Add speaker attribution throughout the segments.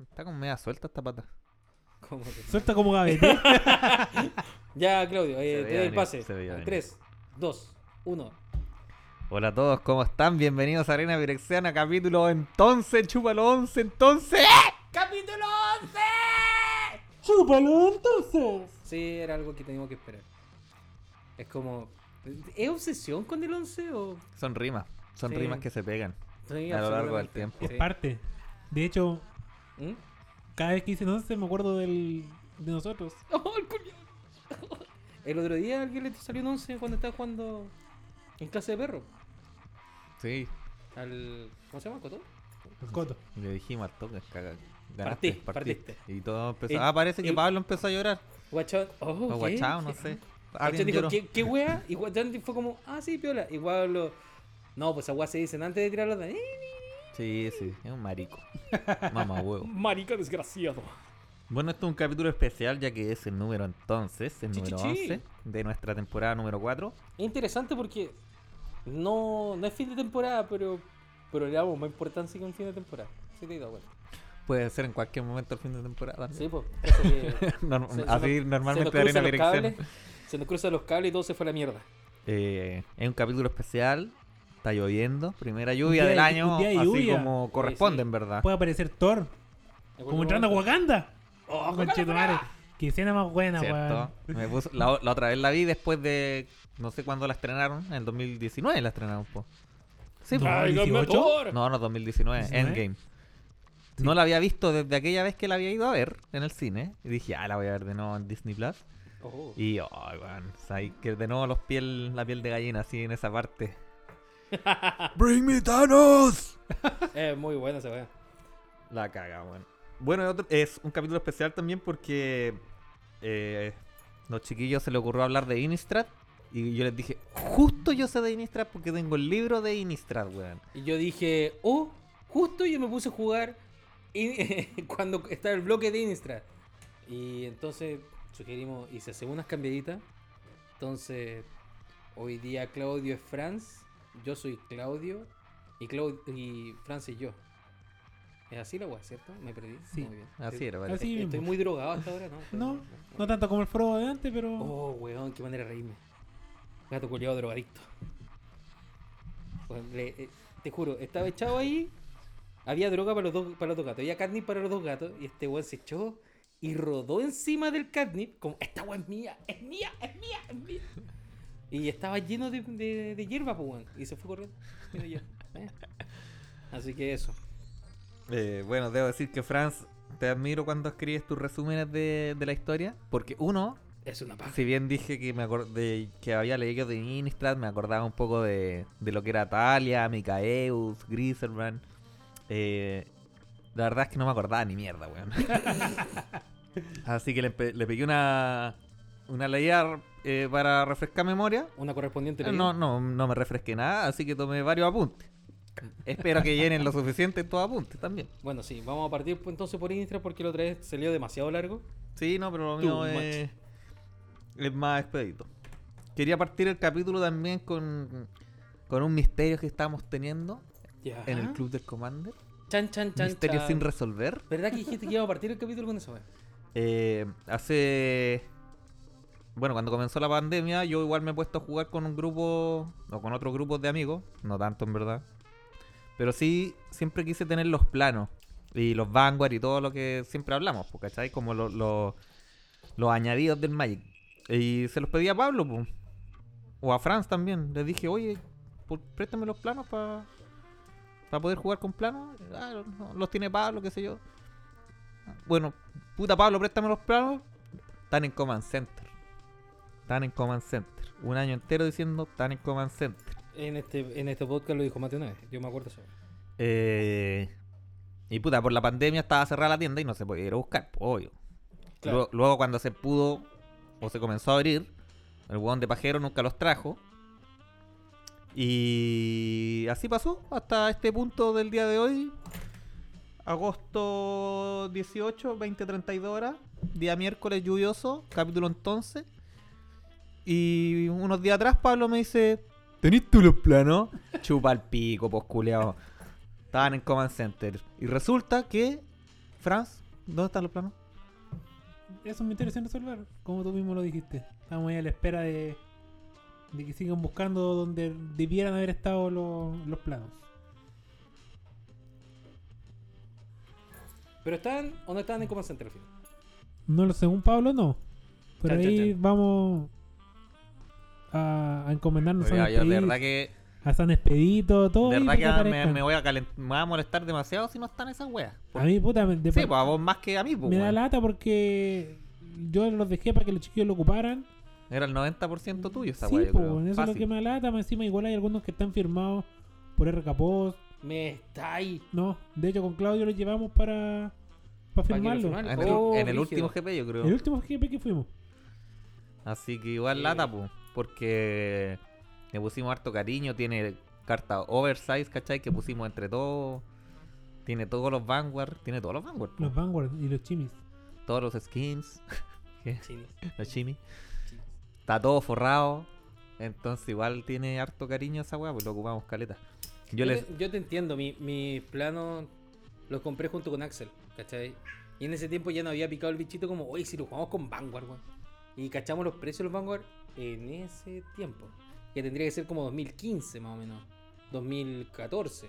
Speaker 1: Está como media suelta esta pata.
Speaker 2: ¿Cómo que?
Speaker 3: Suelta como gavete.
Speaker 2: Ya, Claudio, eh,
Speaker 1: Se veía
Speaker 2: te doy el
Speaker 1: venir,
Speaker 2: pase.
Speaker 1: se veía venir.
Speaker 2: 3, 2, 1.
Speaker 1: Hola a todos, ¿cómo están? Bienvenidos a Arena Virexiana, capítulo entonces, chúpalo 11 entonces.
Speaker 2: ¡Eh! ¡Capítulo 11!
Speaker 3: ¡Chúpalo entonces!
Speaker 2: Sí, era algo que teníamos que esperar. Es como. ¿Es obsesión con el 11 o.?
Speaker 1: Son rimas, son
Speaker 2: Sí.
Speaker 1: rimas que se pegan.
Speaker 2: Sí,
Speaker 1: A lo largo del
Speaker 2: absolutamente.
Speaker 1: tiempo.
Speaker 3: Es
Speaker 2: Sí.
Speaker 3: parte. De hecho,
Speaker 2: ¿Mm?
Speaker 3: cada vez que dicen 11 me acuerdo del, de nosotros.
Speaker 2: ¡Oh, el culiao! El otro día alguien le salió un 11 cuando estaba jugando en clase de perro.
Speaker 1: Sí,
Speaker 2: Al. ¿Cómo se llama? ¿Cotón?
Speaker 3: El coto.
Speaker 1: le dijimos al toque, caga.
Speaker 2: Partí,
Speaker 1: Ganaste, partiste.
Speaker 2: partiste.
Speaker 1: Y todo empezó.
Speaker 2: El-
Speaker 1: ah, parece que
Speaker 2: el-
Speaker 1: Pablo empezó a llorar.
Speaker 2: Guachao. Oh,
Speaker 1: O
Speaker 2: ¿qué?
Speaker 1: guachao, no
Speaker 2: ¿Qué?
Speaker 1: sé.
Speaker 2: Guachao
Speaker 1: Alguien
Speaker 2: dijo,
Speaker 1: lloró.
Speaker 2: ¿qué, ¿qué wea? Y Guachao fue como, ah, sí, piola. Y Pablo, no, pues a wea se dicen antes de tirar los daños.
Speaker 1: Sí, sí, es un marico. Mamá huevo.
Speaker 2: Marica desgraciado.
Speaker 1: Bueno, esto es un capítulo especial ya que es el número entonces, el
Speaker 2: Chi,
Speaker 1: número
Speaker 2: chi, chi.
Speaker 1: 11 de nuestra temporada número 4.
Speaker 2: Interesante porque no, no es fin de temporada, pero, pero le damos más importancia que un fin de temporada. Sí, te he dado cuenta.
Speaker 1: Puede ser en cualquier momento el fin de temporada.
Speaker 2: Sí, pues. cosa que
Speaker 1: Norm-
Speaker 2: se- se
Speaker 1: así
Speaker 2: nos-
Speaker 1: normalmente
Speaker 2: se nos
Speaker 1: Arena
Speaker 2: cruzan los
Speaker 1: Dirección.
Speaker 2: cables, Se nos cruzan los cables y todo se fue a la mierda.
Speaker 1: Eh, es un capítulo especial. Está lloviendo, primera lluvia
Speaker 3: día
Speaker 1: del
Speaker 3: de-
Speaker 1: año,
Speaker 3: un día de
Speaker 1: así
Speaker 3: lluvia.
Speaker 1: como corresponde
Speaker 2: sí.
Speaker 1: en verdad.
Speaker 3: Puede aparecer Thor.
Speaker 2: En
Speaker 3: Como
Speaker 2: cualquier
Speaker 3: entrando a
Speaker 2: momento.
Speaker 3: Wakanda.
Speaker 2: ¡Oh,
Speaker 3: Conchetumare. Que escena más buena,
Speaker 1: ¿Cierto?
Speaker 3: weón.
Speaker 1: Me puso- la, o- la otra vez la vi después de no sé cuándo la estrenaron, en el 2019 la estrenaron, po. Sí, po.
Speaker 3: No, Ay, 18.
Speaker 1: No, no, 2019,
Speaker 3: 19.
Speaker 1: Endgame. No la había visto desde aquella vez que la había ido a ver en el cine. Y dije, ah, la voy a ver de nuevo en Disney Plus.
Speaker 2: Oh.
Speaker 1: Y, oh, weón, o sea, ahí que de nuevo los piel, la piel de gallina, así en esa parte. ¡Bring me Thanos!
Speaker 2: Eh, muy buena esa wea.
Speaker 1: La caga, weón. Bueno, es otro- es un capítulo especial también porque eh, los chiquillos se les ocurrió hablar de Innistrad. Y yo les dije, justo yo sé de Innistrad porque tengo el libro de Innistrad, weón.
Speaker 2: Y yo dije, oh, justo yo me puse a jugar in- cuando estaba el bloque de Innistrad. Y entonces sugerimos, y se hacen unas cambiaditas. Entonces, hoy día Claudio es Franz, yo soy Claudio, y, Clau y Franz es yo. Es así la weá, ¿cierto? Me perdí.
Speaker 3: Sí,
Speaker 2: Muy bien.
Speaker 1: Así era,
Speaker 2: Estoy-
Speaker 1: parece.
Speaker 3: Así
Speaker 2: Estoy
Speaker 3: mismo.
Speaker 2: muy drogado hasta ahora, ¿no?
Speaker 3: No, no tanto como el Frodo de antes, pero.
Speaker 2: Oh, weón, qué manera de reírme. Gato culiado drogadicto. Weón, le- eh, te juro, estaba echado ahí. Había droga para los dos, para los dos gatos. Había catnip para los dos gatos. Y este weón se echó y rodó encima del catnip. Como, esta weón es mía, es mía, es mía, es mía. Y estaba lleno de, de, de hierba, pues, weón. Y se fue corriendo. lleno de hierba, ¿eh? Así que eso.
Speaker 1: Eh, bueno, debo decir que Franz, te admiro cuando escribes tus resúmenes de, de la historia. Porque uno,
Speaker 2: Es una paja.
Speaker 1: si bien dije que me acor- de- que había leído de Innistrad, me acordaba un poco de, de lo que era Talia, Micaeus, Griselbrand. Eh, la verdad es que no me acordaba ni mierda, weón. Así que le, pe- le pegué una, una leída eh, para refrescar memoria.
Speaker 2: Una correspondiente.
Speaker 1: Eh,
Speaker 2: pelea.
Speaker 1: No, no, no me refresqué nada, así que tomé varios apuntes. Espero que llenen lo suficiente en tus apuntes también.
Speaker 2: Bueno, sí, vamos a partir pues, entonces por Innistra porque la otra vez salió demasiado largo.
Speaker 1: Sí, no, pero lo
Speaker 2: Too
Speaker 1: mío es, es más expedito. Quería partir el capítulo también con, con un misterio que estábamos teniendo
Speaker 2: Ya.
Speaker 1: en el club del Commander.
Speaker 2: Chan, chan, chan.
Speaker 1: misterio
Speaker 2: chan.
Speaker 1: sin resolver.
Speaker 2: ¿Verdad que dijiste que iba a partir el capítulo con eso, weón?
Speaker 1: Eh, hace. Bueno, cuando comenzó la pandemia, yo igual me he puesto a jugar con un grupo o con otros grupos de amigos. No tanto, en verdad. Pero sí, siempre quise tener los planos y los vanguard y todo lo que siempre hablamos, po, ¿cachai? Como lo- lo- los añadidos del Magic. Y se los pedí a Pablo, po, o a Franz también. Les dije, oye, por- préstame los planos para poder jugar con planos. Ah, no, los tiene Pablo, qué sé yo. Bueno, puta Pablo, préstame los planos. Están en Command Center. Están en Command Center. Un año entero diciendo, están en Command Center.
Speaker 2: En este, en este podcast lo dijo más de una vez. Yo me acuerdo eso.
Speaker 1: Eh, y puta, por la pandemia estaba cerrada la tienda y no se podía ir a buscar, pues, obvio.
Speaker 2: Claro.
Speaker 1: Luego, luego cuando se pudo o se comenzó a abrir, el huevón de pajero nunca los trajo. Y así pasó hasta este punto del día de hoy. Agosto 18, 20, 32 horas. Día miércoles lluvioso, capítulo entonces. Y unos días atrás Pablo me dice, ¿tenés tú los planos? Chupa el pico, pues culeado. Estaban en Command Center. Y resulta que Franz, ¿dónde están los planos?
Speaker 3: Es un misterio sin resolver, como tú mismo lo dijiste. Estamos ahí a la espera de, de que sigan buscando donde debieran haber estado los, los planos.
Speaker 2: Pero estaban o no estaban en Command Center al final.
Speaker 3: No lo según Pablo, no. Por
Speaker 2: Chan, chan,
Speaker 3: ahí
Speaker 2: chan.
Speaker 3: vamos a, a encomendarnos a,
Speaker 1: Mira, yo
Speaker 3: San
Speaker 1: de
Speaker 3: Expedito-
Speaker 1: verdad que,
Speaker 3: a San Expedito, todo.
Speaker 1: de
Speaker 3: ahí
Speaker 1: verdad
Speaker 3: para
Speaker 1: que me,
Speaker 3: aparezcan.
Speaker 1: me voy a calent- me voy a molestar demasiado si no están esas weas.
Speaker 3: A mí, puta, me, de-
Speaker 1: Sí, pues a vos más que a mí, pues,
Speaker 3: me da
Speaker 1: weón.
Speaker 3: lata porque yo los dejé para que los chiquillos lo ocuparan.
Speaker 1: Era el 90% tuyo esa
Speaker 3: sí,
Speaker 1: wea, yo
Speaker 3: po,
Speaker 1: creo.
Speaker 3: weón, eso es lo
Speaker 1: Fácil.
Speaker 3: que me da lata. Más encima, igual hay algunos que están firmados por R. Capó.
Speaker 2: Me está ahí.
Speaker 3: No, de hecho, con Claudio los llevamos para, para
Speaker 2: que lo
Speaker 3: firmarlo.
Speaker 2: firmaran.
Speaker 1: En el,
Speaker 2: Oh,
Speaker 1: en el
Speaker 2: brígido.
Speaker 1: último GP, yo creo.
Speaker 3: El último GP que fuimos.
Speaker 1: Así que igual
Speaker 2: Sí.
Speaker 1: lata, po, porque le pusimos harto cariño, tiene carta oversize, ¿cachai? Que pusimos entre todos. Tiene todos los Vanguard, tiene todos los Vanguard, po,
Speaker 2: Oh.
Speaker 3: Los Vanguard y los Chimis.
Speaker 1: todos los skins,
Speaker 2: Chinos,
Speaker 1: los Jimmy.
Speaker 2: chinos.
Speaker 1: Está todo forrado. Entonces igual tiene harto cariño esa weá, pues lo ocupamos caleta. Yo
Speaker 2: Yo,
Speaker 1: les...
Speaker 2: te, yo te entiendo, mi- mis planos los compré junto con Axel, ¿cachai? Y en ese tiempo ya no había picado el bichito como, oye, si lo jugamos con Vanguard, weón. Y cachamos los precios de los Vanguard en ese tiempo. Que tendría que ser como 2015 más o menos, 2014.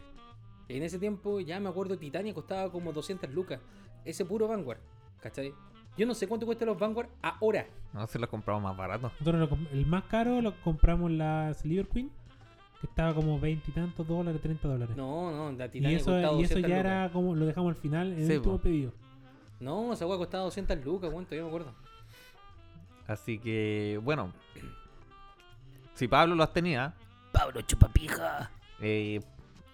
Speaker 2: Y en ese tiempo ya me acuerdo Titania costaba como 200 lucas. Ese puro Vanguard, ¿cachai? Yo no sé cuánto cuestan los Vanguard ahora.
Speaker 1: No se los compramos más barato.
Speaker 3: Nosotros lo com- el más caro lo compramos la Silver Queen, que estaba como veintitantos dólares, 30 dólares.
Speaker 2: No, no, la
Speaker 3: y
Speaker 2: Titania costaba
Speaker 3: eso, y eso
Speaker 2: 200
Speaker 3: ya
Speaker 2: lucas.
Speaker 3: era como lo dejamos al final, en
Speaker 1: Sí,
Speaker 3: el último
Speaker 1: po.
Speaker 3: pedido.
Speaker 2: No, esa weá costaba 200 lucas, weón, todavía me acuerdo.
Speaker 1: Así que, bueno. Si Pablo los tenía,
Speaker 2: Pablo Chupapija.
Speaker 1: eh,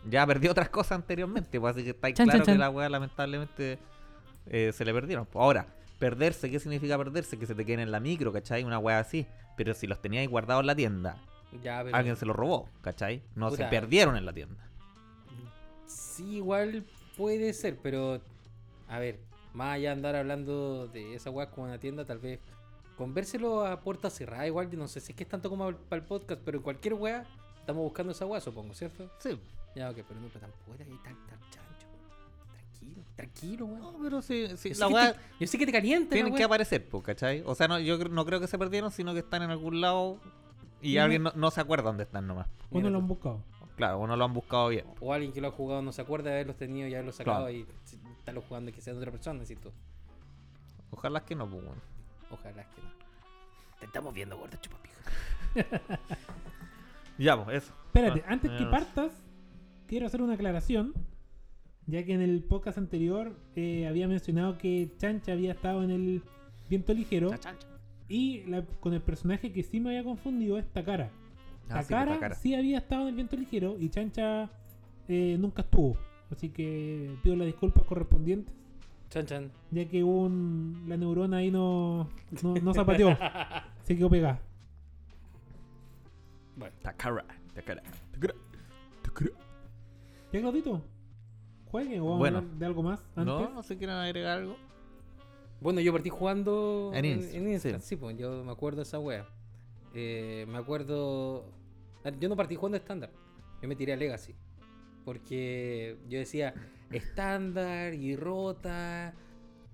Speaker 1: ya perdió otras cosas anteriormente, pues, así que está ahí
Speaker 2: Chan,
Speaker 1: claro
Speaker 2: chan,
Speaker 1: que
Speaker 2: chan.
Speaker 1: la weá lamentablemente eh, se le perdieron. Ahora, perderse, ¿qué significa perderse? Que se te queden en la micro, ¿cachai? Una weá así. Pero si los teníais guardados en la tienda,
Speaker 2: Ya, pero.
Speaker 1: alguien se los robó, ¿cachai? No se
Speaker 2: Puta.
Speaker 1: perdieron en la tienda.
Speaker 2: Sí, igual puede ser, pero. A ver, más allá de andar hablando de esa weá con una tienda, tal vez. Convérselo a puerta cerrada, igual. No sé si es que es tanto como para el podcast, pero en cualquier weá estamos buscando esa weá, supongo, ¿cierto?
Speaker 1: Sí.
Speaker 2: Ya, ok, pero no, pero tampoco era ahí tan, tan chancho. weón. Tranquilo, tranquilo, weón.
Speaker 1: No, pero sí, sí,
Speaker 2: Yo, sé
Speaker 1: la
Speaker 2: que
Speaker 1: weá
Speaker 2: te- yo sé que te calienta,
Speaker 1: tienen que aparecer, pues, ¿cachai? O sea, no, yo cre- no creo que se perdieron, sino que están en algún lado y
Speaker 3: Dime.
Speaker 1: alguien no, no se acuerda dónde están nomás.
Speaker 3: ¿Cuándo lo han buscado?
Speaker 1: Claro, o no lo han buscado bien.
Speaker 2: O alguien que lo ha jugado no se acuerda de haberlos tenido y haberlos sacado
Speaker 1: Claro.
Speaker 2: y si- estarlo jugando y que sea de otra persona, necesito.
Speaker 1: Ojalá que no, pues, weón.
Speaker 2: Ojalá que no. Te estamos viendo, gordo chupapija.
Speaker 1: Ya, pues, eso.
Speaker 3: Espérate,
Speaker 1: Ah,
Speaker 3: antes que
Speaker 1: mierda.
Speaker 3: partas, quiero hacer una aclaración. Ya que en el podcast anterior eh, había mencionado que Chancha había estado en el viento ligero. Y la- con el personaje que sí me había confundido es Takara.
Speaker 1: Ah, sí, pues,
Speaker 3: Takara,
Speaker 1: Takara.
Speaker 3: sí había estado en el viento ligero y Chancha eh, nunca estuvo. Así que pido las disculpas correspondientes.
Speaker 2: Chan, chan.
Speaker 3: Ya que un, la neurona ahí no, no, no zapateó. se quedó pegada.
Speaker 2: Bueno,
Speaker 1: Takara, Takara.
Speaker 3: Ya, Claudito, juegue o vamos
Speaker 1: Bueno.
Speaker 3: a hablar de algo más antes.
Speaker 1: No, no sé quieren agregar algo.
Speaker 2: bueno, yo partí jugando
Speaker 1: En
Speaker 2: en,
Speaker 1: Insta,
Speaker 2: en Insta,
Speaker 1: sí.
Speaker 2: sí, pues yo me acuerdo de esa wea. Eh, me acuerdo. ah, Yo no partí jugando estándar, yo me tiré a Legacy. Porque yo decía, estándar y rota.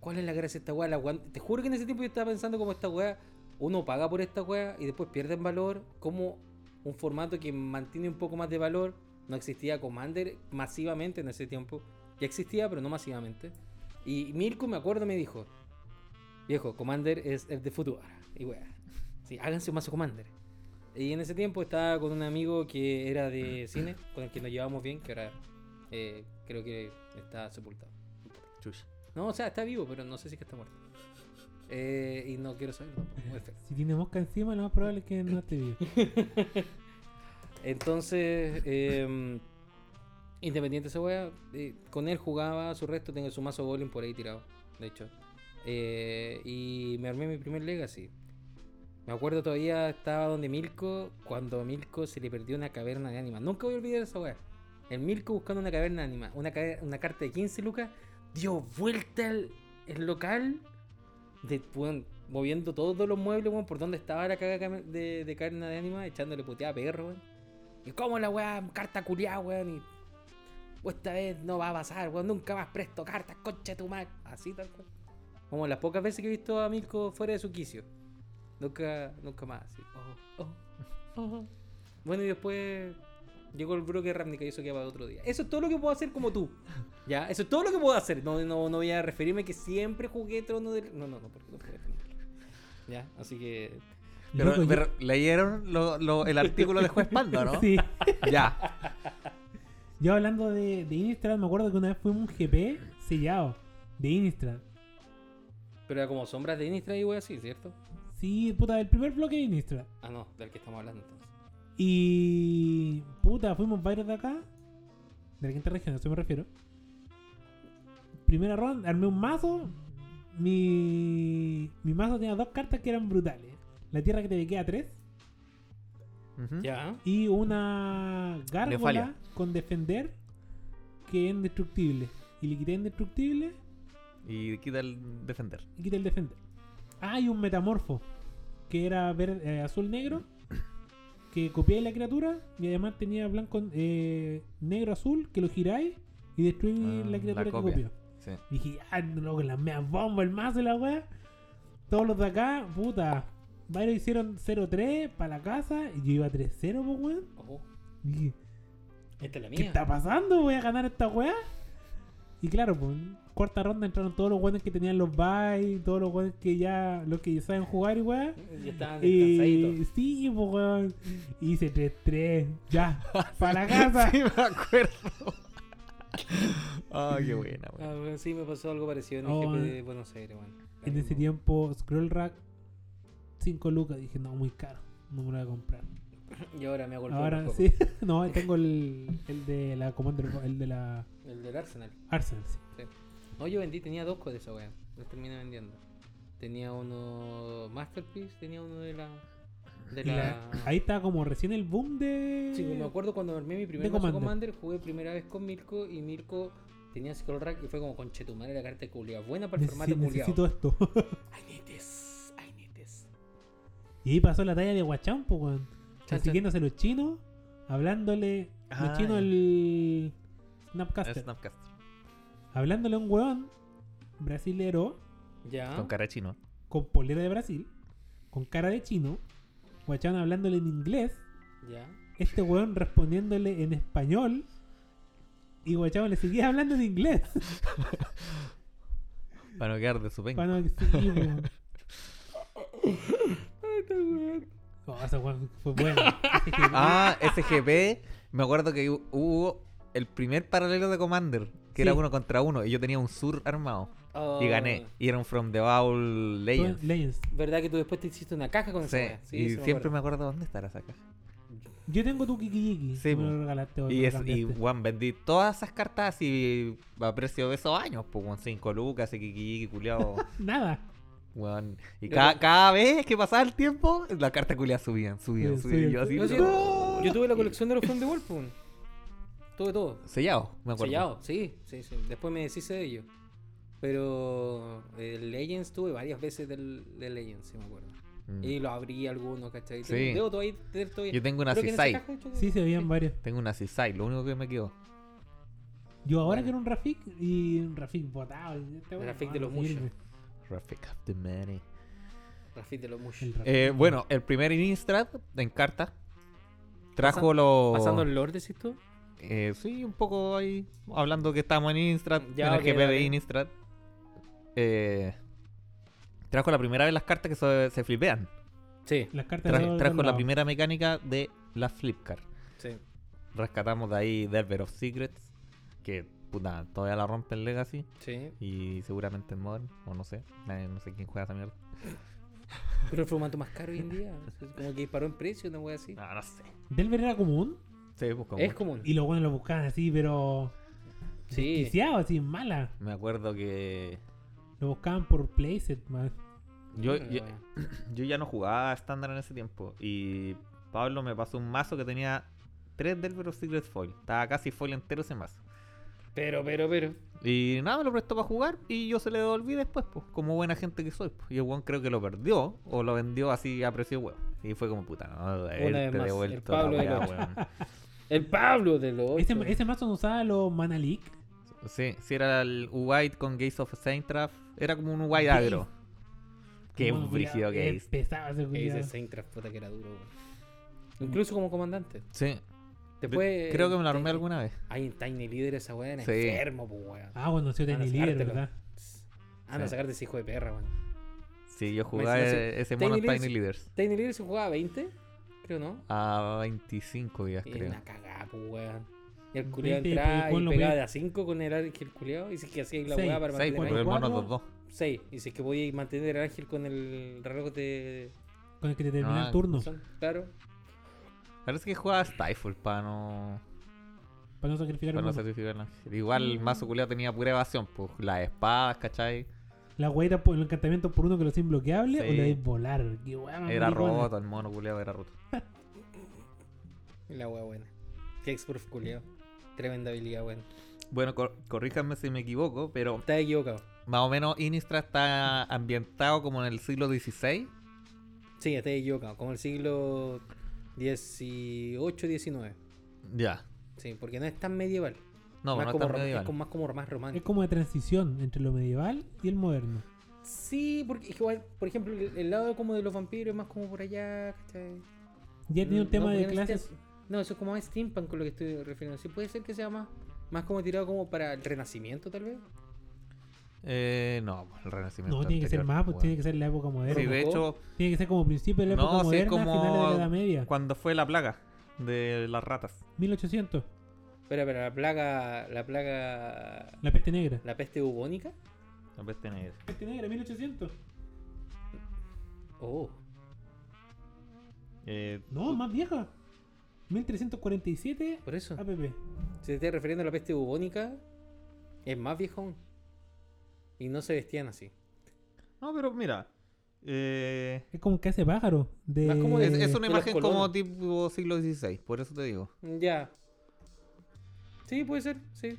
Speaker 2: ¿Cuál es la gracia de esta wea? La wea- Te juro que en ese tiempo yo estaba pensando como esta wea. Uno paga por esta wea y después pierde en valor. Como un formato que mantiene un poco más de valor. No existía Commander masivamente en ese tiempo. Ya existía, pero no masivamente. Y Mirko, me acuerdo, me dijo: Viejo, Commander es el de futuro. Y wea. Sí, háganse un mazo Commander. Y en ese tiempo estaba con un amigo que era de cine, con el que nos llevábamos bien, que ahora eh, creo que está sepultado. No, o sea, está vivo, pero no sé si es que está muerto. Eh, y no quiero saberlo. tampoco, muy feo.
Speaker 3: Si tiene mosca encima, lo más probable es que no esté vivo.
Speaker 2: Entonces, eh, independiente de esa wea, eh, con él jugaba su resto, tengo su mazo golem por ahí tirado, de hecho. Eh, y me armé mi primer legacy. Me acuerdo todavía estaba donde Milko, cuando a Milko se le perdió una caverna de ánimas. Nunca voy a olvidar esa wea. El Milko buscando una caverna de ánimas, una, ca- una carta de 15 lucas, dio vuelta al el local, de, weón, moviendo todos los muebles, weón, por donde estaba la caga came- de, de caverna de ánimas, echándole puteada a perro, weón. ¿Y cómo la weá? Carta culiada, weón. Y "Oh, esta vez no va a pasar, weón, nunca más presto cartas, concha de tu madre. Así tal cual. Como las pocas veces que he visto a Milko fuera de su quicio. Nunca, nunca más. así, "Oh, oh, oh". Bueno, y después llegó el broker Ramnica y eso queda para otro día. Eso es todo lo que puedo hacer como tú. Ya, eso es todo lo que puedo hacer. No, no, no voy a referirme que siempre jugué Trono del... No, no, no, porque no puedo defenderlo. Ya, así que...
Speaker 1: Pero,
Speaker 3: Loco, yo-
Speaker 1: pero leyeron lo- lo- el artículo de juez Pando, ¿no?
Speaker 3: Sí.
Speaker 1: Ya.
Speaker 3: Yo hablando de, de Innistrad, me acuerdo que una vez fuimos un GP sellado de Innistrad.
Speaker 2: Pero era como sombras de Innistrad y wey así, ¿cierto?
Speaker 3: Sí, puta, el primer bloque de Innistrad.
Speaker 2: Ah, no, del que estamos hablando entonces.
Speaker 3: Y. Puta, fuimos varios de acá. De la quinta región, a eso me refiero. Primera ronda, armé un mazo. Mi. Mi mazo tenía dos cartas que eran brutales. La tierra que te queda tres.
Speaker 1: Ujú.
Speaker 2: Ya.
Speaker 3: Y una gárgola
Speaker 4: Nefalia.
Speaker 3: con defender. Que es indestructible. Y le quité indestructible.
Speaker 1: Y quita el defender.
Speaker 3: Y quité el defender. Ah, y un metamorfo. Que era ver- eh, azul negro. Que copiáis la criatura. Y además tenía blanco eh, negro azul. Que lo giráis. Y destruís
Speaker 1: Ah,
Speaker 3: la
Speaker 1: la
Speaker 3: criatura que
Speaker 1: copia.
Speaker 3: copió.
Speaker 1: Sí.
Speaker 3: Y dije, ah, no, loco, las meas bombas, el mazo y la weá. Todos los de acá, puta. Varios hicieron 0-3 para la casa. Y yo iba 3-0, pues weón.
Speaker 2: Ojo.
Speaker 3: Y dije,
Speaker 2: Esta es la
Speaker 3: ¿Qué
Speaker 2: mía.
Speaker 3: está pasando? ¿Voy a ganar esta weá? Y claro, pues, en cuarta ronda entraron todos los weones que tenían los buys, todos los weones que ya, los que ya saben jugar y weá.
Speaker 2: Ya estaban
Speaker 3: Y
Speaker 2: descansaditos.
Speaker 3: sí, pues weón. Y Hice 3-3, ya, para la casa.
Speaker 4: Sí, me acuerdo.
Speaker 1: Ah, qué buena, weón.
Speaker 2: Ah, weón, sí, me pasó algo parecido en el
Speaker 3: Oh,
Speaker 2: GP
Speaker 3: eh.
Speaker 2: de Buenos Aires, weón.
Speaker 3: En ese tiempo, Scroll Rack, 5 lucas. Dije, no, muy caro, no me lo voy a comprar.
Speaker 2: Y ahora me ha golpeado un
Speaker 3: Ahora
Speaker 2: poco.
Speaker 3: sí, no, tengo el, el de la Commander, el de la
Speaker 2: El del Arsenal.
Speaker 3: Arsenal, sí.
Speaker 2: No, yo vendí, tenía dos cosas de esa weón. Los terminé vendiendo. Tenía uno Masterpiece, tenía uno de la. De
Speaker 3: Y la-
Speaker 2: la.
Speaker 3: ahí estaba como recién el boom de.
Speaker 2: Sí, pues me acuerdo cuando armé mi primer
Speaker 3: De
Speaker 2: mazo Commander.
Speaker 3: Commander.
Speaker 2: jugué primera vez con Mirko y Mirko tenía Skull Rack y fue como conchetumare la carta de culiao. Buena para el
Speaker 3: Necesi-
Speaker 2: formato culiao.
Speaker 3: necesito esto.
Speaker 2: I need this, I need this.
Speaker 3: Y ahí pasó la talla de Guachán, po, weón.
Speaker 2: Chan,
Speaker 3: Persiguiéndose los chinos, hablándole.
Speaker 1: Ah,
Speaker 3: los chinos,
Speaker 1: ya.
Speaker 3: el.
Speaker 1: Es
Speaker 3: Snapcaster.
Speaker 1: Snapcaster.
Speaker 3: Hablándole a un weón brasilero
Speaker 2: Ya.
Speaker 1: Con cara chino.
Speaker 3: con polera de Brasil, con cara de chino. Guachán hablándole en inglés.
Speaker 2: Ya.
Speaker 3: Este weón respondiéndole en español. Y Guachán le seguía hablando en inglés.
Speaker 1: Para no quedar de su penca.
Speaker 3: Bueno, sí, weón. Oh, esa weón fue buena. Ese que-
Speaker 1: Ah, SGP. Me acuerdo que hu- hubo el primer paralelo de Commander, que era
Speaker 3: Sí.
Speaker 1: uno contra uno, y yo tenía un sur armado.
Speaker 2: Oh,
Speaker 1: Y gané. Y era un From the Bowl Legends.
Speaker 3: Legends.
Speaker 2: ¿Verdad que tú después te hiciste una caja con
Speaker 1: Sí,
Speaker 2: esa wea?
Speaker 1: y
Speaker 2: sí, sí
Speaker 1: siempre
Speaker 2: acuerdo.
Speaker 1: me acuerdo dónde estará esa caja.
Speaker 3: Yo tengo tu Kikijiki.
Speaker 1: Sí,
Speaker 3: me
Speaker 1: po.
Speaker 3: lo regalaste hoy. me
Speaker 1: Y,
Speaker 3: lo
Speaker 1: es, y
Speaker 3: cambiaste.
Speaker 1: Juan, vendí todas esas cartas así a precio de esos años, pues, con 5 lucas, y kikiki, culiao.
Speaker 3: Nada.
Speaker 1: Weón. Y
Speaker 2: Yo
Speaker 1: cada,
Speaker 2: creo-
Speaker 1: cada vez que pasaba el tiempo, las cartas culiadas subían, subían,
Speaker 3: Sí,
Speaker 1: subían.
Speaker 3: sí.
Speaker 1: y yo así,
Speaker 2: Yo sí-
Speaker 1: ¡no!
Speaker 2: Yo tuve la colección de los From the Wolf, pum. Tuve todo.
Speaker 1: Sellado, me acuerdo.
Speaker 2: Sellado, sí, sí, sí. Después me deshice de ello. Pero el Legends tuve varias veces del, del Legends, si me acuerdo.
Speaker 1: Mm.
Speaker 2: Y lo abrí algunos, ¿cachai?
Speaker 1: Sí.
Speaker 2: Tengo- Debo todavía tener todavía.
Speaker 1: Yo tengo una
Speaker 2: Creo que en esa
Speaker 1: Cisai.
Speaker 2: caja, de hecho,
Speaker 3: Sí, se veían varios.
Speaker 1: Tengo una Cisai, lo único que me quedó.
Speaker 3: Yo ahora
Speaker 2: Bueno.
Speaker 3: que era un Rafik y un Rafik botado. y este weón,
Speaker 2: Rafik
Speaker 3: no,
Speaker 2: de los
Speaker 3: no sirve.
Speaker 2: muchos.
Speaker 1: Traffic of the Many.
Speaker 2: Rafit de los Mush.
Speaker 3: El Rafik.
Speaker 1: Eh, bueno, el primer Innistrad en carta trajo
Speaker 2: Pasan-
Speaker 1: los.
Speaker 2: Pasando el Lord, decís tú.
Speaker 1: Eh, sí, un poco ahí. Hablando que estamos en Innistrad,
Speaker 2: Ya,
Speaker 1: en el
Speaker 2: ok,
Speaker 1: GP de
Speaker 2: dale.
Speaker 1: Innistrad. Eh, trajo la primera vez las cartas que se, se flipean.
Speaker 2: Sí,
Speaker 3: Las cartas
Speaker 1: Tra-
Speaker 3: de los
Speaker 1: trajo
Speaker 3: dos
Speaker 1: la
Speaker 3: lados.
Speaker 1: primera mecánica de la flip card.
Speaker 2: sí.
Speaker 1: Rescatamos de ahí Delver of Secrets. Que puta, todavía la rompe el Legacy.
Speaker 2: Sí.
Speaker 1: Y seguramente en Modern, o no sé. nadie- No sé quién juega esa mierda.
Speaker 2: Pero el formato más caro hoy en día. Es como que disparó en precio, una wea así.
Speaker 1: No, no sé.
Speaker 3: Delver era común
Speaker 1: Sí, pues, como-
Speaker 2: Es común.
Speaker 3: y los buenos lo buscaban así, pero.
Speaker 2: Sí.
Speaker 3: desquiciado, así, mala.
Speaker 1: Me acuerdo que.
Speaker 3: Lo buscaban por playset, más.
Speaker 1: Yo,
Speaker 2: Una
Speaker 1: yo-
Speaker 2: wea.
Speaker 1: yo ya no jugaba estándar en ese tiempo. Y Pablo me pasó un mazo que tenía tres Delver of Secret Foil. Estaba casi foil entero ese mazo.
Speaker 2: Pero, pero, pero.
Speaker 1: Y nada, me lo prestó para jugar y yo se le devolví después, pues, como buena gente que soy. pues. Y el weón creo que lo perdió o lo vendió así a precio de huevo. Y fue como puta, no,
Speaker 2: vez
Speaker 1: haberte
Speaker 2: más, el
Speaker 1: devuelto la
Speaker 2: Pablo del
Speaker 1: weá,
Speaker 2: ocho.
Speaker 1: weón.
Speaker 2: El Pablo de los
Speaker 1: Este,
Speaker 3: Ese,
Speaker 2: ocho.
Speaker 3: ese mazo no usaba los Manalik.
Speaker 1: Sí, sí, era el White con Gaze of Saintraff. Era como un White agro. Qué
Speaker 3: Bueno,
Speaker 1: brígido
Speaker 3: culiao,
Speaker 1: que
Speaker 3: es. Pesado ese culiao.
Speaker 2: Ese Saintraff, puta que era duro, weón. Incluso como comandante.
Speaker 1: Sí.
Speaker 2: Después.
Speaker 1: Creo que me lo armé alguna vez.
Speaker 2: Hay en Tiny Leader esa weá, era
Speaker 1: Sí.
Speaker 2: enfermo, pues weón.
Speaker 3: Ah, bueno, sí, tenía
Speaker 2: Van a
Speaker 3: líder,
Speaker 2: sacártelo.
Speaker 3: ¿verdad?
Speaker 2: Anda a
Speaker 1: Sí.
Speaker 2: sacar de ese hijo de perra, weón.
Speaker 1: Sí, yo jugaba
Speaker 2: Encima, sí.
Speaker 1: e- ese
Speaker 2: Tiny
Speaker 1: mono
Speaker 2: Leaders-
Speaker 1: Tiny Leaders.
Speaker 2: Tiny Leader se jugaba a 20, creo, ¿no?
Speaker 1: A 25 días,
Speaker 2: Y era
Speaker 1: Ah, creo.
Speaker 2: una cagada, pues weón. Y el culiado
Speaker 3: 20,
Speaker 2: entraba
Speaker 3: pues,
Speaker 2: y
Speaker 3: lo
Speaker 2: pegaba
Speaker 3: ve-
Speaker 2: de a 5 con el ángel culiado. Y si es que hacía ahí la
Speaker 3: Seis.
Speaker 2: weá para
Speaker 1: Seis, porque
Speaker 2: mantener
Speaker 1: el mono
Speaker 3: cuatro.
Speaker 1: 2-2.
Speaker 2: 6. Y si es que podía mantener el ángel con el reloj de.
Speaker 3: Con el que te termina
Speaker 1: Ah,
Speaker 3: el turno.
Speaker 2: son, Claro.
Speaker 1: Parece que jugaba Stifle para no,
Speaker 3: Para no sacrificar
Speaker 1: para
Speaker 3: el
Speaker 1: no
Speaker 3: mono.
Speaker 1: sacrificar nada. Igual el mazo culiao tenía pura evasión, pues las espadas, ¿cachai?
Speaker 3: La guaita por el encantamiento por uno que lo hace inbloqueable o
Speaker 1: Sí.
Speaker 3: la de volar. Qué weá más
Speaker 1: Era
Speaker 3: maricona.
Speaker 1: roto, el mono culiao era roto.
Speaker 2: Y la weá buena. Hexproof culiado. Tremenda habilidad, weón.
Speaker 1: Bueno, cor- corríjanme si me equivoco, pero
Speaker 2: Estás equivocado.
Speaker 1: más o menos Inistra está ambientado como en el siglo XVI.
Speaker 2: Sí, estás equivocado. Como el siglo XVIII, XIX.
Speaker 1: Ya.
Speaker 2: Sí, porque no es tan medieval.
Speaker 1: No,
Speaker 2: más
Speaker 3: pues
Speaker 1: no
Speaker 2: como
Speaker 1: está
Speaker 2: rom-
Speaker 1: medieval.
Speaker 2: Es como, más como más
Speaker 3: Es
Speaker 2: romántico.
Speaker 3: como de transición entre lo medieval y el moderno.
Speaker 2: Sí, porque es que igual, por ejemplo, el, el lado como de los vampiros es más como por allá, ¿cachai?
Speaker 3: Ya tiene un
Speaker 2: Mm, No, este
Speaker 3: tema
Speaker 2: porque
Speaker 3: de
Speaker 2: no es
Speaker 3: clases.
Speaker 2: steam- No, eso es como más steampunk con lo que estoy refiriendo. Sí, puede ser que sea más, más como tirado como para el renacimiento, tal vez.
Speaker 1: Eh, no, pues, el Renacimiento.
Speaker 3: No, tiene que ser
Speaker 1: anterior,
Speaker 3: más, pues
Speaker 1: weón.
Speaker 3: tiene que ser la época moderna.
Speaker 1: Sí, de hecho,
Speaker 3: Tiene que ser como principio de la
Speaker 1: No,
Speaker 3: época
Speaker 1: sí,
Speaker 3: moderna,
Speaker 1: como-
Speaker 3: finales de la Edad Media.
Speaker 1: cuando fue la plaga de las ratas.
Speaker 3: 1800,
Speaker 2: Pero, pero la plaga, la plaga,
Speaker 3: la peste negra.
Speaker 2: la peste bubónica.
Speaker 1: La peste negra.
Speaker 3: La peste negra, 1800.
Speaker 2: Oh,
Speaker 1: Eh,
Speaker 3: No, más vieja. 1347
Speaker 2: por eso.
Speaker 3: APP.
Speaker 2: Si te estás refiriendo a la peste bubónica, es más viejo aún. Y no se vestían así.
Speaker 1: no, pero mira. eh,
Speaker 3: Es como que hace pájaro. De...
Speaker 2: Más como de-
Speaker 1: es, es
Speaker 2: Eh, de
Speaker 1: una
Speaker 2: los
Speaker 1: imagen como
Speaker 2: colonos.
Speaker 1: tipo siglo XVI, por eso te digo.
Speaker 2: Ya. Sí, puede ser, sí.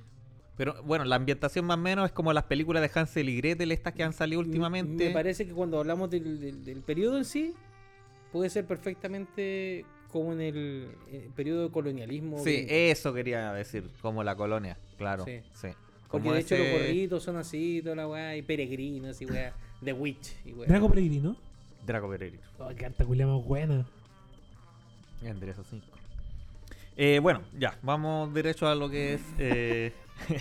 Speaker 1: Pero bueno, la ambientación más o menos es como las películas de Hansel y Gretel, estas que han salido últimamente.
Speaker 2: Mm, Me parece que cuando hablamos del, del- del periodo en sí, puede ser perfectamente como en el, eh, periodo de colonialismo.
Speaker 1: Sí,
Speaker 2: gringo.
Speaker 1: eso quería decir, como la colonia, claro.
Speaker 2: Sí.
Speaker 1: Sí.
Speaker 2: Porque
Speaker 1: Como
Speaker 2: de hecho
Speaker 1: ese
Speaker 2: los gorritos son así, toda la weá, y peregrinos y weá, The Witch y weá.
Speaker 3: Drago Peregrino.
Speaker 1: Draco Peregrino.
Speaker 3: Oh, qué carta culia más buena.
Speaker 1: Entre esos cinco. Eh, bueno, ya, vamos derecho a lo que es. Eh...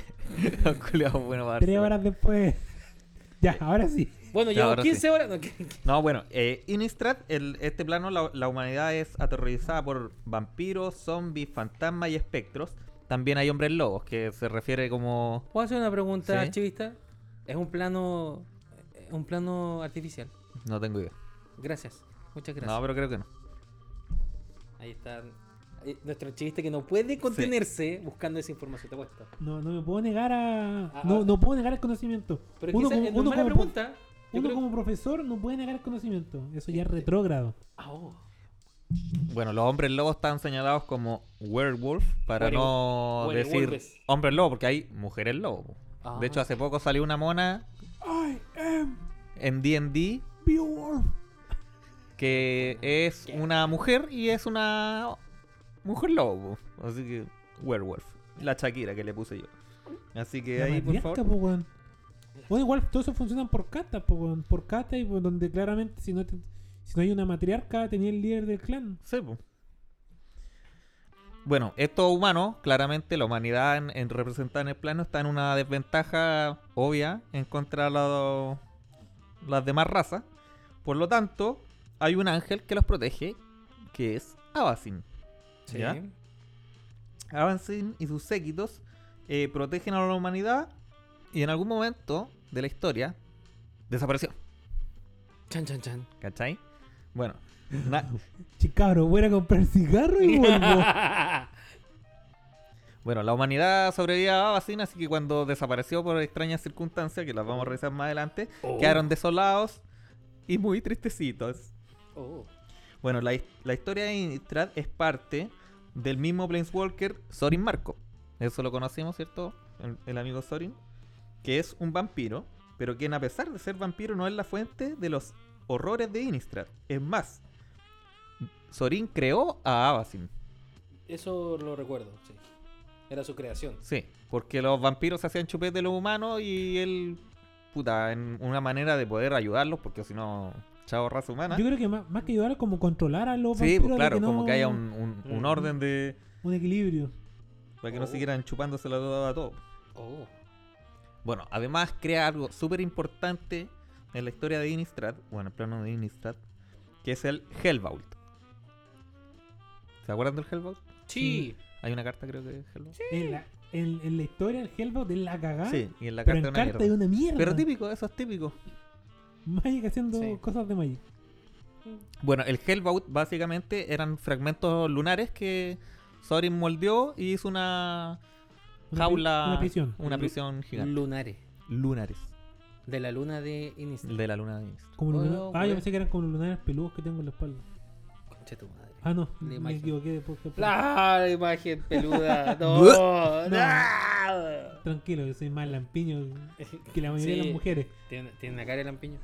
Speaker 1: los culiados buenos para
Speaker 3: Tres
Speaker 1: darse-
Speaker 3: horas después. ya, ahora sí.
Speaker 2: Bueno,
Speaker 1: Ya,
Speaker 2: llevo
Speaker 1: ahora
Speaker 2: 15
Speaker 1: sí.
Speaker 2: horas. no, que-
Speaker 1: No, bueno, eh, Innistrad, el- este plano, la, la humanidad es aterrorizada por vampiros, zombies, fantasmas y espectros. También hay hombres lobos, que se refiere como.
Speaker 2: ¿Puedo hacer una pregunta,
Speaker 1: Sí.
Speaker 2: archivista? Es un plano. es un plano artificial.
Speaker 1: No tengo idea.
Speaker 2: Gracias. Muchas gracias.
Speaker 1: No, pero creo que no.
Speaker 2: Ahí está. eh, Nuestro archivista que no puede contenerse buscando esa información, te apuesto.
Speaker 3: No, no me puedo negar a.
Speaker 2: Ah,
Speaker 3: No,
Speaker 2: ah.
Speaker 3: no puedo negar el conocimiento.
Speaker 2: Pero quizás no es
Speaker 3: uno
Speaker 2: mala
Speaker 3: como-
Speaker 2: pregunta. yo
Speaker 3: Uno
Speaker 2: creo-
Speaker 3: como profesor no puede negar el conocimiento. Eso ya es retrógrado.
Speaker 2: Ah, oh.
Speaker 1: Bueno, los hombres lobos están señalados como werewolf para
Speaker 2: Werewolf.
Speaker 1: no decir
Speaker 2: Werewolves.
Speaker 1: hombres lobo, porque hay mujeres lobo. po.
Speaker 2: Ah.
Speaker 1: De hecho, hace poco salió una mona
Speaker 3: I am
Speaker 1: en D&D
Speaker 3: Beowulf.
Speaker 1: que es
Speaker 2: ¿Qué?
Speaker 1: una mujer y es una mujer lobo. po. Así que werewolf. La Shakira que le puse yo. Así que
Speaker 3: La
Speaker 1: Eh, ahí, por
Speaker 3: matriarca,
Speaker 1: favor.
Speaker 3: po, weón. Bueno, igual todo eso funciona por cata, po, weón. por cata y por donde claramente si no, te- si no hay una matriarca tenía el líder del clan.
Speaker 1: Sí, po. Bueno, estos humanos, claramente la humanidad en, en representada en el plano está en una desventaja obvia en contra de la- las demás razas. Por lo tanto, hay un ángel que los protege, que es Abacin.
Speaker 2: Sí.
Speaker 1: ¿Ya? Abacin y sus séquitos eh, protegen a la humanidad y en algún momento de la historia desapareció.
Speaker 2: Chan, chan, chan.
Speaker 1: ¿Cachai? Bueno, na-
Speaker 3: Chicabro, voy a ir a comprar cigarro y
Speaker 1: Ah.
Speaker 3: vuelvo.
Speaker 1: Bueno, la humanidad sobrevivió a Babacin, así que cuando desapareció por extrañas circunstancias, que las vamos a revisar más adelante,
Speaker 2: Oh.
Speaker 1: quedaron desolados y muy tristecitos.
Speaker 2: Oh.
Speaker 1: Bueno, la, his- la historia de Innistrad es parte del mismo Planeswalker Sorin Marco. Eso lo conocimos, ¿cierto? El, el amigo Sorin, que es un vampiro, pero quien a pesar de ser vampiro no es la fuente de los horrores de Innistrad. Es más, Sorin creó a Abacin.
Speaker 2: Eso lo recuerdo, sí. Era su creación.
Speaker 1: Sí, porque los vampiros se hacían chupete de los humanos y él, puta, en una manera de poder ayudarlos, porque si no, chao raza humana.
Speaker 3: Yo creo que más, más que ayudar, como controlar a los
Speaker 1: Sí, pues
Speaker 3: de
Speaker 1: claro, como
Speaker 3: no-
Speaker 1: que haya un, un- un
Speaker 2: Mm.
Speaker 1: orden de...
Speaker 3: un equilibrio.
Speaker 1: para que no
Speaker 2: Oh.
Speaker 1: siguieran chupándosela toda a todos.
Speaker 2: Oh.
Speaker 1: Bueno, además crea algo súper importante en la historia de Innistrad, bueno, el plano de Innistrad, que es el Hellbolt. ¿Se acuerdan del Hellbolt?
Speaker 2: Sí.
Speaker 3: Mm,
Speaker 1: Hay una carta creo que es Hellbolt. Sí.
Speaker 3: En, la, en, en la historia del Hellbout es la cagada.
Speaker 1: y en la
Speaker 3: Ah, pero
Speaker 1: carta de
Speaker 3: en
Speaker 1: una
Speaker 3: carta de
Speaker 1: mierda.
Speaker 3: una mierda.
Speaker 1: Pero típico, eso es típico.
Speaker 3: Magic haciendo
Speaker 2: Sí.
Speaker 3: cosas de Magic.
Speaker 1: Bueno, el Hellbout básicamente eran fragmentos lunares que Sorin moldeó y hizo una
Speaker 3: Una pri-
Speaker 1: jaula,
Speaker 3: Una prisión.
Speaker 1: una
Speaker 2: Lu-
Speaker 1: prisión gigante.
Speaker 2: Lunares.
Speaker 1: Lunares,
Speaker 2: De la luna de Inistral.
Speaker 1: de la luna de Innistrad.
Speaker 3: Como
Speaker 2: Oh,
Speaker 3: lunar-
Speaker 2: no,
Speaker 3: Ah, yo
Speaker 2: güey.
Speaker 3: pensé que eran como los lunares peludos que tengo en la espalda.
Speaker 2: Concha tu madre.
Speaker 3: Ah, no.
Speaker 2: La
Speaker 3: Me
Speaker 2: imagen.
Speaker 3: equivoqué de podcast.
Speaker 2: La imagen peluda. No.
Speaker 3: No.
Speaker 2: no.
Speaker 3: Tranquilo, yo soy más lampiño que la mayoría de
Speaker 2: Sí.
Speaker 3: las mujeres.
Speaker 2: Tiene, tiene una cara de lampiño.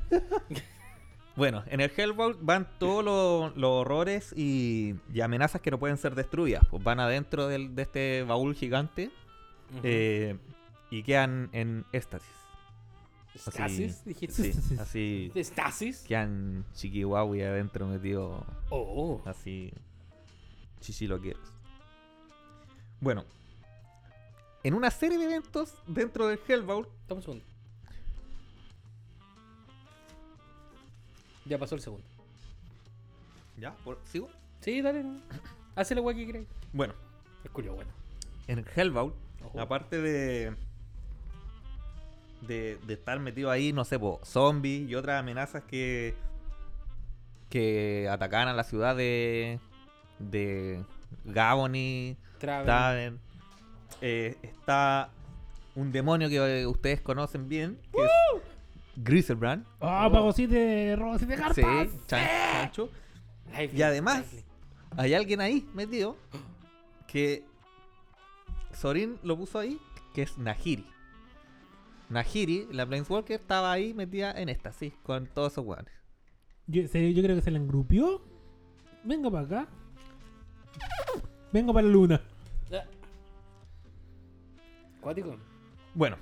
Speaker 1: Bueno, en el Hellbound van todos los, los horrores y, y amenazas que no pueden ser destruidas. Pues van adentro del- de este baúl gigante eh, y quedan en éxtasis. así-
Speaker 2: ¿Estasis? Dijiste.
Speaker 1: Sí, así
Speaker 2: ¿Estasis?
Speaker 1: quedan chiquihuahua y adentro metido
Speaker 2: Oh.
Speaker 1: así. Chichiloqueros. Bueno, en una serie de eventos dentro del Hellbound
Speaker 2: Dame un segundo. Ya pasó el segundo.
Speaker 1: ¿Ya? por- ¿Sigo?
Speaker 2: Sí, dale. Hace la guay que crees.
Speaker 1: Bueno,
Speaker 2: Es culo bueno.
Speaker 1: en el Hellbound
Speaker 2: Ojo.
Speaker 1: Aparte de, de. de estar metido ahí, no sé, po, zombies y otras amenazas que. que atacaban a la ciudad de. de. Gabony,
Speaker 2: Traven.
Speaker 1: Tavern. eh, está un demonio que eh, ustedes conocen bien, que es Griselbrand.
Speaker 3: Ah,
Speaker 2: Oh.
Speaker 3: pago 7, robo 7 cartas.
Speaker 1: Sí, chan- chancho.
Speaker 2: Lifeline,
Speaker 1: Y además,
Speaker 2: lifeline.
Speaker 1: hay alguien ahí metido que Sorin lo puso ahí, que es Nahiri. Nahiri, la Planeswalker, estaba ahí metida en esta, sí, con todos esos guanes.
Speaker 3: Yo, en serio, yo creo que se la engrupió. Venga para acá. Vengo para la luna.
Speaker 2: Ah. Cuático.
Speaker 1: Bueno,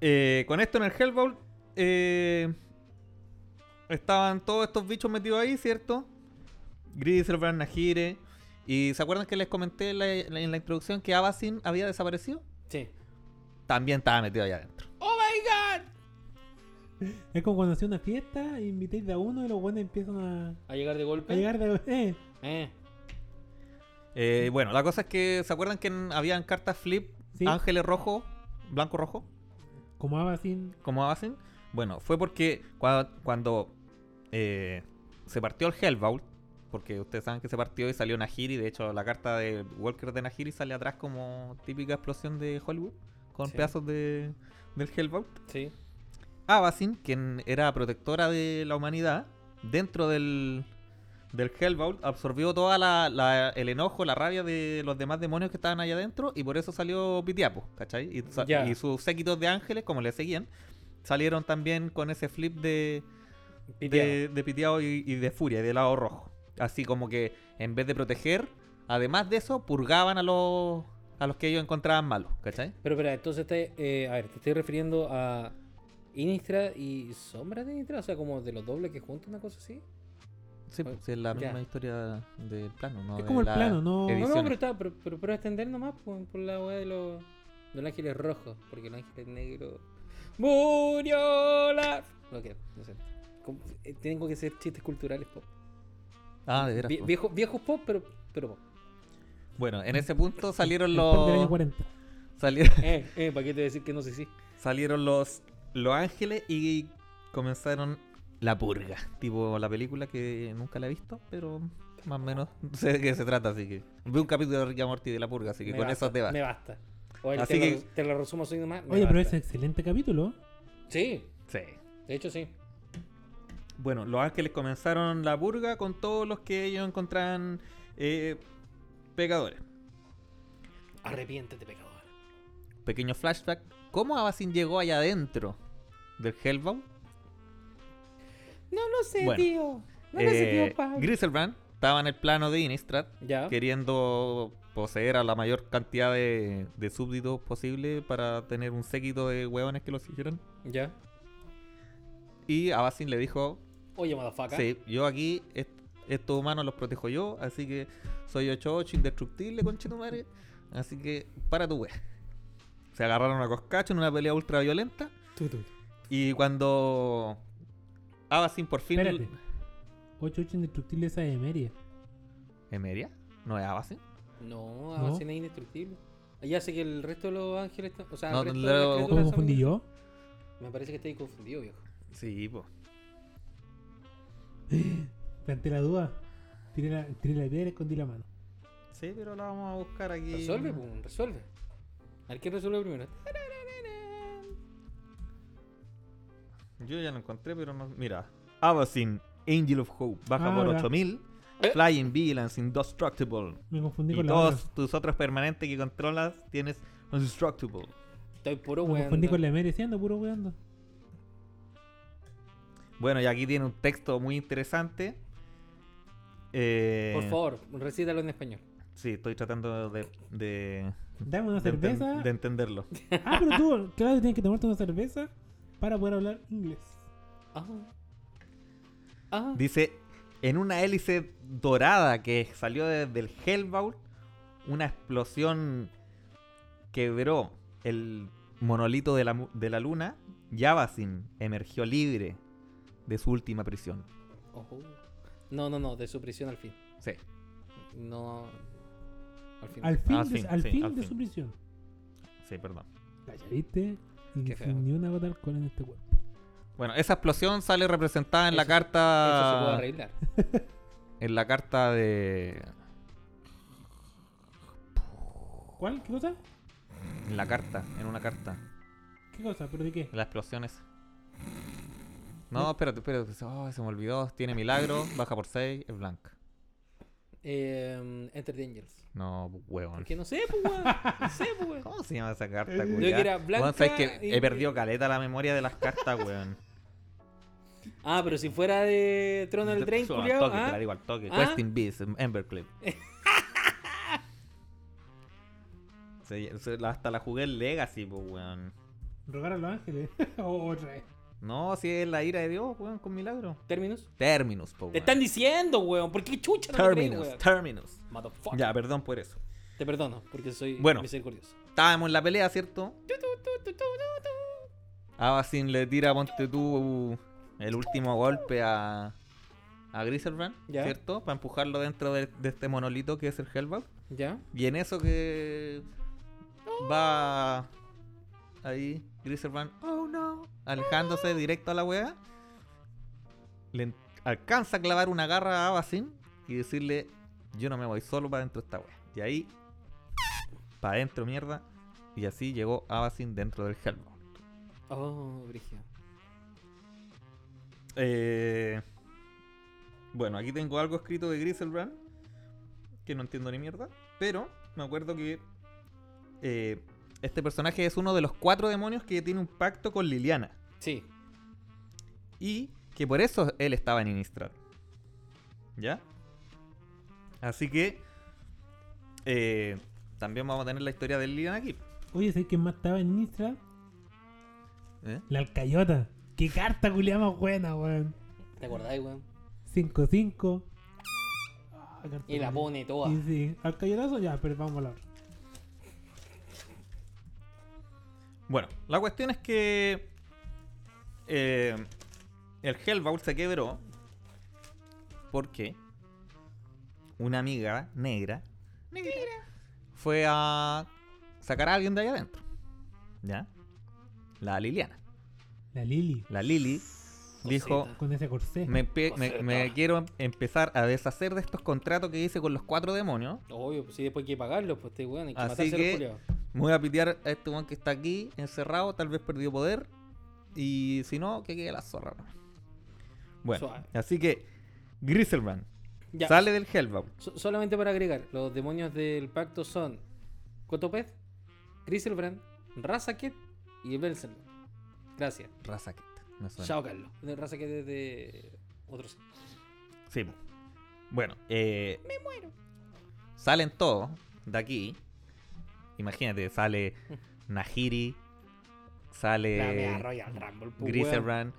Speaker 1: eh, con esto en el Hellbound eh, estaban todos estos bichos metidos ahí, ¿cierto? Griselbrand, Nahiri. ¿Y se acuerdan que les comenté en la, en la introducción que Abacin había desaparecido?
Speaker 2: Sí.
Speaker 1: También estaba metido allá adentro.
Speaker 2: ¡Oh my god!
Speaker 3: Es como cuando hacía una fiesta, invitáis de a uno y los buenos empiezan a,
Speaker 2: A llegar de golpe.
Speaker 3: a llegar de. Eh,
Speaker 2: Eh.
Speaker 1: Eh, bueno, la cosa es que, ¿se acuerdan que en- habían cartas flip?
Speaker 3: Sí.
Speaker 1: Ángeles rojo, blanco rojo,
Speaker 3: como Abacin.
Speaker 1: como hacen. Bueno, fue porque cua- cuando, eh, se partió el Hellbound, porque ustedes saben que se partió y salió Nahiri, de hecho la carta de Walker de Nahiri sale atrás como típica explosión de Hollywood, con
Speaker 2: Sí.
Speaker 1: pedazos de, del Hellbound.
Speaker 2: Sí.
Speaker 1: Abacin, quien era protectora de la humanidad, dentro del, del Hellbound, absorbió todo el enojo, la rabia de los demás demonios que estaban allá adentro y por eso salió Pitiapo, ¿cachai? Y, sa-
Speaker 2: Ya.
Speaker 1: y sus séquitos de ángeles, como le seguían, salieron también con ese flip de,
Speaker 2: Piteado.
Speaker 1: de, de piteado y, y de furia, y de lado rojo. Así como que en vez de proteger, además de eso, purgaban a los, a los que ellos encontraban malos, ¿cachai?
Speaker 2: Pero espera, entonces te, eh, a ver, te estoy refiriendo a Inistra y Sombra de Inistra, o sea, como de los dobles que juntan una cosa así.
Speaker 1: Sí,
Speaker 2: Bueno,
Speaker 1: pues, es la
Speaker 2: ya.
Speaker 1: misma historia del plano, ¿no?
Speaker 3: Es
Speaker 1: de
Speaker 3: como el
Speaker 1: la
Speaker 3: plano,
Speaker 2: No,
Speaker 3: no- No, no,
Speaker 2: no,
Speaker 1: ediciones.
Speaker 2: pero está, pero, pero, pero extender nomás por, por la weá de los, de los ángeles rojos, porque el ángel es negro. ¡Murió la! No quiero, no sé. Como- eh, Tengo que ser chistes culturales pop.
Speaker 1: Ah, de veras,
Speaker 2: Vie-
Speaker 1: po.
Speaker 2: viejo- viejos pop, pero, pero pop.
Speaker 1: Bueno, en ese punto salieron
Speaker 3: Los... Del año
Speaker 1: los
Speaker 3: 40.
Speaker 1: salieron,
Speaker 2: Eh, eh, ¿para qué te voy a decir que no sé si?
Speaker 1: salieron los los ángeles y comenzaron la purga, tipo la película que nunca la he visto, pero más o menos sé de qué se trata, así que vi un capítulo de Rick and Morty de la purga, así que
Speaker 2: Me
Speaker 1: con
Speaker 2: basta,
Speaker 1: eso te vas.
Speaker 2: Me basta. O el
Speaker 1: Así
Speaker 2: te, lo,
Speaker 1: que-
Speaker 2: te lo resumo así nomás. me
Speaker 3: Oye, pero es
Speaker 2: basta.
Speaker 3: excelente capítulo.
Speaker 2: Sí,
Speaker 1: Sí.
Speaker 2: de hecho sí.
Speaker 1: Bueno, los ángeles comenzaron la purga con todos los que ellos encontraban eh, pecadores.
Speaker 2: Arrepiéntete, pecador.
Speaker 1: Pequeño flashback, ¿cómo Abacin llegó allá adentro del Hellbound?
Speaker 2: No lo sé,
Speaker 1: Bueno,
Speaker 2: tío. No lo sé,
Speaker 1: Eh,
Speaker 2: tío, Pablo.
Speaker 1: Griselbrand estaba en el plano de Innistrad,
Speaker 2: Ya.
Speaker 1: queriendo poseer a la mayor cantidad de, de súbditos posible para tener un séquito de hueones que lo siguieran.
Speaker 2: Ya.
Speaker 1: Y Abacin le dijo,
Speaker 2: Oye, motherfucker.
Speaker 1: sí, yo aquí, est- estos humanos los protejo yo, así que soy 8-8, indestructible, conchetumare, así que para tu wea. Se agarraron a coscacho en una pelea ultra violenta
Speaker 2: Tú, tú.
Speaker 1: y cuando Abacin por fin...
Speaker 3: Espérate. 8-8 indestructible esa de Emeria.
Speaker 1: ¿Emeria? ¿No es Abacin?
Speaker 2: No,
Speaker 3: No.
Speaker 2: Abacina es indestructible. Ya sé que el resto de los ángeles. ta- O sea, el
Speaker 1: No,
Speaker 2: resto
Speaker 1: no,
Speaker 2: de las
Speaker 1: no,
Speaker 2: criaturas
Speaker 3: ¿Cómo
Speaker 2: son-
Speaker 3: confundí yo?
Speaker 2: Me parece que estoy confundido, viejo.
Speaker 1: Sí, pues.
Speaker 3: Planté la duda. Tiré la, tiré la piedra y escondí la mano.
Speaker 1: Sí, pero la vamos a buscar aquí.
Speaker 2: Resuelve, pum, resuelve. A ver quién resuelve primero.
Speaker 1: Yo ya lo encontré, pero no. Mira. Abacin, Angel of Hope, baja
Speaker 3: Ah,
Speaker 1: por
Speaker 3: ¿verdad?
Speaker 1: 8000.
Speaker 2: ¿Eh?
Speaker 1: Flying Vigilance, Indestructible.
Speaker 3: Me confundí
Speaker 1: Y
Speaker 3: con la otra.
Speaker 1: todos tus otros permanentes que controlas tienes Indestructible.
Speaker 2: Estoy puro
Speaker 3: Me
Speaker 2: weón.
Speaker 3: confundí con la Emeria, siendo puro weando.
Speaker 1: Bueno, y aquí tiene un texto muy interesante. Eh,
Speaker 3: E.
Speaker 2: Por favor, recítalo en español.
Speaker 1: Sí, estoy tratando de. de
Speaker 3: Dame una
Speaker 1: de enten-
Speaker 3: cerveza.
Speaker 1: de entenderlo.
Speaker 3: Ah, pero tú, claro, tienes que tomarte una cerveza para poder hablar inglés.
Speaker 2: Ah. Ah.
Speaker 1: Dice, en una hélice dorada que salió desde el Hellbound, una explosión quebró el monolito de la, mu- de la luna. Yavasin emergió libre de su última prisión.
Speaker 2: Ojo. No, no, no, de su prisión al fin.
Speaker 1: Sí,
Speaker 2: No. Al fin.
Speaker 3: Al fin,
Speaker 1: Ah,
Speaker 3: de,
Speaker 1: sí,
Speaker 3: al
Speaker 1: sí,
Speaker 3: fin
Speaker 1: al
Speaker 3: de
Speaker 1: fin.
Speaker 3: su prisión.
Speaker 1: sí, perdón.
Speaker 3: Calla, ¿viste? Y
Speaker 2: Qué feo.
Speaker 3: Ni una gota de alcohol en este cuerpo.
Speaker 1: Bueno, esa explosión sale representada en la
Speaker 2: Eso- Eso se puede
Speaker 3: Ah.
Speaker 1: carta.
Speaker 2: arreglar.
Speaker 1: En la carta de.
Speaker 3: ¿Cuál? ¿Qué cosa?
Speaker 1: En la carta, en una carta.
Speaker 3: ¿Qué cosa? ¿Pero de qué?
Speaker 1: La explosión esa. No, espérate, espérate. Oh, se me olvidó. Tiene milagro, baja por 6, es blanca.
Speaker 2: Eh, Enter the Angels.
Speaker 1: No, huevón.
Speaker 2: Porque no sé, pues, weón. No sé, pues, weón.
Speaker 1: ¿Cómo se llama esa carta,
Speaker 3: Yo
Speaker 1: weón?
Speaker 2: que era blanca
Speaker 1: que
Speaker 2: y-
Speaker 1: he perdido caleta la memoria de las cartas, weón.
Speaker 2: Ah, pero si fuera de Trono del Drain,
Speaker 1: Solo
Speaker 2: culiao.
Speaker 1: Al toque,
Speaker 2: ah,
Speaker 1: te la digo al toque.
Speaker 2: ¿Ah?
Speaker 1: Quest in Beast, Emberclip. Se- se- la- hasta la jugué en Legacy, pues, weón.
Speaker 3: Rogar a los ángeles. Oh, otra vez.
Speaker 1: No, si es la ira de Dios, weón, con milagro.
Speaker 2: Términos.
Speaker 1: Terminus, po,
Speaker 2: Te
Speaker 1: weón.
Speaker 2: están diciendo, weón. ¿Por qué chucha no me crees,
Speaker 1: Terminus,
Speaker 2: weón?
Speaker 1: Terminus.
Speaker 2: Motherfucker.
Speaker 1: Ya, perdón por eso.
Speaker 2: Te perdono, porque soy
Speaker 1: Bueno.
Speaker 2: misericordioso.
Speaker 1: Estábamos en la pelea, ¿cierto? Abacin le tira, ponte tú, el último golpe a, a Griselbrand,
Speaker 2: Ya.
Speaker 1: ¿cierto? Para empujarlo dentro de, de este monolito que es el Hellbound.
Speaker 2: ¿Ya?
Speaker 1: Y en eso que va ahí Griselbrand, oh no, alejándose directo a la wea, le en- alcanza a clavar una garra a Abacin y decirle, yo no me voy solo para dentro de esta wea. Y ahí, para adentro mierda, y así llegó Abacin dentro del Hellbound.
Speaker 2: Oh, Brigio.
Speaker 1: Eh, bueno, aquí tengo algo escrito de Griselbrand que no entiendo ni mierda, pero me acuerdo que eh, este personaje es uno de los cuatro demonios que tiene un pacto con Liliana
Speaker 2: Sí.
Speaker 1: y que por eso él estaba en Innistrad. ¿Ya? Así que eh, también vamos a tener la historia de Liliana aquí.
Speaker 3: Oye, ¿sabes quién más estaba en Nistra?
Speaker 1: ¿eh?
Speaker 3: La Alcayota. ¡Qué carta culia más buena, weón!
Speaker 2: ¿Te acordáis, weón?
Speaker 3: 5-5. Ah, carta
Speaker 2: Mm. Y la
Speaker 3: buena.
Speaker 2: pone toda.
Speaker 3: Sí, sí. Alcayotazo ya, pero vamos a hablar.
Speaker 1: Bueno, la cuestión es que eh, el Hellbound se quebró porque una amiga negra, fue a sacar a alguien de ahí adentro. ¿Ya? La Liliana.
Speaker 3: La Lili.
Speaker 1: La Lili dijo,
Speaker 2: Cosita.
Speaker 3: Con ese corsé.
Speaker 1: me, empe- me- me
Speaker 2: Coseta.
Speaker 1: quiero empezar a deshacer de estos contratos que hice con los cuatro demonios.
Speaker 2: Obvio, pues sí, después hay que pagarlo, pues este weón, hay que
Speaker 1: Así
Speaker 2: matarse a
Speaker 1: que-
Speaker 2: los culiados.
Speaker 1: Me voy a pitear a este weón que está aquí, encerrado, tal vez perdió poder. Y si no, que quede la zorra. nomás. Bueno,
Speaker 2: Suave.
Speaker 1: así que Griselman
Speaker 2: Ya.
Speaker 1: sale del Hellbound.
Speaker 2: So- solamente para agregar, los demonios del pacto son Cotopez, Griselbrand, Razaket y Belsen. Gracias.
Speaker 1: Razaket, me suena.
Speaker 2: Chao, Carlos. Razaket es de otros.
Speaker 1: Sí. Bueno, eh, me muero. Salen todos de aquí. Imagínate, sale Nahiri, Eh,
Speaker 2: La wea
Speaker 1: sale
Speaker 2: Royal Rumble, pues, po, weón.
Speaker 1: Griserbrand,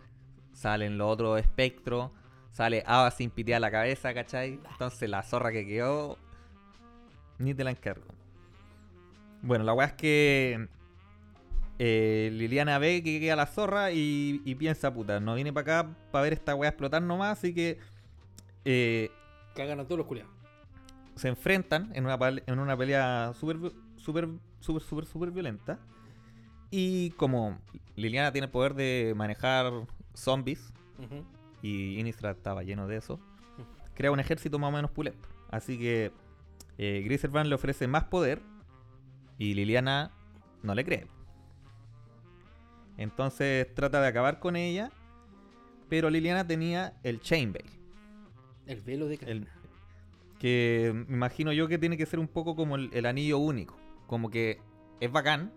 Speaker 1: salen los otros espectros, sale Ava sin pitear la cabeza, ¿cachai? Entonces la zorra que quedó, ni te la encargo. Bueno, la weá es que eh, Liliana ve que queda la zorra y, y piensa, puta, no viene para acá para ver esta weá explotar nomás, así que eh,
Speaker 2: Cagan a todos los culiados.
Speaker 1: se enfrentan en una, pal- en una pelea súper, vi- súper, súper, súper, súper violenta. Y como Liliana tiene el poder de manejar zombies,
Speaker 2: Ujú.
Speaker 1: y Inistra estaba lleno de eso, crea un ejército más o menos pulento. Así que eh, Griselbrand le ofrece más poder y Liliana no le cree. Entonces trata de acabar con ella, pero Liliana tenía el Chainmail.
Speaker 2: El velo de
Speaker 1: El-
Speaker 2: cadena.
Speaker 1: que me imagino yo que tiene que ser un poco como el, el anillo único. Como que es bacán,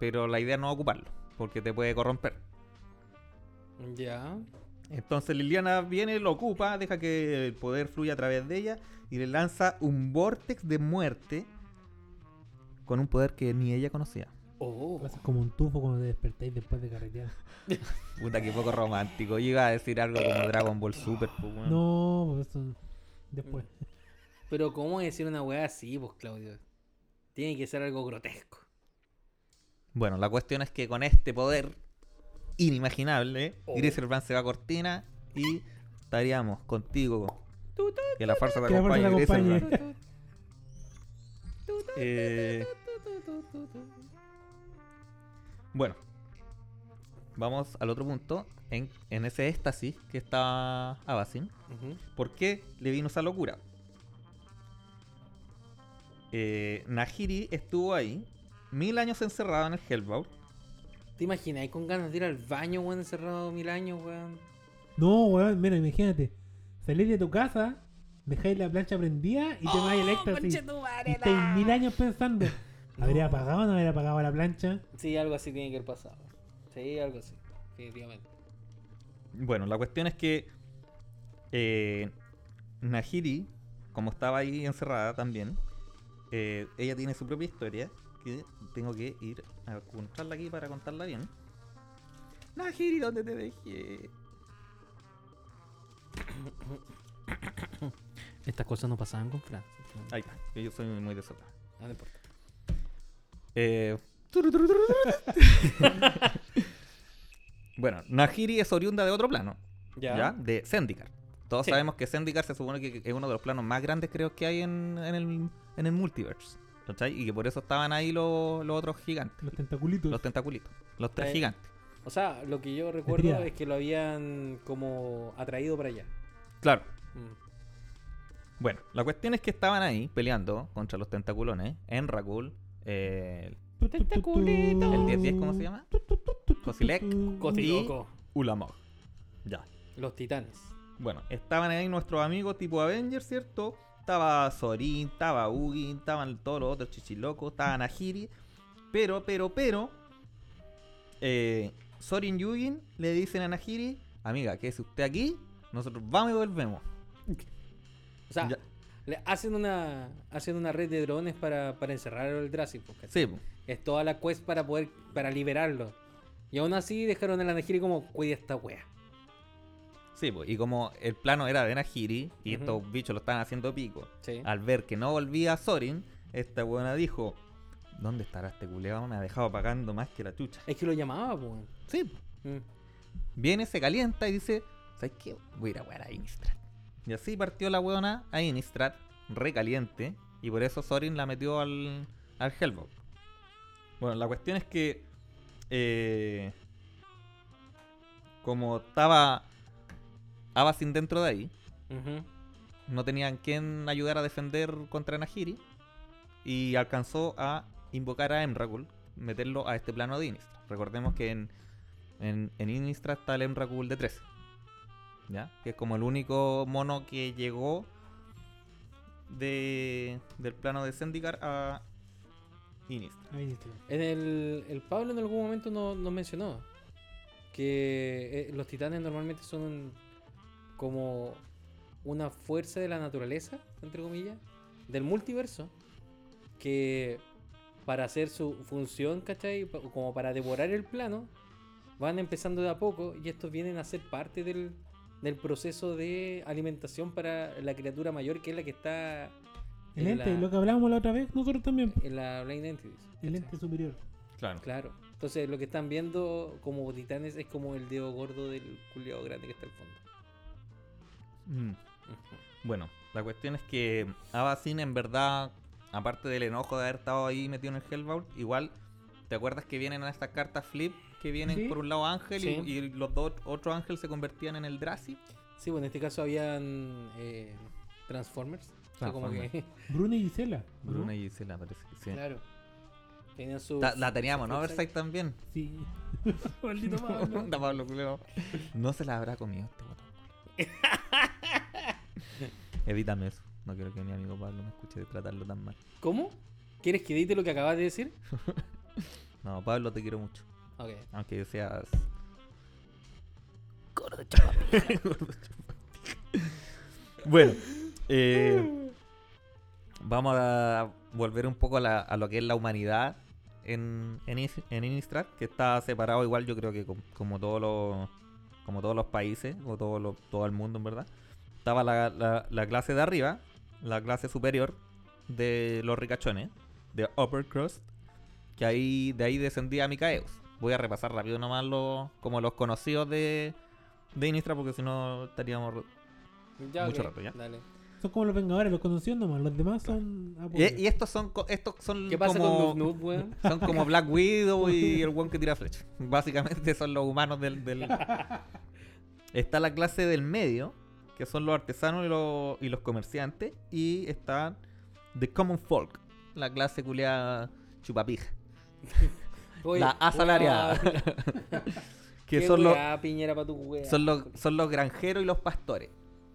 Speaker 1: pero la idea no es ocuparlo, porque te puede corromper.
Speaker 2: Ya.
Speaker 1: Entonces Liliana viene, lo ocupa, deja que el poder fluya a través de ella y le lanza un vortex de muerte con un poder que ni ella conocía.
Speaker 2: Oh.
Speaker 3: Pasas como un tufo cuando te despertáis después de carretear.
Speaker 1: Puta, que poco romántico. Yo iba a decir algo como Dragon Ball Super. pues, weón.
Speaker 3: No, pues eso después.
Speaker 2: Pero ¿cómo decir una weá así, vos, Claudio? Tiene que ser algo grotesco.
Speaker 1: Bueno, la cuestión es que con este poder inimaginable,
Speaker 2: Oh.
Speaker 1: Griselbrand se va a cortina y estaríamos contigo.
Speaker 2: Tu, tu,
Speaker 1: Que la fuerza te
Speaker 3: Que la fuerza
Speaker 1: acompañe,
Speaker 3: te acompañe.
Speaker 1: Griselbrand.
Speaker 2: Tu, tu,
Speaker 1: Eh,
Speaker 2: tu, tu, tu, tu.
Speaker 1: bueno, vamos al otro punto. En, en ese éxtasis que está Abacin,
Speaker 2: Ujú.
Speaker 1: ¿por qué le vino esa locura? Eh, Nahiri estuvo ahí mil años encerrado en el Hellbound.
Speaker 2: ¿Te imaginas con ganas de ir al baño, weón, encerrado mil años, weón?
Speaker 3: No, weón, mira, imagínate. Salís de tu casa, dejáis la plancha prendida y te vas al éxtasis. Y estáis mil años pensando. ¿Habré
Speaker 2: Oh, No.
Speaker 3: apagado o no habré apagado la plancha?
Speaker 2: Sí, algo así tiene que haber pasado. Sí, algo así. Definitivamente.
Speaker 1: Bueno, la cuestión es que eh, Nahiri, como estaba ahí encerrada también, eh, ella tiene su propia historia que tengo que ir a contarla aquí para contarla bien. Nahiri, ¿dónde te dejé?
Speaker 2: Estas cosas no pasaban con Fran.
Speaker 1: Ahí está, que yo soy muy desatado.
Speaker 2: Ah, No importa.
Speaker 1: Eh, turu, turu, turu, turu. bueno, Nahiri es oriunda de otro plano, ¿ya? De Zendikar. Todos
Speaker 2: Sí.
Speaker 1: sabemos que Zendikar se supone que es uno de los planos más grandes creo que hay en, en el, en el multiverse. ¿cachai? Y que por eso estaban ahí los, los otros gigantes.
Speaker 3: Los tentaculitos.
Speaker 1: Los tentaculitos. Los tres
Speaker 2: Eh.
Speaker 1: gigantes.
Speaker 2: O sea, lo que yo recuerdo
Speaker 3: tríada.
Speaker 2: es que lo habían como atraído para allá.
Speaker 1: Claro.
Speaker 2: Mm.
Speaker 1: Bueno, la cuestión es que estaban ahí peleando contra los tentaculones. En Rakul. Eh,
Speaker 3: Tu, tu, tu, tu.
Speaker 2: Tentaculitos.
Speaker 1: el 10-10, ¿cómo se llama?
Speaker 3: Tu, tu, tu, tu, tu,
Speaker 1: Cosilec.
Speaker 3: tu.
Speaker 1: Y-
Speaker 2: Costiloco.
Speaker 1: Ulamog. Ya.
Speaker 2: Los titanes.
Speaker 1: Bueno, estaban ahí nuestros amigos tipo Avengers, ¿cierto? Estaba Sorin, estaba Ugi, estaban todos los otros chichilocos, estaba Nahiri. Pero, pero, pero. eh, Sorin y Ugin le dicen a Nahiri, amiga, quédese usted aquí, nosotros vamos y volvemos.
Speaker 2: O sea,
Speaker 1: Ya.
Speaker 2: le hacen una hacen una red de drones para, para encerrar al pues, Drácico.
Speaker 1: Sí, po.
Speaker 2: Es toda la quest para poder para liberarlo. Y aún así dejaron a la Najiri como cuida esta wea.
Speaker 1: sí, po. y como el plano era de Nahiri y
Speaker 2: Ujú.
Speaker 1: estos bichos lo estaban haciendo pico,
Speaker 2: Sí.
Speaker 1: al ver que no volvía Sorin, esta buena dijo: ¿Dónde estará este culeado? Me ha dejado pagando más que la chucha.
Speaker 2: Es que lo llamaba, pues.
Speaker 1: Sí, po. Viene, se calienta y dice, ¿sabes qué? Voy a ir a wear a Innistrad. Y así partió la weona a Innistrad, recaliente, y por eso Sorin la metió al, al Hellbound. Bueno, la cuestión es que, eh, como estaba Abacin dentro de ahí,
Speaker 2: Mm,
Speaker 1: no tenían quien ayudar a defender contra Nahiri, y alcanzó a invocar a Emrakul, meterlo a este plano de Innistrad. Recordemos que en, en, en Innistrad está el Emrakul de 13. ¿Ya? Que es como el único mono que llegó de, del plano de Zendikar a Innistrad.
Speaker 3: Ahí está.
Speaker 2: En el, el Pablo en algún momento no- nos mencionó que eh, los titanes normalmente son como una fuerza de la naturaleza, entre comillas, del multiverso, que para hacer su función, ¿cachai? Pa- Como para devorar el plano, van empezando de a poco y estos vienen a ser parte del, del proceso de alimentación para la criatura mayor, que es la que está
Speaker 3: El
Speaker 2: en
Speaker 3: ente,
Speaker 2: la-
Speaker 3: lo que hablábamos la otra vez, nosotros también.
Speaker 2: en la Blind Entities.
Speaker 3: El
Speaker 2: ¿cachai?
Speaker 3: ente superior.
Speaker 1: Claro.
Speaker 2: Claro. Entonces lo que están viendo como titanes es como el dedo gordo del culiao grande que está al fondo.
Speaker 1: Mm.
Speaker 2: Ujú.
Speaker 1: Bueno, la cuestión es que Abacin en verdad, aparte del enojo de haber estado ahí metido en el Hellbound, igual, ¿te acuerdas que vienen a estas cartas flip? Que vienen
Speaker 3: Sí.
Speaker 1: por un lado Ángel y-
Speaker 2: Sí.
Speaker 1: y, los dos otros Ángel se convertían en el Drazi.
Speaker 2: Sí, bueno, en este caso habían eh, Transformers. O sea, como que-
Speaker 3: Bruna y Gisela. ¿o no?
Speaker 1: Bruna y Gisela parece que sí.
Speaker 2: Claro. Tenían su.
Speaker 1: Ta- la teníamos, ¿no?
Speaker 2: su-
Speaker 1: Versailles también.
Speaker 3: Sí. Maldito Pablo.
Speaker 1: Da Pablo culeo. No se la habrá comido este botón. Evítame eso. No quiero que mi amigo Pablo me escuche de tratarlo tan mal.
Speaker 2: ¿Cómo? ¿Quieres que edite lo que acabas de decir?
Speaker 1: No, Pablo, te quiero mucho.
Speaker 2: Ok.
Speaker 1: Aunque seas. Gordo chupapija. bueno, eh, vamos a volver un poco a, la- a lo que es la humanidad en, en, Is- en Innistrad, que está separado igual, yo creo que com- como todos los como todos los países, o todo, lo- todo el mundo en verdad. Estaba la, la- la clase de arriba, la clase superior de los ricachones, de Upper Crust, que ahí de ahí descendía Micaeus. Voy a repasar rápido nomás los, como los conocidos de, de Inistra, porque si no estaríamos... re-
Speaker 2: Ya,
Speaker 1: Mucho
Speaker 2: ok,
Speaker 1: rato, ya.
Speaker 2: Dale.
Speaker 3: Son como los Vengadores, los conocidos nomás. Los demás son. apoyo.
Speaker 1: Y, y estos son co- estos son
Speaker 2: ¿Qué pasa
Speaker 1: como,
Speaker 2: con Noob Noob, weón?
Speaker 1: son como Black Widow y el one que tira flecha. Básicamente son los humanos del, del- Está la clase del medio, que son los artesanos y los, y los comerciantes, y está The Common Folk, la clase culiada chupapija,
Speaker 2: Oye,
Speaker 1: la asalariada.
Speaker 2: weón,
Speaker 1: que
Speaker 2: qué
Speaker 1: son los,
Speaker 2: weá, piñera pa' tu weá.
Speaker 1: son los, son los granjeros y los pastores.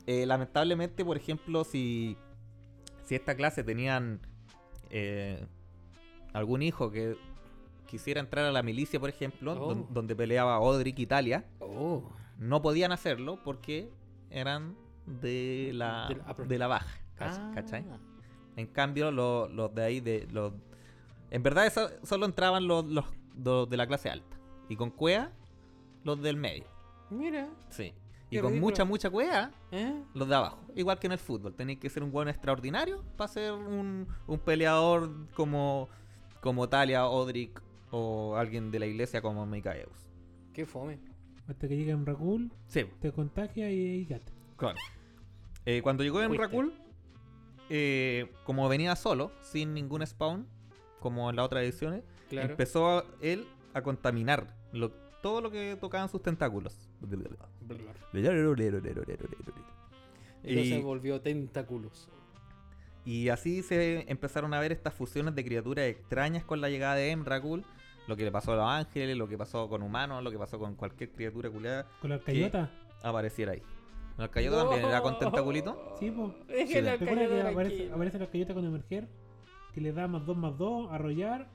Speaker 1: Eh, lamentablemente, por ejemplo, si, si esta clase tenían eh, algún hijo que quisiera entrar a la milicia, por ejemplo,
Speaker 2: Oh.
Speaker 1: don- donde peleaba Odric Italia,
Speaker 2: Oh,
Speaker 1: no podían hacerlo porque eran de la,
Speaker 2: Del upper.
Speaker 1: de la baja. ¿cach-
Speaker 2: ah.
Speaker 1: ¿Cachai? En cambio, lo- los de ahí, de los... En verdad, eso- solo entraban los, los- los de la clase alta. Y con cuea, los del medio.
Speaker 2: Mira,
Speaker 1: Sí. Y
Speaker 2: Qué
Speaker 1: con
Speaker 2: ridículo.
Speaker 1: mucha, mucha cueva,
Speaker 2: ¿eh?
Speaker 1: los de abajo. Igual que en el fútbol. Tenéis que ser un buen extraordinario para ser un, un peleador como, como Talia, Odric o alguien de la iglesia como Micaeus.
Speaker 2: Qué fome.
Speaker 3: Hasta que llega en Rakul,
Speaker 1: Sí,
Speaker 3: te contagia y, y gata.
Speaker 1: claro. Eh, cuando llegó en
Speaker 2: Fuiste.
Speaker 1: Rakul, eh, como venía solo, sin ningún spawn, como en las otras ediciones,
Speaker 2: Claro.
Speaker 1: empezó a- él a contaminar lo- todo lo que tocaban sus tentáculos.
Speaker 2: Entonces
Speaker 1: Y-
Speaker 2: volvió tentaculoso.
Speaker 1: Y así se empezaron a ver estas fusiones de criaturas extrañas con la llegada de Emrakul. Lo que le pasó a los ángeles, lo que pasó con humanos, lo que pasó con cualquier criatura culiada,
Speaker 3: Con la arcayota.
Speaker 1: apareciera ahí. El arcayote también era con tentaculito.
Speaker 3: Sí, po.
Speaker 1: Sí,
Speaker 2: Déjenlo
Speaker 1: la-
Speaker 2: al
Speaker 3: ¿Te acuerdas que
Speaker 2: cayador
Speaker 3: aparece,
Speaker 2: aquí.
Speaker 3: aparece la arcayota con emerger? Que le da más 2 más 2, arrollar.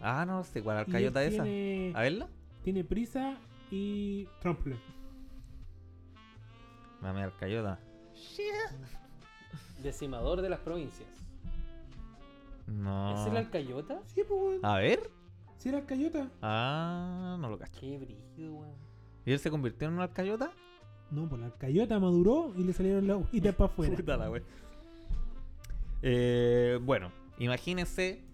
Speaker 1: Ah, no sé cuál
Speaker 3: y
Speaker 1: arcayota
Speaker 3: él
Speaker 1: esa.
Speaker 3: Tiene,
Speaker 1: A verla.
Speaker 3: tiene prisa y tromple.
Speaker 1: Mame arcayota.
Speaker 2: Decimador de las provincias.
Speaker 1: No.
Speaker 2: ¿Es el alcayota?
Speaker 3: Sí, po, weón.
Speaker 1: A ver.
Speaker 3: Sí, la arcayota.
Speaker 1: Ah, no lo cacho.
Speaker 2: Qué brígido, weón.
Speaker 1: ¿Y él se convirtió en un arcayota?
Speaker 3: No, pues la arcayota maduró y le salieron las hojitas para afuera.
Speaker 1: Puta la wea. Eh, bueno, imagínense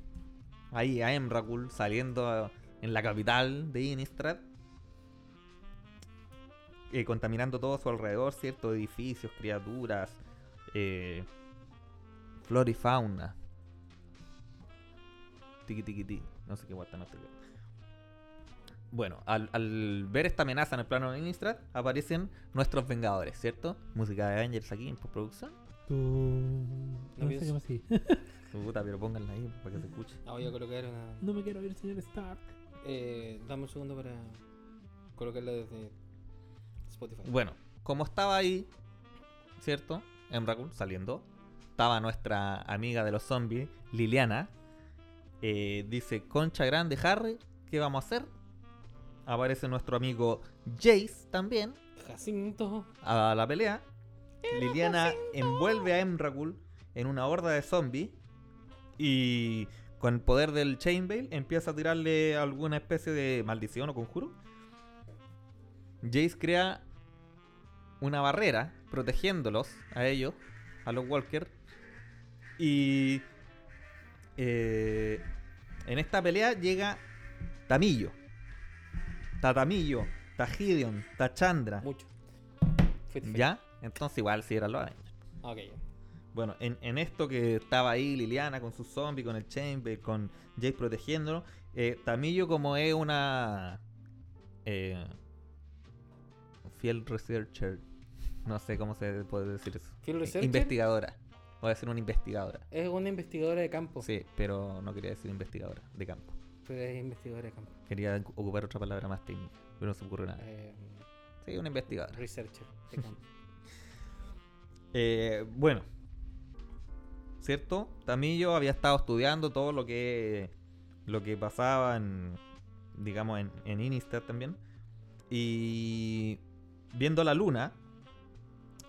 Speaker 1: ahí a Emrakul saliendo a- en la capital de Innistrad. eh, contaminando todo a su alrededor, ¿cierto? Edificios, criaturas, eh, flora y fauna. Tiki tiki ti. No sé qué guata, no sé qué. Bueno, al, al ver esta amenaza en el plano de Innistrad, aparecen nuestros vengadores, ¿cierto? Música de Avengers aquí en postproducción.
Speaker 3: Tu... No, sé
Speaker 2: pienso.
Speaker 3: qué más sí.
Speaker 1: Puta, pero pónganla ahí para que se escuche.
Speaker 2: Ah, voy a colocar una.
Speaker 3: No me quiero ver, señor Stark.
Speaker 2: Eh, dame un segundo para colocarla desde Spotify.
Speaker 1: Bueno, como estaba ahí, ¿cierto? En Raccoon, saliendo, estaba nuestra amiga de los zombies, Liliana. Eh, dice, concha grande, Harry, ¿qué vamos a hacer? Aparece nuestro amigo Jace también
Speaker 2: Jacinto
Speaker 1: a la pelea. Liliana envuelve a Emrakul en una horda de zombies y con el poder del Chainveil empieza a tirarle alguna especie de maldición o conjuro. Jace crea una barrera protegiéndolos a ellos, a los Walker. Y eh, en esta pelea llega Tamillo, Tatamillo, Tajidion, Tachandra.
Speaker 2: Mucho. Fuiste feliz.
Speaker 1: Ah. ¿Ya? Entonces igual si era los Avengers.
Speaker 2: Ah, Ok, ya.
Speaker 1: Bueno, en, en esto que estaba ahí Liliana con su zombie, con el Chamber, con Jake protegiéndolo, eh, Tamillo como es una eh, fiel researcher, no sé cómo se puede decir eso.
Speaker 2: Field
Speaker 1: Eh,
Speaker 2: researcher.
Speaker 1: Investigadora. Voy a ser una investigadora.
Speaker 2: Es una investigadora de campo.
Speaker 1: Sí, pero no quería decir investigadora de campo.
Speaker 2: Pero es investigadora de campo.
Speaker 1: Quería ocu- ocupar otra palabra más técnica, pero no se me ocurre nada.
Speaker 2: Eh,
Speaker 1: Sí, una investigadora.
Speaker 2: researcher de campo.
Speaker 1: Eh, bueno, ¿cierto? Tamillo había estado estudiando todo lo que lo que pasaba en, digamos, en, en Innister también. Y viendo la luna,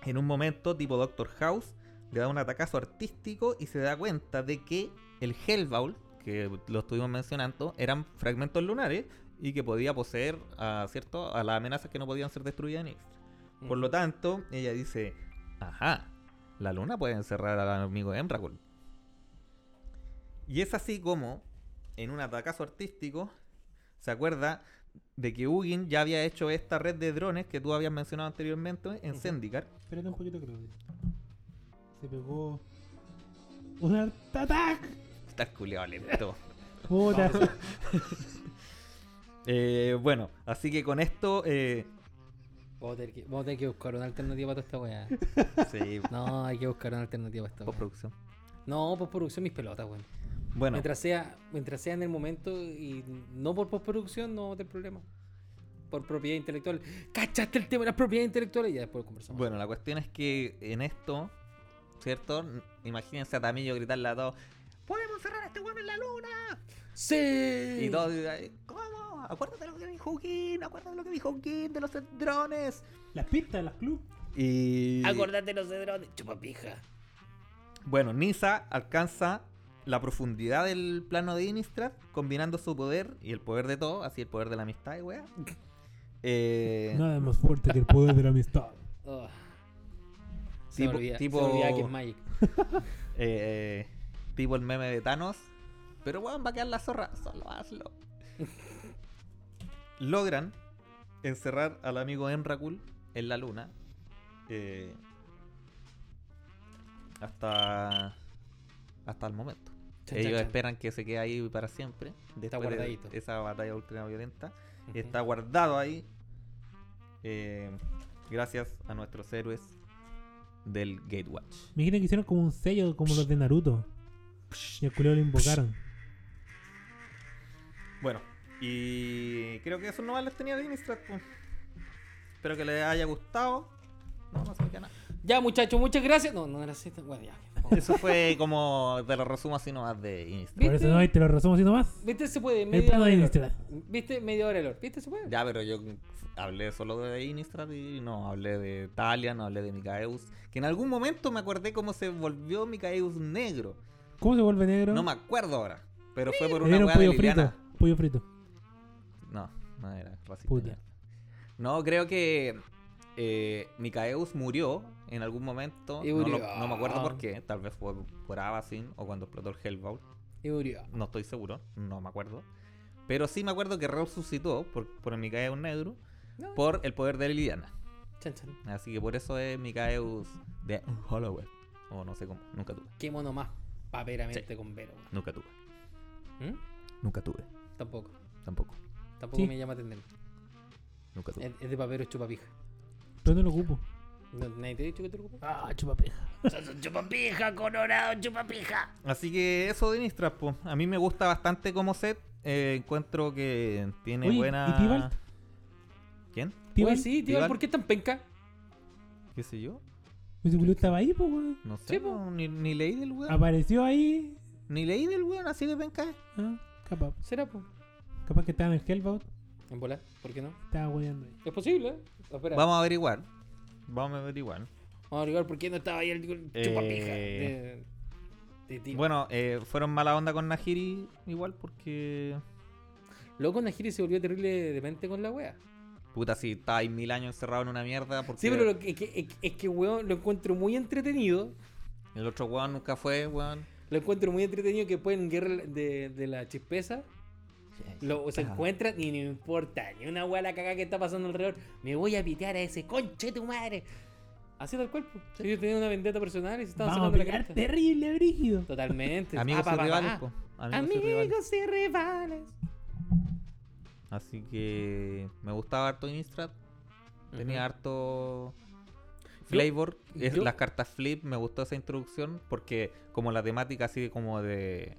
Speaker 1: en un momento tipo Doctor House, le da un atacazo artístico y se da cuenta de que el Hellbowl, que lo estuvimos mencionando, eran fragmentos lunares y que podía poseer a, ¿cierto? a las amenazas que no podían ser destruidas en Innister. Por
Speaker 2: Mm.
Speaker 1: lo tanto, ella dice, ajá, la luna puede encerrar al amigo de Emrakul. Y es así como, en un atacazo artístico, se acuerda de que Ugin ya había hecho esta red de drones que tú habías mencionado anteriormente en
Speaker 2: Ujú.
Speaker 1: Zendikar.
Speaker 3: Espérate un poquito, creo. Se pegó. ¡Un art attack!
Speaker 1: Estás culiado lento.
Speaker 3: Puta.
Speaker 1: Eh, bueno, así que con esto... eh,
Speaker 2: Vamos a, tener que, vamos a tener que buscar una alternativa para toda esta weá.
Speaker 1: sí,
Speaker 2: No, hay que buscar una alternativa para esta weá.
Speaker 1: postproducción.
Speaker 2: No, postproducción mis pelotas, weón.
Speaker 1: Bueno,
Speaker 2: Mientras sea, mientras sea en el momento y no por postproducción, no vamos a tener problema. Por propiedad intelectual. ¿Cachaste el tema de la propiedad intelectual? Y ya después conversamos.
Speaker 1: Bueno, la cuestión es que en esto, ¿cierto? N- Imagínense a Tamillo gritarle a todos: ¡Podemos cerrar a este huevo en la luna!
Speaker 2: ¡Sí!
Speaker 1: Y todos, eh, ¿cómo? Acuérdate de lo que dijo Kim, acuérdate de lo que dijo Kim, de los drones.
Speaker 3: las pistas, las clubs.
Speaker 1: Y.
Speaker 2: Acordate los de drones. Chupapija.
Speaker 1: Bueno, Nisa alcanza la profundidad del plano de Innistrad, combinando su poder y el poder de todo, así el poder de la amistad y weá. Eh,
Speaker 3: Nada más fuerte que el poder de la amistad.
Speaker 2: Oh. Se
Speaker 1: Tipo-
Speaker 2: me olvida,
Speaker 1: tipo-
Speaker 2: se me olvidaba que es Magic.
Speaker 1: eh, tipo el meme de Thanos. Pero weón, va a quedar la zorra. Solo hazlo. Logran encerrar al amigo Enrakul en la luna. eh, hasta. Hasta el momento.
Speaker 2: Chan,
Speaker 1: Ellos
Speaker 2: chan, chan.
Speaker 1: esperan que se quede ahí para siempre.
Speaker 2: Está
Speaker 1: después de
Speaker 2: guardadito.
Speaker 1: esa batalla ultraviolenta.
Speaker 2: Ujú.
Speaker 1: Está guardado ahí. eh, gracias a nuestros héroes del Gatewatch.
Speaker 3: Me imagino que hicieron como un sello como los de Naruto. Y el culero lo invocaron.
Speaker 1: Bueno, y creo que eso no les tenía de Innistrad. po. Espero que les haya gustado. No, no se me queda nada.
Speaker 2: Ya, muchachos, muchas gracias. No, no era así. Bueno, ya.
Speaker 1: Eso fue como de los resumos así nomás de Innistrad.
Speaker 3: Por eso no, y te lo resumo así nomás.
Speaker 2: ¿Viste? Se puede.
Speaker 3: El
Speaker 2: Media
Speaker 3: plano
Speaker 2: hora
Speaker 3: de
Speaker 2: de lore.
Speaker 3: Innistrad.
Speaker 2: ¿Viste? Media hora de lore. ¿Viste? Se puede.
Speaker 1: Ya, pero yo hablé solo de Innistrad y no hablé de Talia, no hablé de Micaeus. Que en algún momento me acordé cómo se volvió Micaeus negro.
Speaker 3: ¿Cómo se vuelve negro?
Speaker 1: No me acuerdo ahora. Pero fue por
Speaker 3: Le
Speaker 1: una
Speaker 3: dieron
Speaker 1: weá de
Speaker 3: pollo frito.
Speaker 1: Liliana.
Speaker 3: Pollo frito.
Speaker 1: No, no era racista.
Speaker 3: Puta.
Speaker 1: ya. No, creo que eh, Micaeus murió en algún momento.
Speaker 2: Y
Speaker 1: No, lo-
Speaker 2: murió. Ah.
Speaker 1: no me acuerdo por qué. Tal vez fue por Abacin o cuando explotó el Hellbound.
Speaker 2: Y murió.
Speaker 1: No estoy seguro, no me acuerdo. Pero sí me acuerdo que resucitó por, por el Micaeus negro
Speaker 2: No.
Speaker 1: por el poder de Liliana.
Speaker 2: Chan, chan.
Speaker 1: Así que por eso es Micaeus de Holloway. O no sé cómo. Nunca tuve.
Speaker 2: Qué mono más paperamente con Vero. weón.
Speaker 1: Nunca tuve.
Speaker 2: ¿Mm?
Speaker 1: Nunca tuve.
Speaker 2: Tampoco.
Speaker 1: Tampoco.
Speaker 2: Tampoco
Speaker 3: Sí.
Speaker 2: me llama tendencia.
Speaker 1: Nunca tuve.
Speaker 2: Es, es de papero chupapija.
Speaker 3: Pero no lo ocupo.
Speaker 2: No, ¿Nadie te ha dicho que te preocupes?
Speaker 3: Ah, chupapija.
Speaker 2: chupapija, colorado, chupapija.
Speaker 1: Así que eso de Innistrad, po. A mí me gusta bastante como set. Eh, encuentro que tiene
Speaker 3: Oye,
Speaker 1: buena.
Speaker 3: ¿y Tibalt?
Speaker 1: ¿Quién?
Speaker 3: Tío,
Speaker 2: Oye, sí, tío,
Speaker 1: Iván.
Speaker 2: ¿por qué tan penca?
Speaker 1: ¿Qué sé yo?
Speaker 3: ese culo estaba ahí, pues, weón.
Speaker 1: No sé.
Speaker 2: Sí, po. Ah,
Speaker 1: no, ni, ni leí del weón.
Speaker 3: Apareció ahí.
Speaker 1: Ni leí del weón, así de penca.
Speaker 3: Ah, capaz.
Speaker 2: ¿Será, pues?
Speaker 3: Capaz que estaba en el Hellbout.
Speaker 2: En volar, ¿por qué no?
Speaker 3: Estaba hueando ahí.
Speaker 2: Es posible, ¿eh? Espera.
Speaker 1: Vamos a averiguar. Vamos a averiguar.
Speaker 2: Vamos Vamos a averiguar por qué no estaba ahí el chupapija
Speaker 1: Eh,
Speaker 2: de- de Tima.
Speaker 1: Bueno, eh, fueron mala onda con Najiri igual porque...
Speaker 2: Loco, Najiri se volvió terrible demente con la wea.
Speaker 1: Puta, si está ahí mil años encerrado en una mierda porque
Speaker 2: Sí, pero lo que, es, que, es que- es que, weón, lo encuentro muy entretenido.
Speaker 1: el otro weón nunca fue, weón.
Speaker 2: Lo encuentro muy entretenido que pueden guerra de, de la chispeza. Lo, se
Speaker 1: Ajá.
Speaker 2: encuentran y no me importa. Ni una wea la cagada que está pasando alrededor. Me voy a pitear a ese conche tu madre. Así tal cual. pues. Ellos tenían una vendetta personal y se estaban
Speaker 3: Vamos
Speaker 2: sacando
Speaker 3: a
Speaker 2: la
Speaker 3: pelear
Speaker 2: cresta.
Speaker 3: terrible, brígido.
Speaker 2: Totalmente.
Speaker 1: Amigos
Speaker 2: Ah, pa,
Speaker 1: y
Speaker 2: pa,
Speaker 1: rivales,
Speaker 2: pa.
Speaker 1: po. Amigos, y rivales.
Speaker 2: Amigos y rivales.
Speaker 1: Así que me gustaba harto Instrat. Tenía
Speaker 2: Ujú.
Speaker 1: harto
Speaker 2: Yo-
Speaker 1: flavor. Es-
Speaker 2: yo-
Speaker 1: Las cartas flip, me gustó esa introducción porque como la temática así como de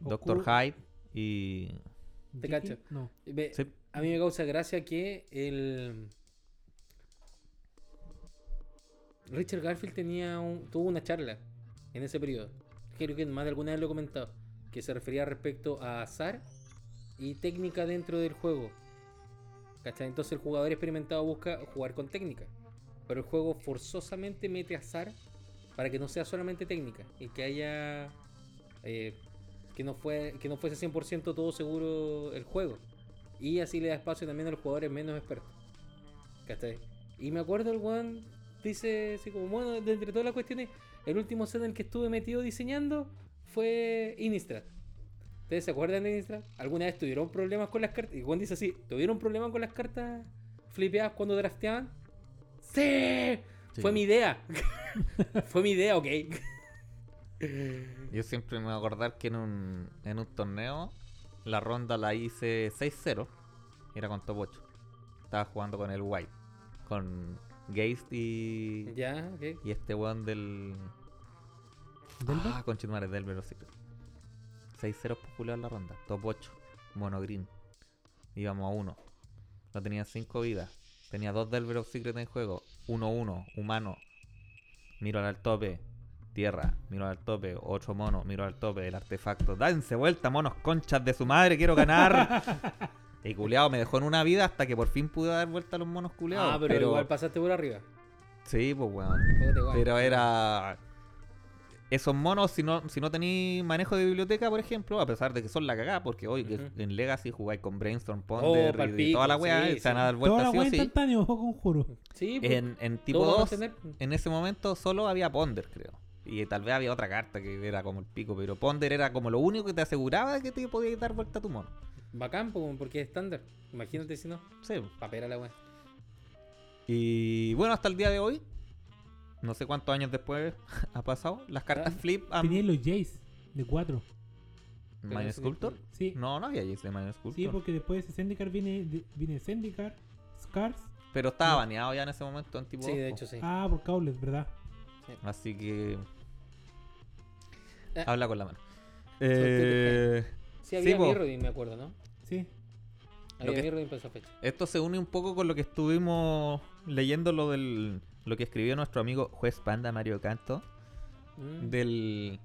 Speaker 1: Doctor
Speaker 3: Goku.
Speaker 1: Hyde y...
Speaker 2: Te
Speaker 3: Oh, ¿De
Speaker 2: cacho.
Speaker 3: qué? No.
Speaker 2: Ve,
Speaker 1: Sí.
Speaker 2: A mí me causa gracia que el. Richard Garfield tenía un- tuvo una charla en ese periodo. Creo que más de alguna vez lo he comentado. Que se refería respecto a azar y técnica dentro del juego. ¿Cachai? Entonces el jugador experimentado busca jugar con técnica. Pero el juego forzosamente mete azar para que no sea solamente técnica y que haya. eh, que, no fue, que no fuese 100% todo seguro el juego. Y así le da espacio también a los jugadores menos expertos. ¿Cachai? Y me acuerdo el Juan dice así como, bueno, de entre todas las cuestiones, el último set en el que estuve metido diseñando fue Innistrad. ¿Ustedes se acuerdan de Innistrad? ¿Alguna vez tuvieron problemas con las cartas? Y Juan dice así, ¿tuvieron problemas con las cartas flipeadas cuando drafteaban? ¡Sí! Fue mi idea. fue mi idea, ok.
Speaker 1: Yo siempre me voy a acordar que en un, en un torneo la ronda la hice 6-0. Era con top 8. Estaba jugando con el White. Con Geist y.
Speaker 2: ya, ok.
Speaker 1: Y este weón del.
Speaker 3: ¿Delver?
Speaker 1: Ah, con Chismares del Velociclo. 6-0 popular la ronda. Top 8. Mono green. Íbamos a 1. No tenía 5 vidas. Tenía 2 del Velociclo en juego. 1-1. Humano. Miro al tope. Tierra. Miro al tope. Otro mono. Miro al tope. El artefacto. Danse vuelta, monos conchas de su madre. Quiero ganar. y culeado me dejó en una vida hasta que por fin pude dar vuelta a los monos culeados.
Speaker 2: Ah, pero, igual pasaste por arriba.
Speaker 1: Sí, pues weón.
Speaker 2: Fíjate, igual.
Speaker 1: Pero era. Esos monos, si no, si no tenéis manejo de biblioteca, por ejemplo, a pesar de que son la cagada, porque hoy que
Speaker 2: Ujú.
Speaker 1: en Legacy jugáis con Brainstorm,
Speaker 2: Oh,
Speaker 1: Ponder y- y,
Speaker 2: palpico,
Speaker 1: toda la
Speaker 2: sí,
Speaker 1: weá,
Speaker 2: sí.
Speaker 1: se van a dar
Speaker 3: Toda
Speaker 1: vueltas
Speaker 3: la
Speaker 1: sí
Speaker 3: wea
Speaker 1: o sí.
Speaker 3: instantánea, ojo conjuro.
Speaker 2: Sí, pues,
Speaker 1: En, en tipo
Speaker 2: todos van a
Speaker 1: 2,
Speaker 2: tener-
Speaker 1: en ese momento solo había Ponder, creo. Y tal vez había otra carta que era como el pico, pero Ponder era como lo único que te aseguraba que te podías dar vuelta a tu mono.
Speaker 2: Bacán, po, porque es estándar. Imagínate si no,
Speaker 1: Sí.
Speaker 2: papera la weá.
Speaker 1: Y bueno, hasta el día de hoy, no sé cuántos años después ha pasado, las cartas
Speaker 2: Ah.
Speaker 1: Flip han-
Speaker 3: Tenía los Jays de 4.
Speaker 2: Pero no
Speaker 1: Mine
Speaker 2: sé
Speaker 1: Sculptor.
Speaker 2: qué-
Speaker 3: Sí.
Speaker 1: No, no había Jace de Mine
Speaker 3: Sí,
Speaker 1: Sculptor.
Speaker 3: porque después de Zendikar viene, de- viene Zendikar, Scars.
Speaker 1: Pero estaba baneado ya en ese momento en tipo
Speaker 2: Sí, de
Speaker 1: dos,
Speaker 2: hecho sí.
Speaker 3: Ah, por Cowles, ¿verdad?
Speaker 1: po. Así que.
Speaker 2: Eh.
Speaker 1: Habla con la mano.
Speaker 2: Eh, Sí, había
Speaker 1: po.
Speaker 2: Mirrodin, me acuerdo, ¿no?
Speaker 3: Sí.
Speaker 2: Había
Speaker 1: que-
Speaker 2: Mirrodin para esa fecha.
Speaker 1: Esto se une un poco con lo que estuvimos leyendo lo del. lo que escribió nuestro amigo juez panda Mario Canto.
Speaker 2: Mm.
Speaker 1: Del.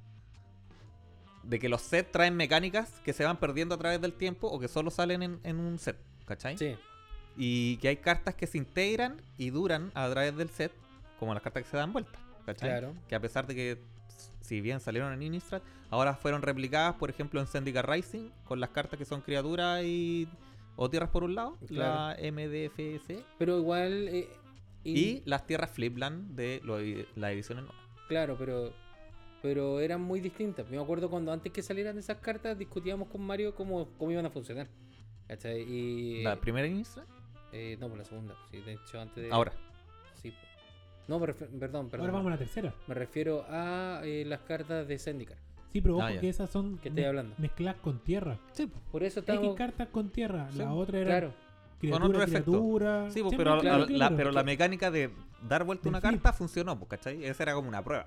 Speaker 1: De que los sets traen mecánicas que se van perdiendo a través del tiempo o que solo salen en, en un set, ¿cachai?
Speaker 2: Sí.
Speaker 1: Y que hay cartas que se integran y duran a través del set, como las cartas que se dan vuelta. ¿cachai?
Speaker 2: Claro.
Speaker 1: Que a pesar de que, si bien salieron en Innistrad, ahora fueron replicadas, por ejemplo, en Zendikar Rising, con las cartas que son criaturas y. o tierras por un lado,
Speaker 2: Claro.
Speaker 1: la MDFS,
Speaker 2: Pero igual. eh,
Speaker 1: y, las tierras Flipland de lo- la edición en-
Speaker 2: Claro, pero. Pero eran muy distintas. Me acuerdo cuando antes que salieran esas cartas discutíamos con Mario cómo, cómo iban a funcionar. ¿Cachai? Y.
Speaker 1: La primera Innistrad,
Speaker 2: eh, no, por la segunda. Sí, de hecho, antes de.
Speaker 1: ahora.
Speaker 2: Sí, po. No, me refi- perdón, perdón.
Speaker 3: Ahora vamos a la tercera.
Speaker 2: Me refiero a eh, las cartas de Zendikar.
Speaker 3: Sí, pero ojo
Speaker 1: Ah, ya.
Speaker 3: que esas son
Speaker 2: ¿Qué estoy hablando?
Speaker 3: mezcladas con tierra.
Speaker 2: Por eso
Speaker 3: X
Speaker 2: estamos.
Speaker 3: cartas con tierra.
Speaker 1: Sí,
Speaker 3: La otra era
Speaker 2: Claro.
Speaker 3: criatura,
Speaker 1: otro efecto.
Speaker 3: criatura.
Speaker 1: Sí, pues,
Speaker 3: Siempre,
Speaker 1: pero, a- a-
Speaker 2: claro,
Speaker 1: la, pero la mecánica de dar vuelta
Speaker 3: Del
Speaker 1: una
Speaker 3: flip.
Speaker 1: carta funcionó, pues, ¿cachai? Esa era como una prueba.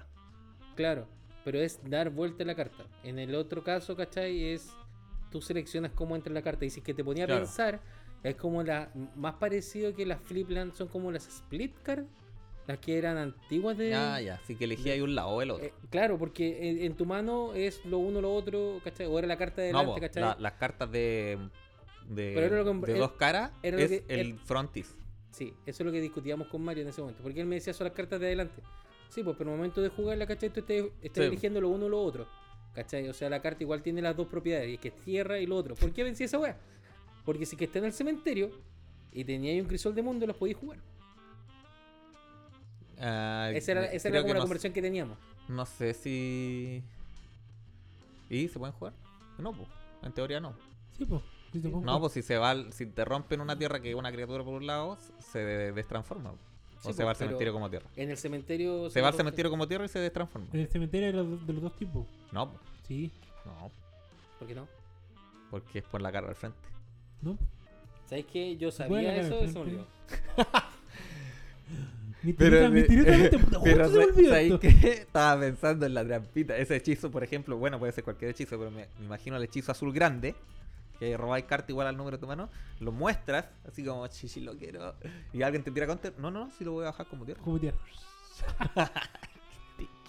Speaker 2: Claro, pero es dar vuelta a la carta. En el otro caso, ¿cachai? Es tú seleccionas cómo entra la carta. Y si es que te ponía a
Speaker 1: Claro.
Speaker 2: pensar, es como la más parecido que las Flipland son como las Split Card, las que eran antiguas de.
Speaker 1: Ah, ya, así que elegí ahí un lado o el otro.
Speaker 2: Eh, claro, porque en, en tu mano es lo uno lo otro, ¿cachai? O era la carta de delante,
Speaker 1: no, pues, po,
Speaker 2: ¿cachai?
Speaker 1: la- las cartas de, de,
Speaker 2: Pero era lo que-
Speaker 1: de
Speaker 2: era-
Speaker 1: dos caras
Speaker 2: era lo
Speaker 1: es
Speaker 2: que-
Speaker 1: el frontis.
Speaker 2: Sí, eso es lo que discutíamos con Mario en ese momento. Porque él me decía, son las cartas de adelante. Sí, pues, pero en el momento de jugarla, ¿cachai? Tú estás, estás
Speaker 1: Sí.
Speaker 2: eligiendo lo uno o lo otro. ¿Cachai? O sea, la carta igual tiene las dos propiedades. Y es que es tierra y lo otro. ¿Por qué vencí esa weá? Porque si que está en el cementerio y teníais un crisol de mundo, los podíais jugar.
Speaker 1: Ah,
Speaker 2: Esa era, esa era
Speaker 1: creo
Speaker 2: como
Speaker 1: que
Speaker 2: la
Speaker 1: no-
Speaker 2: conversión que teníamos.
Speaker 1: No sé si. ¿Y se pueden jugar? No, pues. En teoría no.
Speaker 3: Sí, pues. Sí, te pongo-
Speaker 1: No, pues si se va, al- si te rompen una tierra que es una criatura por un lado, se de- destransforma. po.
Speaker 2: Sí,
Speaker 1: o
Speaker 2: po,
Speaker 1: se va al
Speaker 2: pero
Speaker 1: cementerio como tierra.
Speaker 2: En el cementerio.
Speaker 1: Se va al
Speaker 2: nosotros-
Speaker 1: cementerio como tierra y se destransforma.
Speaker 3: En el cementerio era de los dos tipos.
Speaker 1: No, po.
Speaker 3: Sí,
Speaker 1: no,
Speaker 2: ¿Por qué no?
Speaker 1: porque es por la cara al frente.
Speaker 3: ¿no?
Speaker 2: ¿Sabéis qué? Yo
Speaker 3: puede
Speaker 2: sabía
Speaker 3: la cara
Speaker 2: eso
Speaker 3: de
Speaker 2: y se me
Speaker 3: frente.
Speaker 2: olvidó.
Speaker 3: Misteriosa- misteriosamente, puta, justo se me olvidó esto.
Speaker 1: que estaba pensando en la trampita. Ese hechizo, por ejemplo, bueno, puede ser cualquier hechizo, pero me, me imagino el hechizo azul grande, que robáis carta igual al número de tu mano, lo muestras, así como, chichi, lo quiero. Y alguien te tira counter. No, no, no, si lo voy a bajar como tierra.
Speaker 3: Como tierra.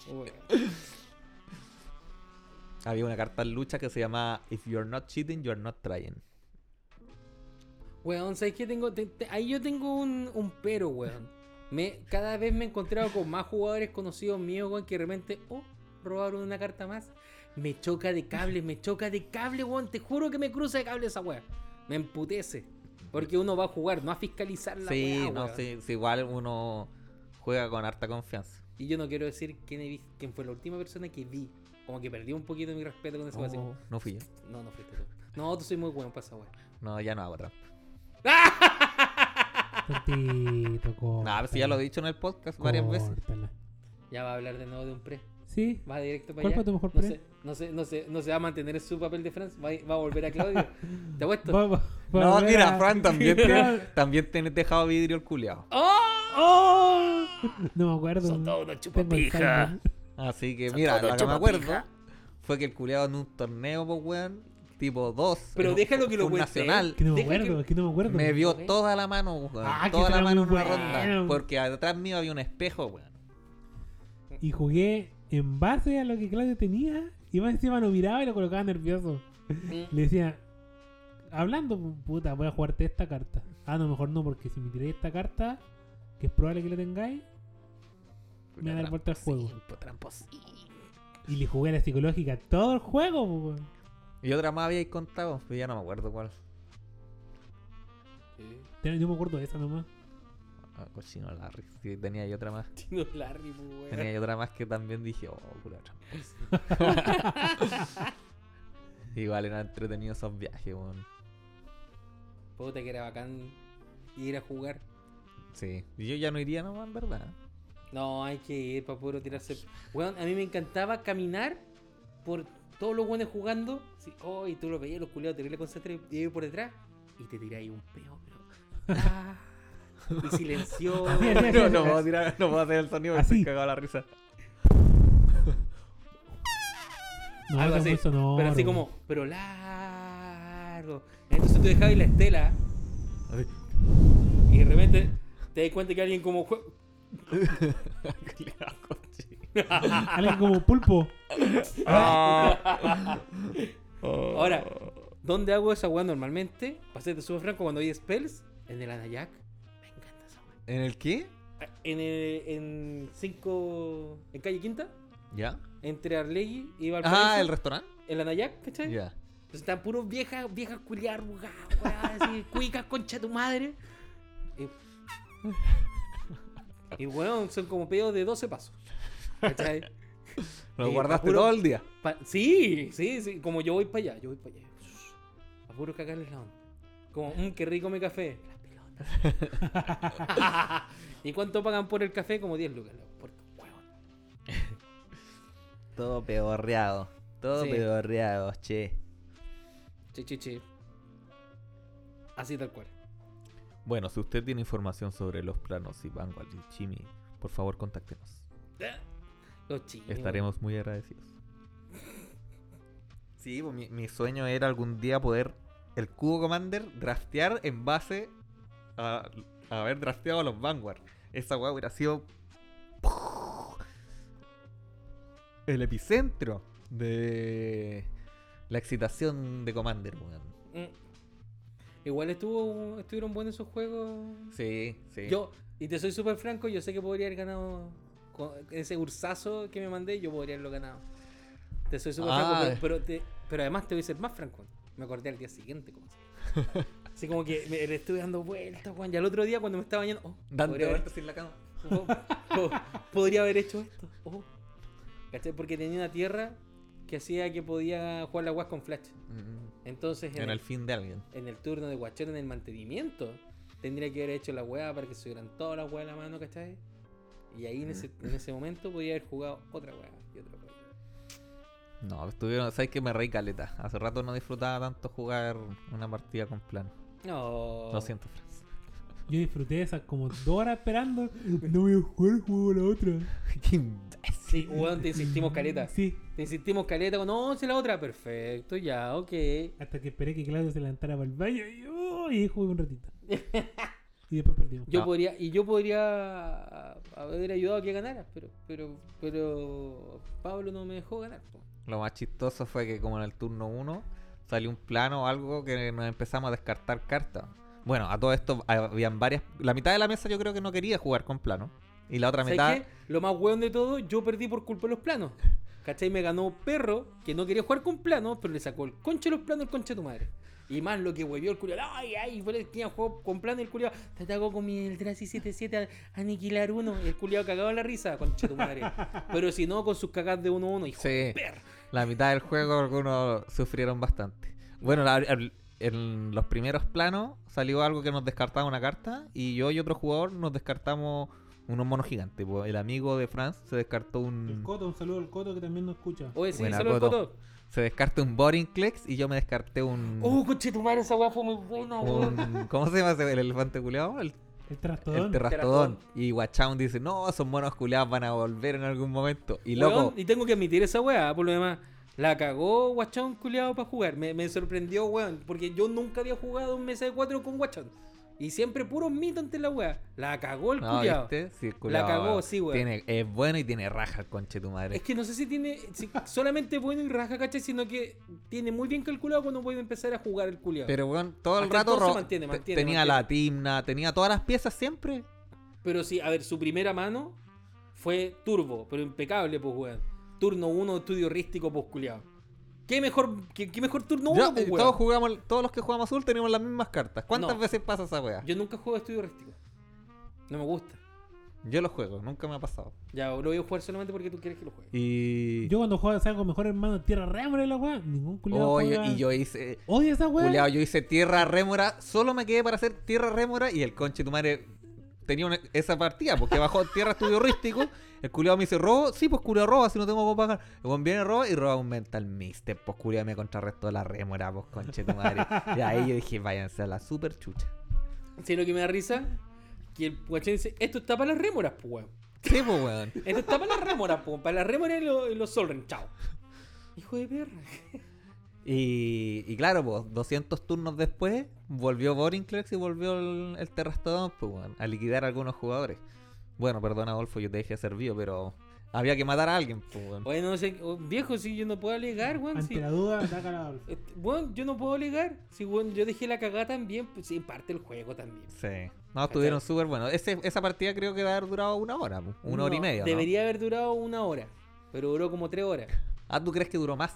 Speaker 2: Bueno,
Speaker 1: Había una carta en lucha que se llama If you're not cheating, you're not trying.
Speaker 2: Weón, ¿sabes qué? Tengo, te- te- ahí yo tengo un, un pero, weón. Me, cada vez me he encontrado con más jugadores conocidos míos, weón, que de repente, oh, robaron una carta más. Me choca de cable, me choca de cable, weón. Te juro que me cruza de cable esa weá. Me emputece. Porque uno va a jugar, no a fiscalizar la
Speaker 1: sí,
Speaker 2: weá,
Speaker 1: no,
Speaker 2: weón.
Speaker 1: sí, sí, igual uno juega con harta confianza.
Speaker 2: Y yo no quiero decir quién, he vis- quién fue la última persona que vi. Como que perdí un poquito mi respeto con esa weá. así como,
Speaker 1: Oh, no fui yo.
Speaker 2: No, no fuiste tú. No, tú soy muy bueno para esa weá.
Speaker 1: No, ya no hago trampa.
Speaker 3: Tantito,
Speaker 1: No,
Speaker 3: córtala,
Speaker 1: pero si pues ya lo he dicho en el podcast varias veces.
Speaker 3: córtala.
Speaker 2: Ya va a hablar de nuevo de un pre.
Speaker 3: Sí,
Speaker 2: Va directo para
Speaker 3: ¿Cuál
Speaker 2: allá.
Speaker 3: fue tu mejor
Speaker 2: no
Speaker 3: pre?
Speaker 2: sé, no, sé, no, sé, no se va a mantener en su papel de Franz. Va, va a volver a Claudio. Te apuesto.
Speaker 3: va- va- va a
Speaker 1: No,
Speaker 3: volver
Speaker 1: mira,
Speaker 3: a-
Speaker 1: Fran, también tiene, también tiene tejado vidrio el culiao.
Speaker 2: ¡Oh!
Speaker 3: No me acuerdo.
Speaker 2: Son todos unos
Speaker 3: Tengo
Speaker 2: chupapijas.
Speaker 3: Alzheimer.
Speaker 1: Así que mira, lo que me acuerdo fue que el culiao en un torneo, pues weón, tipo 2.
Speaker 2: Pero déjalo que lo cuente
Speaker 1: nacional.
Speaker 3: Que no me
Speaker 2: Deja
Speaker 3: acuerdo,
Speaker 2: que-
Speaker 3: que... no me acuerdo.
Speaker 1: Me vio
Speaker 2: ¿Qué?
Speaker 1: toda la mano, pues, weón.
Speaker 3: Ah, que
Speaker 1: toda la
Speaker 3: era
Speaker 1: mano en
Speaker 3: muy
Speaker 1: una ronda.
Speaker 3: bueno.
Speaker 1: Porque atrás mío había un espejo, weón.
Speaker 3: Y jugué en base a lo que Claudio tenía. Y más encima lo miraba y lo colocaba nervioso.
Speaker 2: Mm.
Speaker 3: Le decía, hablando, pu- puta, voy a jugarte esta carta. Ah, no, mejor no, porque si me tiré esta carta, que es probable que la tengáis, me va a dar vuelta al juego. Y le jugué a la psicológica todo el juego, pu, weón.
Speaker 1: Y otra más habíais contado, pero ya no me acuerdo cuál.
Speaker 3: Te- Yo me acuerdo de esa nomás.
Speaker 1: Ah, cochino Larry. Sí, tenía ahí otra más.
Speaker 2: Chino Larry, pues, weón.
Speaker 1: Tenía ahí otra más que también dije, oh, culiao tramposo. Igual eran entretenidos esos viajes, weón.
Speaker 2: Puta que era bacán ir a jugar.
Speaker 1: Sí. Y Yo ya no iría nomás, en verdad.
Speaker 2: No, hay que ir para puro tirarse. Weón, a mí me encantaba caminar por todos los buenos jugando. Sí, oh, y tú lo veías, los culiados, te le concentré y iba por detrás. Y te tiráis un peo, pero. Ah, y silenció.
Speaker 1: No, no puedo tirar, no puedo hacer el sonido, me estoy
Speaker 3: Así.
Speaker 1: cagado la risa.
Speaker 3: No,
Speaker 2: Algo
Speaker 3: era
Speaker 2: así,
Speaker 3: muy sonoro.
Speaker 2: pero así como, pero largo. Entonces tú dejabas ahí la estela y de repente te das cuenta que alguien como. jue-
Speaker 1: Culiao, cochino.
Speaker 2: "Ah".
Speaker 3: Alguien como pulpo.
Speaker 1: Ah. Oh.
Speaker 2: Ahora, ¿dónde hago esa weá normalmente? Pasé de sube franco cuando hay spells. En el Anayak. Me encanta esa weá.
Speaker 1: ¿En el qué?
Speaker 2: En, el- en cinco, en calle Quinta,
Speaker 1: ¿Ya?
Speaker 2: entre Arlegui y Valparaíso.
Speaker 1: Ah, el restaurante.
Speaker 2: En la Nayak, ¿cachai?
Speaker 1: Ya.
Speaker 2: Entonces están puros viejas, viejas culiadas arrugadas, weón, así, cuicas, concha de tu madre. Y, y weón, son como pedos de 12 pasos. ¿Cachai?
Speaker 1: Lo
Speaker 2: Eh,
Speaker 1: guardaste
Speaker 2: puro-
Speaker 1: todo el día.
Speaker 2: Pa- sí, sí, sí, como yo voy para allá, yo voy para allá. A puro cagarles la onda. Como, mmm, qué rico mi café. Las pelotas. ¿Y cuánto pagan por el café? Como 10 lucas, loco, porque, weón.
Speaker 1: Todo pedorreado. Todo
Speaker 2: Sí.
Speaker 1: pedorreado, che.
Speaker 2: Che, che, che. Así tal cual.
Speaker 1: Bueno, si usted tiene información sobre los planos y Vanguard y Chimi, por favor contáctenos.
Speaker 2: Los chinos.
Speaker 1: Estaremos muy agradecidos. Sí, pues, mi, mi sueño era algún día poder el cubo commander draftear en base a, a haber drafteado a los Vanguard. Esa weá hubiera sido el epicentro de la excitación de Commander, weón.
Speaker 2: Mm. Igual estuvo, estuvieron buenos esos juegos.
Speaker 1: Sí, sí.
Speaker 2: Yo, y te soy súper franco, yo sé que podría haber ganado con ese ursazo que me mandé, yo podría haberlo ganado. Te soy súper
Speaker 4: Ah.
Speaker 2: franco, pero, pero, te- pero además te voy a ser más franco. Me acordé al día siguiente, como así. Así como que me le estuve dando vueltas, Juan. Y al otro día cuando me estaba bañando, oh,
Speaker 4: Dante
Speaker 2: podría haber,
Speaker 1: en la cama.
Speaker 2: oh, oh, podría haber hecho esto. oh. ¿Cachai? Porque tenía una tierra que hacía que podía jugar la guas con flash. Entonces
Speaker 1: Mm, En el fin de alguien.
Speaker 2: en el turno de guachero en el mantenimiento. Tendría que haber hecho la weá para que subieran todas las weas de la mano, ¿cachai? Y ahí
Speaker 1: Mm.
Speaker 2: en ese, en ese momento podía haber jugado otra weá y otra weá.
Speaker 1: No, estuvieron. ¿Sabes que me reí caleta? Hace rato no disfrutaba tanto jugar una partida con plano.
Speaker 2: No.
Speaker 1: Lo siento, Franz.
Speaker 3: Yo disfruté esas como dos horas esperando. No voy a jugar, juego la otra.
Speaker 1: Qué imbécil.
Speaker 2: Sí, weón, te insistimos caleta.
Speaker 3: Sí,
Speaker 2: Te insistimos caleta con, no, si la otra, perfecto, ya, ok.
Speaker 3: hasta que esperé que Claudio se levantara para el baño y, oh, y ahí jugué un ratito. Y después perdimos.
Speaker 2: Yo
Speaker 1: No.
Speaker 2: podría, y yo podría haber ayudado a que ganaras, pero, pero, pero Pablo no me dejó ganar. po.
Speaker 1: Lo más chistoso fue que como en el turno 1 salió un plano o algo que nos empezamos a descartar cartas. Bueno, a todo esto habían varias... La mitad de la mesa yo creo que no quería jugar con plano. Y la otra
Speaker 2: ¿Sabes
Speaker 1: mitad...
Speaker 2: qué? Lo más weón de todo, yo perdí por culpa de los planos. ¿Cachai? Me ganó Perro, que no quería jugar con planos, pero le sacó el conche de los planos el conche de tu madre. Y más lo que huevió el culiado. Ay, ay, fue el que tenía juego con planos y el culiado. Te atacó con mi Eldra 77 a a aniquilar uno. Y el culiado cagado en la risa, conche de tu madre. Pero si no, con sus cagas de 1-1, hijo
Speaker 1: Sí.
Speaker 2: de perra.
Speaker 1: La mitad del juego algunos sufrieron bastante. Bueno, la- el- en los primeros planos salió algo que nos descartaba una carta y yo y otro jugador nos descartamos unos monos gigantes. po. El amigo de Franz se descartó
Speaker 3: El
Speaker 1: un...
Speaker 3: Coto, un saludo al Coto que también nos escucha.
Speaker 2: Oye, sí,
Speaker 1: Buena,
Speaker 2: saludos al
Speaker 1: Coto.
Speaker 2: Coto.
Speaker 1: Se descartó un Borinclex y yo me descarté un...
Speaker 2: Oh, conche de tu madre, esa weá fue muy buena, weón.
Speaker 1: un- ¿Cómo se llama ese- el elefante culeado? El,
Speaker 3: El
Speaker 1: el
Speaker 3: trastodón.
Speaker 1: terrastodón. Y Guachaun dice, no, esos monos culeados van a volver en algún momento. Y
Speaker 2: Weón,
Speaker 1: loco,
Speaker 2: y tengo que admitir esa weá, por lo demás. La cagó Guachón culiado para jugar. Me, me sorprendió, weón. Porque yo nunca había jugado un mesa de cuatro con Guachón. Y siempre puros mitos ante la weá. La cagó el
Speaker 1: no, este
Speaker 2: culiado.
Speaker 1: ¿viste? Sí, el
Speaker 2: La
Speaker 1: culeado,
Speaker 2: cagó,
Speaker 1: weón.
Speaker 2: sí, weón.
Speaker 1: Tiene- es bueno y tiene raja el conche tu madre.
Speaker 2: Es que no sé si tiene si solamente bueno y raja, ¿cachai? Sino que tiene muy bien calculado cuando puede empezar a jugar el culiado. Pero,
Speaker 1: Pero weón, todo el
Speaker 2: Hasta
Speaker 1: rato ro-
Speaker 2: entonces mantiene,
Speaker 1: te-
Speaker 2: mantiene,
Speaker 1: tenía
Speaker 2: mantiene.
Speaker 1: la timna, tenía todas las piezas siempre.
Speaker 2: sí, a ver, su primera mano fue turbo, pero impecable, pues, weón. Turno 1, estudio rístico, pues, culiado. ¿Qué mejor, qué, qué mejor turno
Speaker 1: Yo-
Speaker 2: 1, pues,
Speaker 1: eh,
Speaker 2: weón?
Speaker 1: todos jugamos, todos los que jugamos azul teníamos las mismas cartas. ¿Cuántas
Speaker 2: No.
Speaker 1: veces pasa esa weá? Yo,
Speaker 2: Yo nunca juego estudio rístico. No me gusta.
Speaker 1: lo juego, nunca me ha pasado.
Speaker 2: Ya, lo voy a jugar solamente porque tú quieres que lo juegue.
Speaker 1: Y
Speaker 3: Yo cuando juego salgo mejor hermano tierra reambre la weá. Ningún culiado.
Speaker 1: Oh, yo-
Speaker 3: juega...
Speaker 1: y yo hice
Speaker 3: Odio esa weá.
Speaker 1: culiao, yo hice tierra rémora, solo me quedé para hacer tierra rémora y el conche tu madre tenía una- esa partida porque bajó tierra estudio rístico. El culiao me dice, robo, sí, pues culiao roba, si no tengo cómo pagar. El weón viene, roba y roba un mental mister. Pues culiao me contrarrestó la rémora, pues conche tu madre. Y ahí yo dije, váyanse a la super chucha.
Speaker 2: Sí, lo que me da risa, que el guachén dice, esto está para las rémoras, pues, weón.
Speaker 1: Sí, pues, weón.
Speaker 2: Esto está para las rémoras, pues. Para las rémoras y los, y los Solren, chao. Hijo de perra.
Speaker 1: Y, y claro, pues, 200 turnos después, volvió Borinclex y volvió el, el Terrastodon, pues, weón, a liquidar a algunos jugadores. Bueno, perdón, Adolfo, yo te dejé servido, pero había que matar a alguien, pues, weón.
Speaker 2: Oye, no sé, oh, viejo, si yo no puedo alegar, weón.
Speaker 3: Ante
Speaker 2: Si,
Speaker 3: la duda, ataca la Adolfo.
Speaker 2: Este, weón, yo no puedo alegar. Si, weón, yo dejé la cagada también, pues sí, en parte el juego también.
Speaker 1: Sí. No, estuvieron súper buenos. Ese- Esa partida creo que debe haber durado una hora, pues, una hora y
Speaker 2: No,
Speaker 1: media. ¿no?
Speaker 2: Debería haber durado una hora, pero duró como tres horas.
Speaker 1: Ah, ¿tú crees que duró más?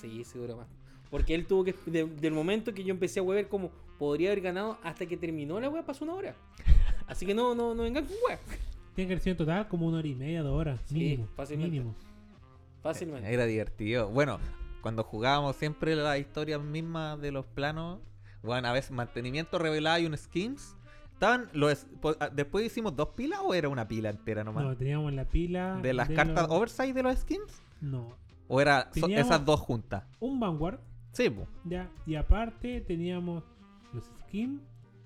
Speaker 2: Sí, seguro más. Porque él tuvo que. de- del momento que yo empecé a huever, como podría haber ganado hasta que terminó la wea, pasó una hora. Así que no, no, no vengan con wea.
Speaker 3: Tiene que haber sido en total como una hora y media, dos horas.
Speaker 2: Sí,
Speaker 3: mínimo.
Speaker 2: fácilmente.
Speaker 3: mínimo.
Speaker 2: Fácilmente.
Speaker 1: Era divertido. Bueno, cuando jugábamos siempre las historias mismas de los planos. Bueno, a veces mantenimiento revelado y un skins. Estaban los, po- ah, después hicimos dos pilas o era una pila entera
Speaker 3: No,
Speaker 1: nomás.
Speaker 3: teníamos la pila.
Speaker 1: de las cartas oh.
Speaker 3: los-
Speaker 1: oversight de los skins.
Speaker 3: No.
Speaker 1: O era so-
Speaker 3: Teníamos-
Speaker 1: esas dos juntas.
Speaker 3: Un Vanguard.
Speaker 1: Sí, po.
Speaker 3: Ya. Y aparte teníamos los skins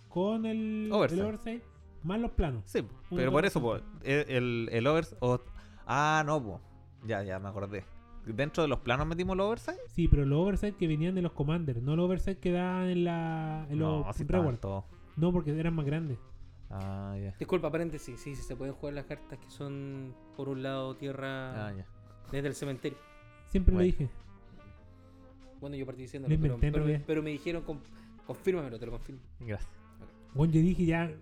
Speaker 3: con el el
Speaker 1: Oversight.
Speaker 3: oversight, más los planos.
Speaker 1: Sí, po.
Speaker 3: Un
Speaker 1: Pero por
Speaker 3: doble
Speaker 1: eso, po, el, el, el overs- o- ah, no, po. Ya, ya me acordé. Dentro de los planos metimos el oversight.
Speaker 3: Sí, pero los oversight que venían de los commanders, no los oversight que daban en la en
Speaker 1: No,
Speaker 3: los
Speaker 1: sí estaban
Speaker 3: rewards.
Speaker 1: todos.
Speaker 3: No, porque eran más grandes.
Speaker 1: Ah, ya.
Speaker 2: Disculpa, paréntesis. Sí, sí, se pueden jugar las cartas que son, por un lado, tierra
Speaker 1: Ah, ya.
Speaker 2: desde el cementerio.
Speaker 3: Siempre
Speaker 1: Bueno.
Speaker 3: lo dije.
Speaker 2: Bueno, yo partí diciendo
Speaker 3: Lo
Speaker 2: pero,
Speaker 3: inventé, en
Speaker 2: pero me-
Speaker 3: realidad.
Speaker 2: pero me dijeron con Confírmamelo, te lo confirmo.
Speaker 1: Gracias.
Speaker 3: Bueno, yo dije ya.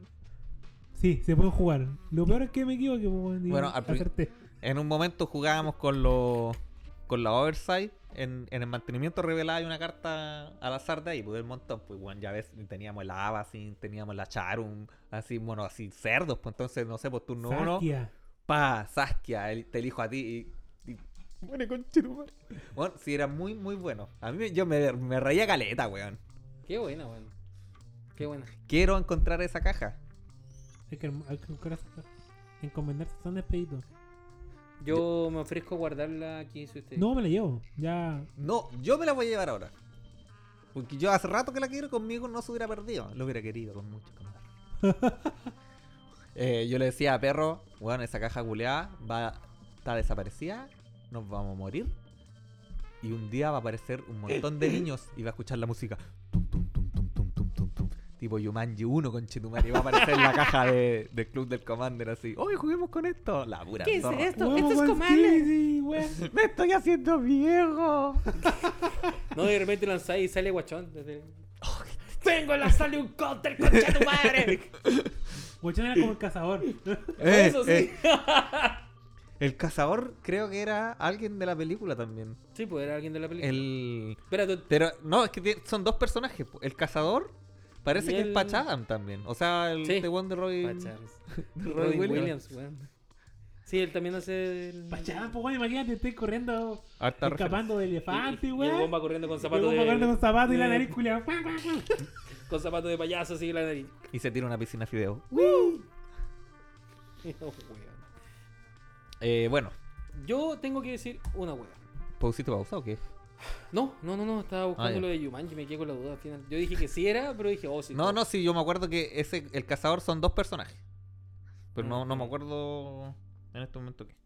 Speaker 3: Sí, se pueden jugar. Lo peor es que me equivoqué, pues, bueno,
Speaker 1: Bueno, al pri-
Speaker 3: acerté.
Speaker 1: En un momento jugábamos con los con la oversight. En, en el mantenimiento revelaba hay una carta al azar de ahí, pues del montón. Pues bueno, ya ves, teníamos la Abacin, teníamos la Charum, así, bueno, así cerdos. Pues entonces, no sé, pues turno uno,
Speaker 3: Saskia.
Speaker 1: pa, Saskia, el- te elijo a ti y. y- bueno, conchetumare. Bueno, sí, era muy, muy bueno. A mí me- yo me, me reía caleta, weón.
Speaker 2: Qué buena, weón. Qué buena.
Speaker 1: Quiero encontrar esa caja.
Speaker 3: Hay que, hay que buscar a Saskia. Encomendarse son despedidos.
Speaker 2: Yo me ofrezco a guardarla aquí si usted.
Speaker 3: No me la llevo. Ya.
Speaker 1: No, yo me la voy a llevar ahora. Porque yo hace rato que la quiero conmigo no se hubiera perdido. Lo hubiera querido con mucho amor. Eh, yo le decía a Perro, bueno, esa caja culeada va, está desaparecida, nos vamos a morir. Y un día va a aparecer un montón de niños y va a escuchar la música. Tum, tum, tum, tum, tum, tum, tum, tum. Tipo Yumanji 1 con Chetumari. Va a aparecer la caja de- del Club del Commander así. ¡Oye, juguemos con esto! La pura
Speaker 2: ¿Qué es
Speaker 1: zorra.
Speaker 2: esto?
Speaker 3: Huevo,
Speaker 2: Esto es
Speaker 3: One
Speaker 2: comale.
Speaker 3: Piece, weón.
Speaker 1: ¡Me estoy haciendo viejo!
Speaker 2: No, de repente lanzáis y sale guachón. desde-
Speaker 1: Oh,
Speaker 2: ¡Tengo la sale un counter, concha tu madre!
Speaker 3: Guachón era como el cazador.
Speaker 1: Eh,
Speaker 2: Eso sí.
Speaker 1: eh. El cazador creo que era alguien de la película también.
Speaker 2: Sí, pues era alguien de la película.
Speaker 1: El.
Speaker 2: Espera, tú-
Speaker 1: Pero no, es que tie- son dos personajes. po. El cazador parece
Speaker 2: Y
Speaker 1: que
Speaker 2: el-
Speaker 1: es Pachadam también. O sea, el
Speaker 2: Sí.
Speaker 1: de Wonder Robin.
Speaker 2: Pachams.
Speaker 1: Robin
Speaker 2: Robin
Speaker 1: Williams.
Speaker 2: Williams, weón. Sí, él también hace. El...
Speaker 3: Pachada, pues, weón, imagínate, estoy corriendo.
Speaker 1: Harta
Speaker 3: escapando de
Speaker 2: Y- y-
Speaker 3: elefante,
Speaker 2: y
Speaker 3: weón.
Speaker 2: el bomba corriendo con
Speaker 3: Y el
Speaker 2: zapatos
Speaker 3: bomba corriendo con zapatos y la
Speaker 2: de-
Speaker 3: nariz culiada.
Speaker 2: Con zapatos de payaso, así la nariz.
Speaker 1: referencia. Y se tira una piscina fideo.
Speaker 2: Oh, weón.
Speaker 1: Eh, bueno,
Speaker 2: Yo tengo que decir una weón.
Speaker 1: ¿pausito pausa o qué?
Speaker 2: No, no, no, no, estaba buscando
Speaker 1: Ah, ya.
Speaker 2: lo de Yumanji, me quedé con la duda al final. Yo dije que sí era, pero dije, oh, sí.
Speaker 1: No, no, sí, yo me acuerdo que ese, el cazador son dos personajes. Pero no, no me acuerdo en este momento qué.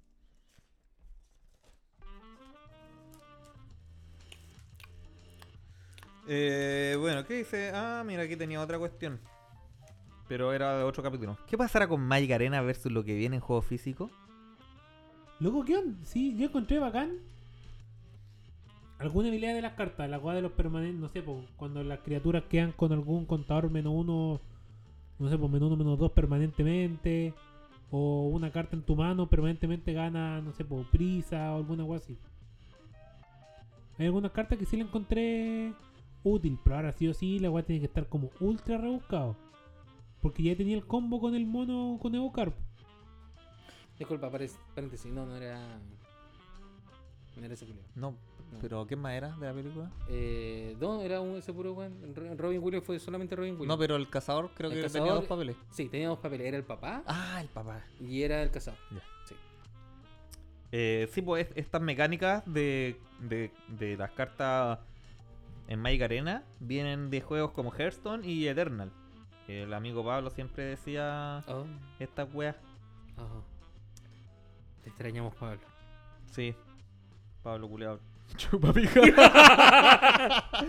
Speaker 1: Eh, bueno, ¿qué dice? Ah, mira, aquí tenía otra cuestión. Pero era de otro capítulo. ¿Qué pasará con Magic Arena versus lo que viene en juego físico?
Speaker 3: Loco, ¿qué onda? Sí, yo encontré bacán. Alguna habilidad de las cartas, la jugada de los permanentes, no sé, po, cuando las criaturas quedan con algún contador menos uno, no sé, pues menos uno, menos dos permanentemente, o una carta en tu mano permanentemente gana, no sé, pues prisa o alguna cosa así. Hay algunas cartas que sí la encontré útil, pero ahora sí o sí la weá tiene que estar como ultra rebuscado. Porque ya tenía el combo con el mono con evocar. po.
Speaker 2: Disculpa, pares- paréntesis, no, no era. No era ese culiao.
Speaker 1: No,
Speaker 2: No.
Speaker 1: pero ¿qué más era de la película?
Speaker 2: Eh, no, era un, ese puro weón. Ro- Robin Williams fue solamente Robin Williams.
Speaker 1: No, pero el cazador creo
Speaker 2: El
Speaker 1: que tenía
Speaker 2: cazador-
Speaker 1: dos papeles.
Speaker 2: Sí, tenía dos papeles, era el papá
Speaker 1: Ah, el papá.
Speaker 2: y era el casado.
Speaker 1: Ya.
Speaker 2: Sí.
Speaker 1: Eh, sí, pues es- estas mecánicas de, de, de las cartas en Magic Arena vienen de juegos como Hearthstone y Eternal. El amigo Pablo siempre decía
Speaker 2: Oh,
Speaker 1: estas weas.
Speaker 2: oh. Te extrañamos, Pablo.
Speaker 1: Sí, Pablo culeado. Chupa pija.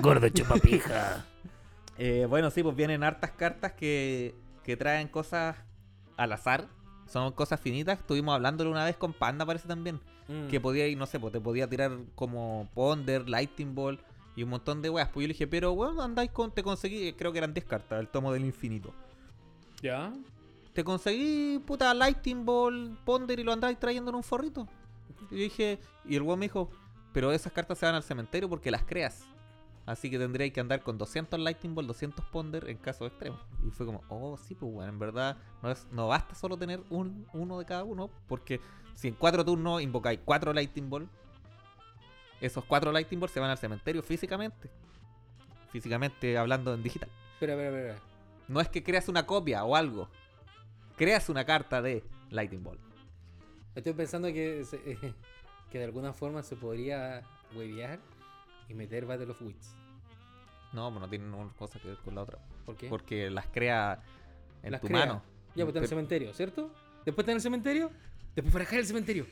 Speaker 4: Gordo chupapija.
Speaker 1: Eh, bueno, sí, pues vienen hartas cartas que, que traen cosas al azar. Son cosas finitas. Estuvimos hablándolo una vez con Panda, parece también.
Speaker 2: Mm.
Speaker 1: que podía ir, no sé, pues te podía tirar como Ponder, Lightning Ball y un montón de weas. Pues yo le dije, pero weón, andáis con, te conseguí, creo que eran 10 cartas, el tomo del infinito.
Speaker 2: ¿Ya?
Speaker 1: Te conseguí, puta, Lightning Ball, Ponder y lo andáis trayendo en un forrito. Y yo dije, y el weón me dijo, pero esas cartas se van al cementerio porque las creas. Así que tendríais que andar con 200 Lightning Ball, 200 Ponder en caso extremo. Y fue como, oh, sí, pues bueno, en verdad no, es, no basta solo tener un, uno de cada uno, porque si en cuatro turnos invocáis cuatro Lightning Ball, esos cuatro Lightning Ball se van al cementerio físicamente. Físicamente hablando en digital.
Speaker 2: Espera, espera, espera.
Speaker 1: No es que creas una copia o algo. Creas una carta de Lightning Ball.
Speaker 2: Estoy pensando que, se- eh, que de alguna forma se podría huevear y meter Battle of Wits.
Speaker 1: No, pues no tienen una cosa que ver con la otra.
Speaker 2: ¿Por qué?
Speaker 1: Porque las crea en
Speaker 2: Las
Speaker 1: tu
Speaker 2: crea.
Speaker 1: mano.
Speaker 2: Ya, pues está en el
Speaker 1: Pe-
Speaker 2: cementerio, ¿cierto? Después está en el cementerio, después para acá el cementerio.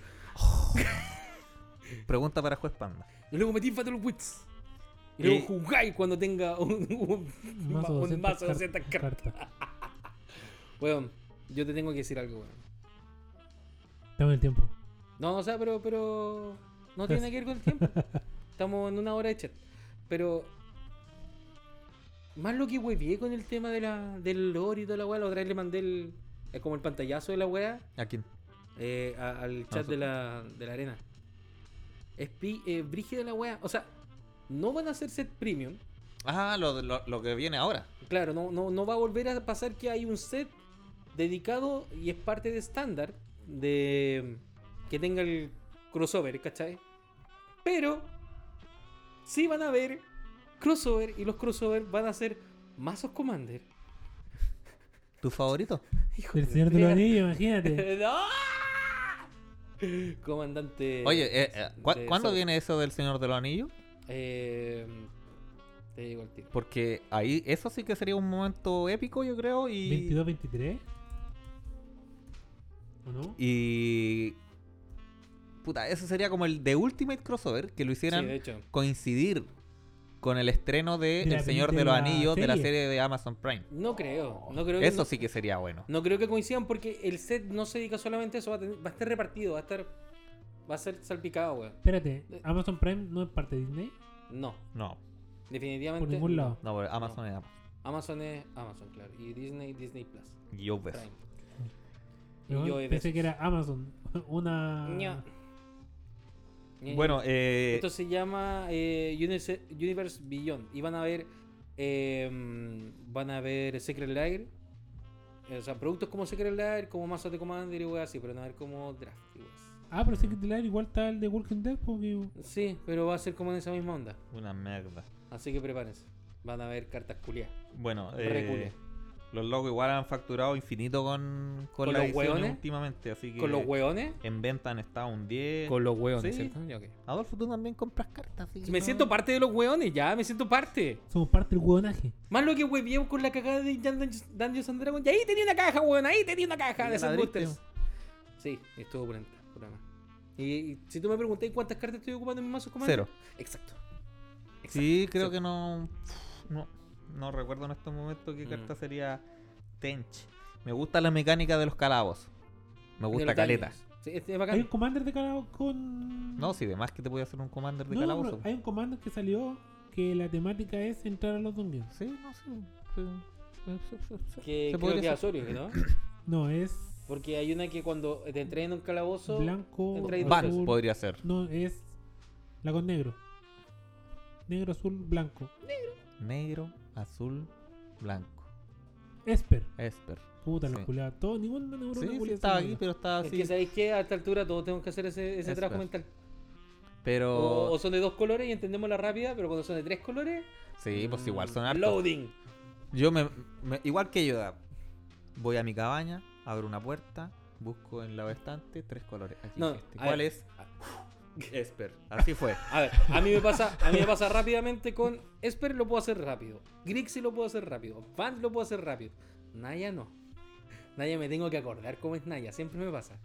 Speaker 1: Pregunta para Juez Panda.
Speaker 2: Y luego metí Battle of Wits. Y
Speaker 1: Y-
Speaker 2: luego jugáis cuando tenga un, un, un
Speaker 3: Mazo
Speaker 2: ma- un
Speaker 3: 200
Speaker 2: mazo de 200
Speaker 3: car-
Speaker 2: cartas.
Speaker 3: cartas.
Speaker 2: Weón, yo te tengo que decir algo, weón.
Speaker 3: Dame el tiempo.
Speaker 2: No, o sea, pero, pero no tiene nada que ver con el tiempo. Estamos en una hora de chat. Pero Más lo que huevié con el tema de la, del lore y toda la weá, la otra vez le mandé el, eh, como el pantallazo de la weá
Speaker 1: ¿A quién?
Speaker 2: eh, a- al chat de, la, de la arena. Es pi- eh, brígida la weá. O sea, no van a hacer set premium.
Speaker 1: Ah, lo, lo- lo que viene ahora.
Speaker 2: Claro, no, no, no va a volver a pasar que hay un set dedicado y es parte de estándar de que tenga el crossover, ¿cachai? Pero sí van a ver crossover y los crossover van a ser Mazos Commander.
Speaker 1: ¿Tu favorito?
Speaker 2: Hijo
Speaker 3: El señor de los
Speaker 2: perra.
Speaker 3: anillos, imagínate.
Speaker 2: ¡No! Comandante.
Speaker 1: Oye, eh, eh, ¿cu-
Speaker 2: de
Speaker 1: ¿cuándo
Speaker 2: Saur.
Speaker 1: viene eso del Señor de los Anillos?
Speaker 2: Eh, te digo el tiro.
Speaker 1: Porque ahí, eso sí que sería un momento épico, yo creo, y...
Speaker 3: 22, 23. ¿O no?
Speaker 1: Y... Puta, eso sería como el de Ultimate Crossover, que lo hicieran
Speaker 2: Sí, de hecho.
Speaker 1: coincidir con el estreno de
Speaker 3: De la
Speaker 1: El Señor
Speaker 3: peli-
Speaker 1: de
Speaker 3: de
Speaker 1: los
Speaker 3: la
Speaker 1: Anillos de la
Speaker 3: serie.
Speaker 1: serie de Amazon Prime.
Speaker 2: No creo. No creo que Mm.
Speaker 1: Eso
Speaker 2: no-
Speaker 1: sí que sería bueno.
Speaker 2: No creo que coincidan porque el set no se dedica solamente a eso, va a, tener- va a estar repartido, va a estar. Va a ser salpicado, weón.
Speaker 3: Espérate, Amazon Prime no es parte de Disney.
Speaker 2: No,
Speaker 1: No,
Speaker 2: definitivamente.
Speaker 3: Por ningún
Speaker 2: no.
Speaker 3: lado.
Speaker 1: no, porque Amazon es Amazon.
Speaker 2: Amazon es Amazon, claro. Y Disney, Disney Plus.
Speaker 1: Y Yo ves.
Speaker 2: Prime. Y
Speaker 3: Yo
Speaker 2: yo he
Speaker 3: pensé
Speaker 2: besos.
Speaker 3: que era Amazon. Una.
Speaker 2: Ña. Ña,
Speaker 1: Bueno,
Speaker 2: ña.
Speaker 1: eh...
Speaker 2: Esto se llama eh, Universe, Universe Beyond. Y van a ver. eh, van a ver Secret Lair. eh, O sea, productos como Secret Lair, como Mazos de Commander y weas así, pero no a ver como Draft y weas.
Speaker 3: Ah, pero sé que Lair igual está el de Walking Dead porque.
Speaker 2: Sí, pero va a ser como en esa misma onda.
Speaker 1: Una mierda.
Speaker 2: Así que prepárense. Van a ver cartas culiadas.
Speaker 1: Bueno,
Speaker 2: Re
Speaker 1: eh, los locos igual han facturado infinito con, con,
Speaker 2: ¿Con
Speaker 1: las
Speaker 2: los
Speaker 1: ediciones
Speaker 2: hueones?
Speaker 1: últimamente, así que
Speaker 2: ¿Con los hueones?
Speaker 1: en venta han estado un 10.
Speaker 2: Con los
Speaker 1: hueones,
Speaker 2: hueones,
Speaker 1: ¿cierto? Adolfo, tú también compras cartas. sí,
Speaker 2: Me
Speaker 1: ¿no?
Speaker 2: siento parte de los hueones, ya, me siento parte.
Speaker 3: Somos parte del hueonaje.
Speaker 2: Más lo que huevíamos con la cagada de Dun- Dun- Dungeons and Dragons. Y ahí tenía una caja, hueón, ahí tenía una caja
Speaker 1: Tenía
Speaker 2: de Sand
Speaker 1: ladrillo.
Speaker 2: Boosters. Sí, estuvo por programa. Y, y si tú me preguntáis cuántas cartas estoy ocupando en mis mazos comandos.
Speaker 1: Cero.
Speaker 2: Exacto.
Speaker 1: Sí, creo
Speaker 2: Exacto.
Speaker 1: que no, no. No recuerdo en estos momentos qué
Speaker 2: Mm.
Speaker 1: carta sería Tench. Me gusta la mecánica de los calabos. Me
Speaker 2: De
Speaker 1: gusta
Speaker 2: los
Speaker 1: caleta.
Speaker 2: Dungeons. Sí, este es
Speaker 3: Hay un
Speaker 2: bacán.
Speaker 3: commander de calabozo con.
Speaker 1: No, si además que te voy a hacer un commander de
Speaker 3: No, no,
Speaker 1: calabozo.
Speaker 3: pero hay un commander que salió que la temática es entrar a los dungeons.
Speaker 1: Sí, no sé. Se
Speaker 2: Que creo
Speaker 1: podría
Speaker 2: que es
Speaker 1: hacer.
Speaker 2: Azorio, ¿no?
Speaker 3: No, es.
Speaker 2: Porque hay una que cuando te entrenan en un calabozo.
Speaker 3: blanco.
Speaker 2: entra y
Speaker 1: Vans
Speaker 3: azul.
Speaker 1: podría ser.
Speaker 3: No, es. La con negro. Negro, azul, blanco.
Speaker 1: Negro, azul, blanco.
Speaker 3: Esper.
Speaker 1: Esper.
Speaker 3: Puta,
Speaker 1: Sí.
Speaker 3: los culiados. Todo, ninguna neurona
Speaker 1: Sí, sí,
Speaker 3: culiada
Speaker 1: estaba
Speaker 3: se
Speaker 1: aquí,
Speaker 3: mueve.
Speaker 1: pero estaba
Speaker 2: Es que
Speaker 1: así.
Speaker 2: sabéis que a esta altura todos tenemos que hacer ese, ese
Speaker 1: Es
Speaker 2: trabajo
Speaker 1: verdad.
Speaker 2: mental. O,
Speaker 1: Pero.
Speaker 2: o son de dos colores y entendemos la rápida, pero cuando son de tres colores.
Speaker 1: Sí, pues igual son
Speaker 2: mm,
Speaker 1: hartos.
Speaker 2: Loading.
Speaker 1: Yo me, me- igual que yo, voy a mi cabaña, abro una puerta, busco en la estante tres colores. Aquí,
Speaker 2: No,
Speaker 1: este.
Speaker 2: a
Speaker 1: ¿Cuál
Speaker 2: ver. Ah.
Speaker 1: es? Esper. Así fue.
Speaker 2: A ver, a mí me pasa, a mí me pasa rápidamente con Esper lo puedo hacer rápido. Grixie lo puedo hacer rápido. Vance lo puedo hacer rápido. Naya no. Naya me tengo que acordar cómo es Naya, siempre me pasa.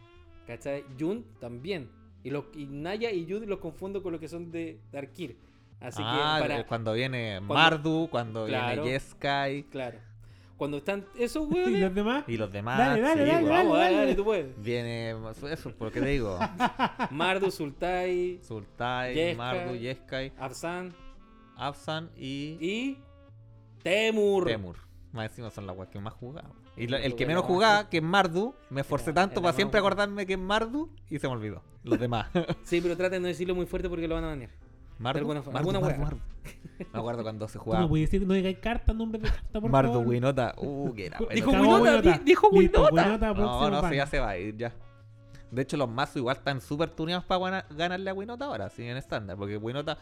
Speaker 2: ¿Cachai? Jun también. Y, los, y Naya y Jun los confundo con lo que son de Darkir. Así
Speaker 1: ah,
Speaker 2: que para.
Speaker 1: eh, cuando viene
Speaker 2: cuando-
Speaker 1: Mardu, cuando
Speaker 2: Claro.
Speaker 1: viene Jeskai
Speaker 2: Claro. Cuando están esos
Speaker 3: ¿Y
Speaker 2: hueones.
Speaker 3: los demás?
Speaker 1: y los demás.
Speaker 3: Dale, dale,
Speaker 1: sí,
Speaker 3: dale,
Speaker 1: weón.
Speaker 2: Vamos, dale,
Speaker 3: dale.
Speaker 2: dale, tú puedes.
Speaker 1: Viene eso, ¿por qué te digo?
Speaker 2: Mardu, Sultai,
Speaker 1: Sultai,
Speaker 2: Jeskai.
Speaker 1: Mardu, Jeskai,
Speaker 2: Absan
Speaker 1: Absan y,
Speaker 2: y Temur.
Speaker 1: Temur. Más encima son las weas que más jugaba. Y la-
Speaker 2: Yo
Speaker 1: el
Speaker 2: jugué
Speaker 1: que
Speaker 2: la
Speaker 1: menos
Speaker 2: más.
Speaker 1: jugaba, que es Mardu, me esforcé
Speaker 2: Era-
Speaker 1: tanto
Speaker 2: era
Speaker 1: para
Speaker 2: más
Speaker 1: siempre
Speaker 2: bueno.
Speaker 1: acordarme que es Mardu y se me olvidó. Los demás.
Speaker 2: Sí, pero traten de no decirlo muy fuerte porque lo van a banear.
Speaker 1: Mardu,
Speaker 2: alguna
Speaker 1: Mardu,
Speaker 2: forma. Alguna
Speaker 1: Mardu,
Speaker 2: wea.
Speaker 1: Mardu. Me acuerdo cuando se
Speaker 3: Tú no
Speaker 1: jugaba
Speaker 3: puedes decir, no digas cartas, nombres de cartas, por
Speaker 1: Mardu
Speaker 3: favor.
Speaker 1: Winota. Uh, que era bueno.
Speaker 2: Dijo
Speaker 3: Acabó
Speaker 2: Winota, di- dijo
Speaker 3: Listo,
Speaker 2: Winota.
Speaker 1: No,
Speaker 3: próximo
Speaker 1: no,
Speaker 3: pan.
Speaker 1: si ya se va a ir ya. De hecho, los mazos igual están súper tuneados para guana- ganarle a Winota ahora, sí, en estándar. Porque Winota.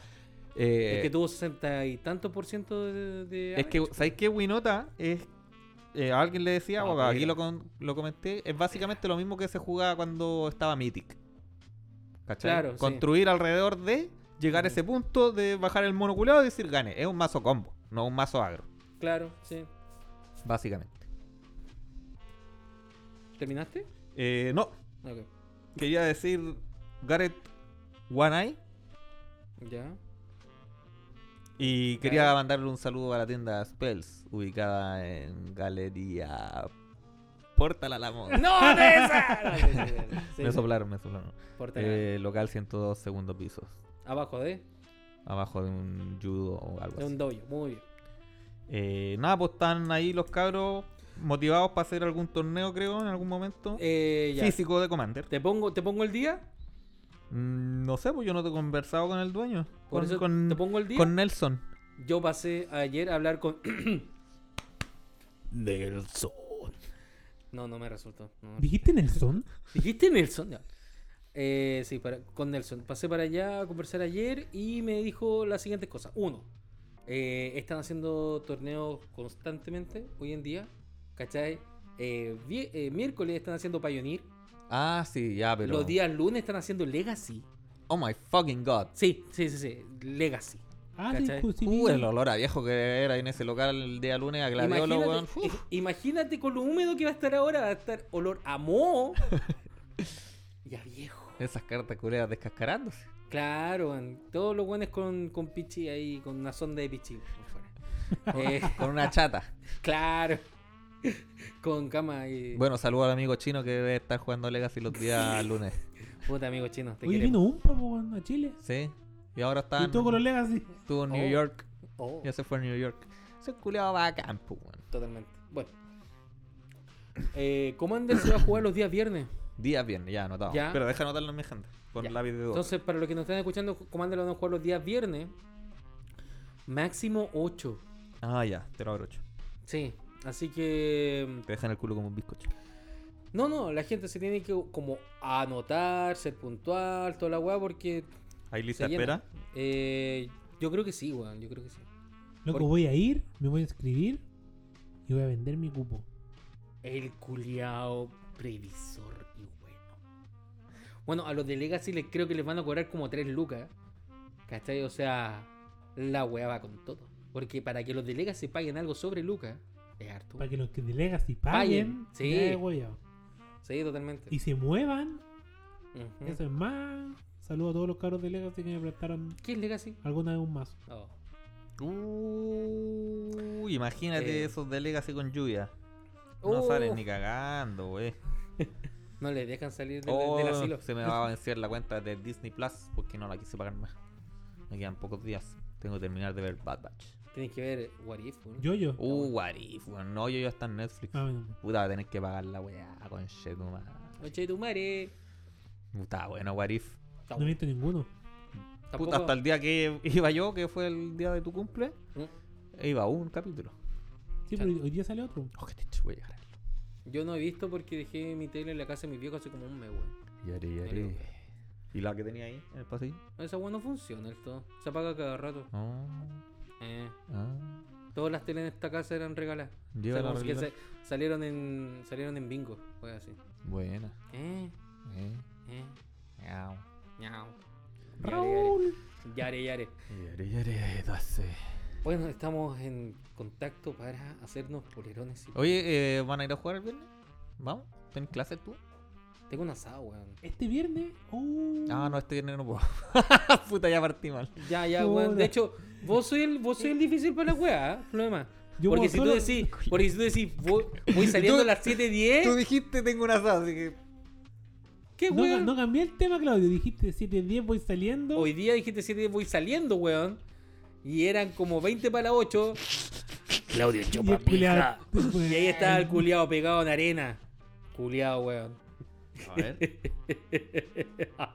Speaker 1: eh,
Speaker 2: Es que tuvo 60 y tanto por ciento de. de
Speaker 1: es que,
Speaker 2: average.
Speaker 1: ¿sabes qué? Winota es. eh, alguien le decía,
Speaker 2: No,
Speaker 1: o aquí
Speaker 2: pero-
Speaker 1: lo, con- lo comenté, es básicamente lo mismo que se jugaba cuando estaba Mythic. ¿Cachai?
Speaker 2: Claro, sí.
Speaker 1: Construir alrededor de llegar a
Speaker 2: Ujú.
Speaker 1: ese punto de bajar el monoculado y decir gane. Es un mazo combo, no un mazo agro,
Speaker 2: Claro, sí.
Speaker 1: básicamente.
Speaker 2: ¿Terminaste?
Speaker 1: Eh, no,
Speaker 2: Ok.
Speaker 1: quería decir Gareth One Eye.
Speaker 2: Ya.
Speaker 1: Y quería
Speaker 2: Claro.
Speaker 1: mandarle un saludo a la tienda Spells, ubicada en Galería Portal Alamo.
Speaker 2: ¡No, de esa! No, sí, sí, sí, sí.
Speaker 1: Me soplaron, me soplaron.
Speaker 2: Porta nada.
Speaker 1: Eh, local 102, segundo piso.
Speaker 2: Abajo de,
Speaker 1: Abajo de un judo o algo
Speaker 2: de un
Speaker 1: así.
Speaker 2: dojo. Muy bien.
Speaker 1: Eh, nada, pues están ahí los cabros motivados para hacer algún torneo, creo, en algún momento.
Speaker 2: Eh, ya.
Speaker 1: Físico de Commander.
Speaker 2: ¿Te pongo, ¿Te pongo el día?
Speaker 1: Mm, No sé, pues yo no te he conversado con el dueño.
Speaker 2: Por
Speaker 1: con,
Speaker 2: eso
Speaker 1: con-
Speaker 2: te pongo el día.
Speaker 1: con Nelson.
Speaker 2: Yo pasé ayer a hablar con.
Speaker 4: Nelson.
Speaker 2: no, no me resultó. no me
Speaker 3: ¿Dijiste Nelson?
Speaker 2: ¿Dijiste Nelson? Ya. Eh, sí, para- con Nelson. Pasé para allá a conversar ayer y me dijo las siguientes cosas. Uno, eh, están haciendo torneos constantemente hoy en día. ¿Cachai? Eh, vie- eh, miércoles están haciendo Pioneer.
Speaker 1: Ah, sí, ya, pero.
Speaker 2: Los días lunes están haciendo Legacy.
Speaker 1: Oh my fucking god.
Speaker 2: Sí, sí, sí, sí. Legacy.
Speaker 3: Ah, sí,
Speaker 2: ¿Cachai?
Speaker 3: pues, sí,
Speaker 1: Uh,
Speaker 3: sí.
Speaker 1: el olor a viejo que era en ese local el día lunes a Gladiolo,
Speaker 2: imagínate,
Speaker 1: weón.
Speaker 2: eh, imagínate con lo húmedo que va a estar ahora. Va a estar olor a moho. y a viejo.
Speaker 1: Esas cartas culeras descascarándose.
Speaker 2: Claro, weón. todos los buenos con, con pichi ahí, con una sonda de pichi. por fuera. Eh,
Speaker 1: Con una chata.
Speaker 2: claro, con cama y.
Speaker 1: Bueno, saludo al amigo chino que debe estar jugando Legacy los días lunes.
Speaker 2: Puta, amigo chino, te
Speaker 3: Hoy vino
Speaker 2: queremos.
Speaker 3: un papo a Chile.
Speaker 1: Sí. Y ahora está
Speaker 3: Y
Speaker 1: en,
Speaker 3: todo con los Legacy.
Speaker 1: estuvo en New
Speaker 2: Oh.
Speaker 1: York.
Speaker 2: Oh,
Speaker 1: Ya se fue a New York. Ese culeado va a campo, weón.
Speaker 2: totalmente. Bueno, eh, Commander se va a jugar los días viernes.
Speaker 1: Días viernes, ya anotado.
Speaker 2: Ya.
Speaker 1: Pero deja anotarlo en mi agenda. Con
Speaker 2: Ya.
Speaker 1: lápiz de dos.
Speaker 2: Entonces, para los que nos están escuchando, Commander lo van a jugar los días viernes. Máximo 8.
Speaker 1: Ah, ya, te lo abrocho.
Speaker 2: Sí, así que. mm,
Speaker 1: Te dejan el culo como un bizcocho.
Speaker 2: No, no, la gente se tiene que como anotar, ser puntual, toda la weá, porque
Speaker 1: ¿Hay
Speaker 2: Se
Speaker 1: lista de
Speaker 2: llena.
Speaker 1: espera?
Speaker 2: Eh, yo creo que sí, weón. Yo creo que sí.
Speaker 3: Loco,
Speaker 2: Por-
Speaker 3: voy a ir, me voy a inscribir y voy a vender mi cupo.
Speaker 2: El culiao previsor y bueno. Bueno, a los de Legacy les creo que les van a cobrar como 3 lucas. ¿Cachai? O sea, la weá va con todo. Porque para que los de Legacy paguen algo sobre lucas, es harto.
Speaker 3: Para que los que de Legacy paguen,
Speaker 2: Paguen, sí.
Speaker 3: ya he hueveado.
Speaker 2: Sí, totalmente.
Speaker 3: y se muevan.
Speaker 2: Ujú.
Speaker 3: Eso es más. Saludo a todos los cabros de Legacy que me prestaron
Speaker 2: ¿Qué es Legacy?
Speaker 3: alguna vez un mazo.
Speaker 2: Oh.
Speaker 1: Uy, imagínate
Speaker 2: Eh.
Speaker 1: esos de Legacy con lluvia. No salen
Speaker 2: Oh,
Speaker 1: ni cagando, wey.
Speaker 2: No les dejan salir del,
Speaker 1: Oh,
Speaker 2: del asilo.
Speaker 1: se me va a vencer la cuenta de Disney Plus porque no la quise pagar más. Me quedan pocos días. Tengo que terminar de ver Bad Batch.
Speaker 2: Tienen que ver What If, weón.
Speaker 3: Yo, yo.
Speaker 1: Uh, what if, weón. No, yo ya está en Netflix.
Speaker 3: Ah, bueno.
Speaker 1: Puta, va a tener que pagar la weá, conchetumar.
Speaker 2: Oye, tu madre.
Speaker 1: Puta, bueno, what if.
Speaker 3: No he visto ninguno.
Speaker 1: Puta, hasta el día que iba yo, que fue el día de tu cumple,
Speaker 2: Mm.
Speaker 1: iba un capítulo.
Speaker 3: Sí,
Speaker 2: Claro.
Speaker 3: pero hoy día sale otro.
Speaker 1: Oh, qué techo, voy a llegar.
Speaker 2: Yo no he visto porque dejé mi tele en la casa de mis viejos hace como un mes, weón.
Speaker 1: Lloré, lloré. ¿Y la que tenía ahí en el pasillo?
Speaker 2: Esa weón no funciona el todo. Se apaga cada rato.
Speaker 1: Oh,
Speaker 2: Eh,
Speaker 1: ah.
Speaker 2: todas las teles en esta casa eran regaladas. O sea,
Speaker 1: Llévala
Speaker 2: como que
Speaker 1: a
Speaker 2: se- salieron en. salieron en bingo, fue así.
Speaker 1: Buena.
Speaker 2: Eh,
Speaker 1: Eh.
Speaker 2: eh,
Speaker 1: Miau.
Speaker 2: ñau.
Speaker 3: Raúl.
Speaker 2: Yare, yare.
Speaker 1: Lloré, lloré, doce.
Speaker 2: Bueno, estamos en contacto para hacernos polerones. y-
Speaker 1: Oye, eh, ¿van a ir a jugar el viernes? ¿Vamos? ¿Tenés clases tú?
Speaker 2: Tengo un asado, weón.
Speaker 3: Este viernes. Uh,
Speaker 1: Ah, no, este viernes no puedo. Puta, ya partí mal.
Speaker 2: Ya, ya, weón. De
Speaker 3: Puta.
Speaker 2: hecho, vos soy el, vos soy el difícil para la weá, ¿eh? problema.
Speaker 3: Yo
Speaker 2: porque si, tú
Speaker 3: puedo solo-
Speaker 2: decís, porque si tú decís, voy, voy saliendo a las 7.10,
Speaker 1: Tú dijiste tengo un asado, así que.
Speaker 2: ¿qué
Speaker 3: No,
Speaker 2: weón?
Speaker 3: no cambié el tema, Claudio. Dijiste 7-10, voy saliendo.
Speaker 2: Hoy día dijiste 7 voy saliendo, weón. Y eran como 20 para 8.
Speaker 4: Claudio
Speaker 3: Y el
Speaker 4: Chupapija.
Speaker 3: culiao-
Speaker 2: Y ahí estaba el culiado pegado en arena. Culiado, weón.
Speaker 1: A ver.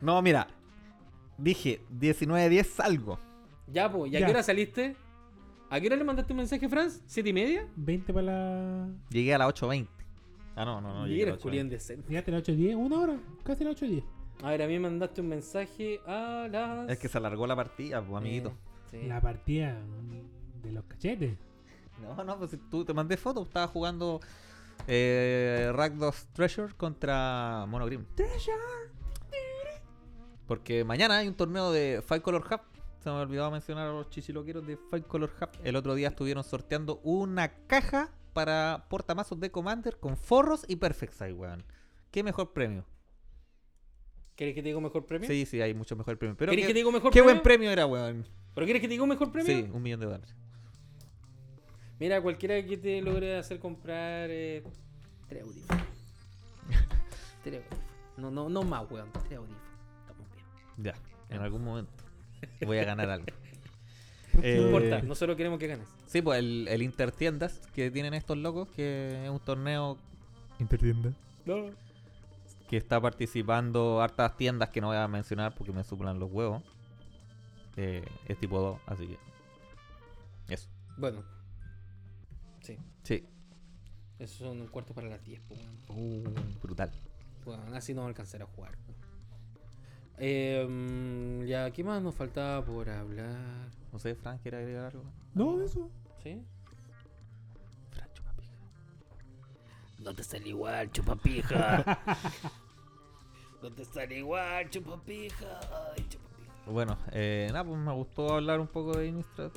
Speaker 1: No, mira. Dije, 19-10 salgo.
Speaker 2: Ya, pues, ¿y a
Speaker 3: Ya.
Speaker 2: qué hora saliste? ¿A qué hora le mandaste un mensaje, Franz? ¿Siete y media?
Speaker 3: 20 para la.
Speaker 1: Llegué a las 8.20. Ah, no, no, no.
Speaker 2: y
Speaker 1: llegué a
Speaker 2: eres
Speaker 1: las
Speaker 2: culiado
Speaker 1: 8:20.
Speaker 2: indecente.
Speaker 3: Llegaste a las 8-10, una hora. Casi a las 8-10.
Speaker 2: A ver, a mí me mandaste un mensaje a las.
Speaker 1: Es que se alargó la partida, pues, amiguito.
Speaker 2: Eh, sí.
Speaker 3: La partida de los cachetes.
Speaker 1: No, no, pues tú te mandé fotos. Estaba jugando eh, Rakdos Treasure contra Monogrim. ¡Treasure! Porque mañana hay un torneo de Five Color Hub. Se me olvidaba mencionar a los chichiloqueros de Five Color Hub. El otro día estuvieron sorteando una caja para portamazos de Commander con forros y Perfect Sight, weón. Qué mejor premio.
Speaker 2: ¿Quieres que te diga un mejor premio?
Speaker 1: Sí, sí, hay mucho mejor premio. Pero
Speaker 2: ¿Quieres que te
Speaker 1: qué,
Speaker 2: diga un mejor
Speaker 1: qué
Speaker 2: premio?
Speaker 1: buen premio era, weón.
Speaker 2: ¿Pero quieres que te diga un mejor premio?
Speaker 1: Sí, un millón de dólares.
Speaker 2: Mira, cualquiera que te logre hacer comprar. Eh, tres audífonos. tres audífonos. No, no, no más, weón. Tres audífonos. Estamos bien.
Speaker 1: Ya, en algún momento voy a ganar algo.
Speaker 3: Eh,
Speaker 2: No importa, nosotros queremos que ganes.
Speaker 1: Sí, pues el, el Intertiendas que tienen estos locos, que es un torneo. Intertiendas.
Speaker 2: No.
Speaker 1: Que está participando hartas tiendas que no voy a mencionar porque me suplan los huevos. Eh, es tipo 2, así que. Eso.
Speaker 2: Bueno. Sí,
Speaker 1: Sí.
Speaker 2: esos son un cuarto para las 10, po, weón.
Speaker 1: brutal.
Speaker 2: Weón, así no va a alcanzar a jugar. Eh, mm, ya, ¿qué más nos faltaba por hablar?
Speaker 1: No sé, Frank, ¿quiere agregar algo?
Speaker 2: Ah,
Speaker 3: No, eso.
Speaker 2: ¿Sí?
Speaker 1: Frank, chupapija.
Speaker 4: No te sale igual, chupapija.
Speaker 2: No te sale igual, chupapija. Ay, chupapija.
Speaker 1: Bueno, eh, nada, pues me gustó hablar un poco de Innistrad.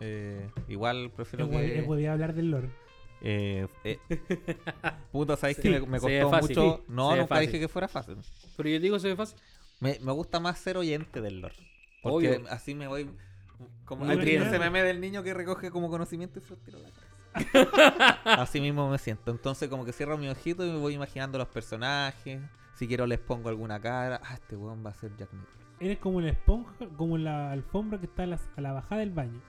Speaker 1: Eh, igual prefiero
Speaker 3: Es hue-
Speaker 1: que.
Speaker 3: es huevear hablar del lore.
Speaker 1: Eh, eh, puta, sabéis que me, me
Speaker 2: Se ve
Speaker 1: costó
Speaker 2: fácil.
Speaker 1: mucho.
Speaker 2: Sí,
Speaker 1: No,
Speaker 2: se ve
Speaker 1: nunca
Speaker 2: fácil.
Speaker 1: dije que fuera fácil.
Speaker 2: Pero yo digo, se ve fácil.
Speaker 1: Me, me gusta más ser oyente del lore. Porque
Speaker 2: Obvio.
Speaker 1: así me voy. Como
Speaker 3: Muy
Speaker 1: el niño,
Speaker 3: bien.
Speaker 1: ese meme del niño que recoge como conocimiento y se lo tira a la cabeza. así mismo me siento. Entonces, como que cierro mi ojito y me voy imaginando los personajes. Si quiero, les pongo alguna cara. Ah, este weón va a ser Jack Nicholson.
Speaker 3: Eres como la esponja, como la alfombra que está a la, a la bajada del baño.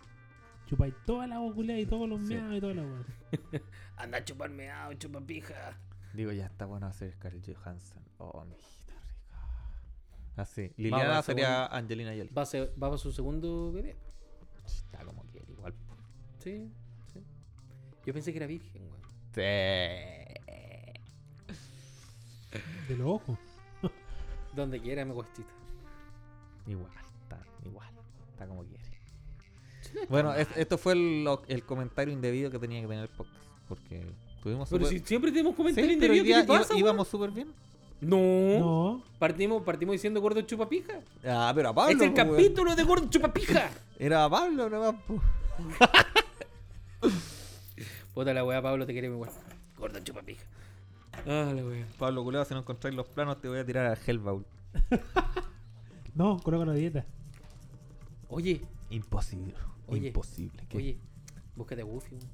Speaker 3: Chupáis toda la agua culiada y todos los
Speaker 1: Sí.
Speaker 3: meados y toda la agua.
Speaker 4: Anda a chuparme a chupapija.
Speaker 1: Digo, ya está bueno hacer Scarlett Johansson. Oh, mi hijita rica. Así.
Speaker 2: Vamos, este
Speaker 1: Liliana
Speaker 2: ese
Speaker 1: sería Angelina Jolie.
Speaker 2: Va a, ser- va para su segundo bebé.
Speaker 1: Está como quiere, igual.
Speaker 2: Sí, sí. Yo pensé que era virgen, weón.
Speaker 1: Este, Sí.
Speaker 3: De los ojos.
Speaker 2: Donde quiera me cuestita.
Speaker 1: Igual, está igual, está como quiere. Bueno, es- esto fue el, lo- el comentario indebido que tenía que tener el podcast. Porque tuvimos
Speaker 2: Pero
Speaker 1: súper-
Speaker 2: si siempre tenemos
Speaker 1: Sí,
Speaker 2: comentarios
Speaker 1: pero hoy
Speaker 2: indebidos,
Speaker 1: día
Speaker 2: ¿qué te
Speaker 1: iba-
Speaker 2: pasa, weón?
Speaker 1: íbamos súper bien.
Speaker 2: No.
Speaker 3: ¿Eh? No.
Speaker 2: Partimos, partimos diciendo gordo chupapija.
Speaker 1: Ah, pero a Pablo.
Speaker 2: es el
Speaker 1: po, weón.
Speaker 2: capítulo de gordo chupapija.
Speaker 1: Era a Pablo pues. nomás, po.
Speaker 2: Puta la weá, Pablo, te queremos igual.
Speaker 4: Gordo chupapija.
Speaker 2: Ah, la weá.
Speaker 1: Pablo culado, si no encontráis los planos, te voy a tirar a Hellbound.
Speaker 3: No, coloca la dieta.
Speaker 2: Oye,
Speaker 1: Imposible.
Speaker 2: Oye,
Speaker 1: Imposible. ¿Qué?
Speaker 2: oye, búscate a Goofy, weón.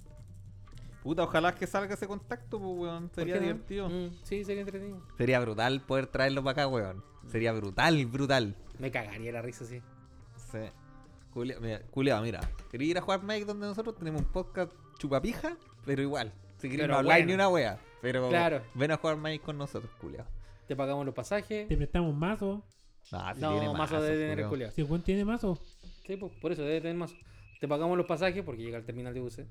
Speaker 1: Puta, ojalá que salga ese contacto, po, weón.
Speaker 2: ¿Por
Speaker 1: Sería
Speaker 2: qué no?
Speaker 1: divertido.
Speaker 2: Mm, sí, sería entretenido.
Speaker 1: Sería brutal poder traerlo para acá, weón. Sería brutal, brutal.
Speaker 2: Me cagaría la risa, sí.
Speaker 1: Sí. Julia, mira, culiao, mira. Quería ir a jugar Magic donde nosotros tenemos un podcast chupapija, pero igual. Si queréis
Speaker 2: Pero
Speaker 1: no hablar
Speaker 2: bueno.
Speaker 1: ni una wea. Pero
Speaker 2: Claro.
Speaker 1: ven a jugar Magic con nosotros, culiao.
Speaker 2: Te pagamos los pasajes.
Speaker 3: Te prestamos mazo.
Speaker 1: Ah, si tiene
Speaker 2: No, mazo debe tener el
Speaker 1: culiao.
Speaker 2: culiao.
Speaker 3: Si el buen tiene mazo,
Speaker 2: Sí, po, por eso debe tener mazo. Te pagamos los pasajes porque llega al terminal de buses.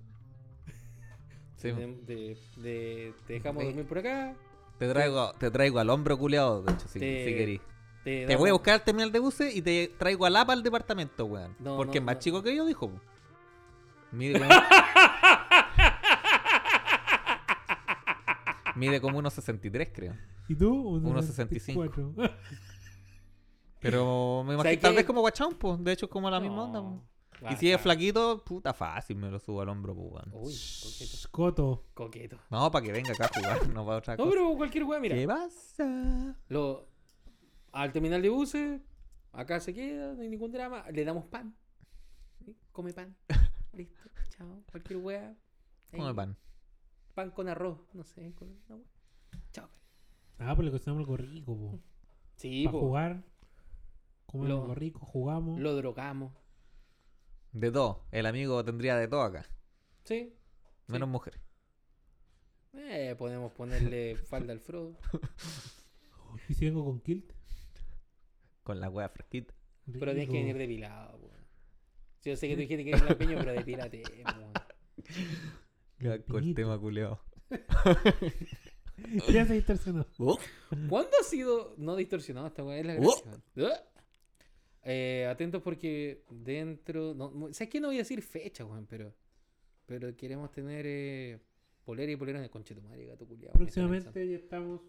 Speaker 1: Sí,
Speaker 2: Te, te- te- te dejamos
Speaker 1: Ve.
Speaker 2: dormir por acá.
Speaker 1: te, traigo, te traigo al hombro culiao, de hecho, si,
Speaker 2: Te-
Speaker 1: si querís.
Speaker 2: Te,
Speaker 1: Te voy a
Speaker 2: damos-
Speaker 1: buscar al terminal de buses y te traigo al APA al departamento, weón.
Speaker 2: No,
Speaker 1: porque
Speaker 2: no,
Speaker 1: es más
Speaker 2: no.
Speaker 1: chico que yo, dijo. po. Mide como... Mide como 1,63, creo.
Speaker 3: y tú, un
Speaker 1: 1.65.
Speaker 3: 64.
Speaker 1: Pero me
Speaker 2: ¿Sabes
Speaker 1: imagino, tal
Speaker 2: qué?
Speaker 1: vez como guachón, pues. De hecho, es como la misma
Speaker 2: No.
Speaker 1: onda. po.
Speaker 2: Ah,
Speaker 1: y si es
Speaker 2: ah.
Speaker 1: flaquito, puta fácil, me lo subo al hombro, pues, weón.
Speaker 2: Uy, coqueto.
Speaker 3: Coto.
Speaker 2: coqueto.
Speaker 1: No, para que venga acá a jugar, no para otra
Speaker 2: No,
Speaker 1: cosa.
Speaker 2: pero cualquier weá, mira.
Speaker 1: ¿Qué pasa?
Speaker 2: Lo, al terminal de buses, acá se queda, no hay ningún drama. Le damos pan. ¿sí? Come pan. Listo, chao. Cualquier weá. ahí,
Speaker 1: Come pan.
Speaker 2: Pan con arroz, no sé. Con una weá. Chao.
Speaker 3: Ah, pues le cocinamos algo rico, po.
Speaker 2: Sí,
Speaker 3: Para
Speaker 2: po,
Speaker 3: jugar. Comemos
Speaker 2: Lo-
Speaker 3: algo rico, jugamos.
Speaker 2: lo drogamos.
Speaker 1: De todo. El amigo tendría de todo acá.
Speaker 2: Sí.
Speaker 1: Menos mujeres.
Speaker 2: Eh, podemos ponerle falda al Frodo.
Speaker 3: Y si vengo con kilt.
Speaker 1: Con la wea fresquita.
Speaker 2: Pero tienes que
Speaker 3: rico.
Speaker 2: venir depilado, po. Si Yo sé que tú dijiste que eres lampeño, pero depílate, po.
Speaker 1: Ya, Con el
Speaker 3: Pinito.
Speaker 1: tema culeado.
Speaker 3: Ya se distorsionó.
Speaker 2: ¿Cuándo ha sido no distorsionado esta weá? Es la
Speaker 1: Oh.
Speaker 2: gracia. Ah. Eh, atentos porque dentro. No, no- ¿Sabes qué? No voy a decir fecha, weón, pero. Pero queremos tener eh, polera y polera de conchetumare, gato culiado.
Speaker 3: Próximamente ya estamos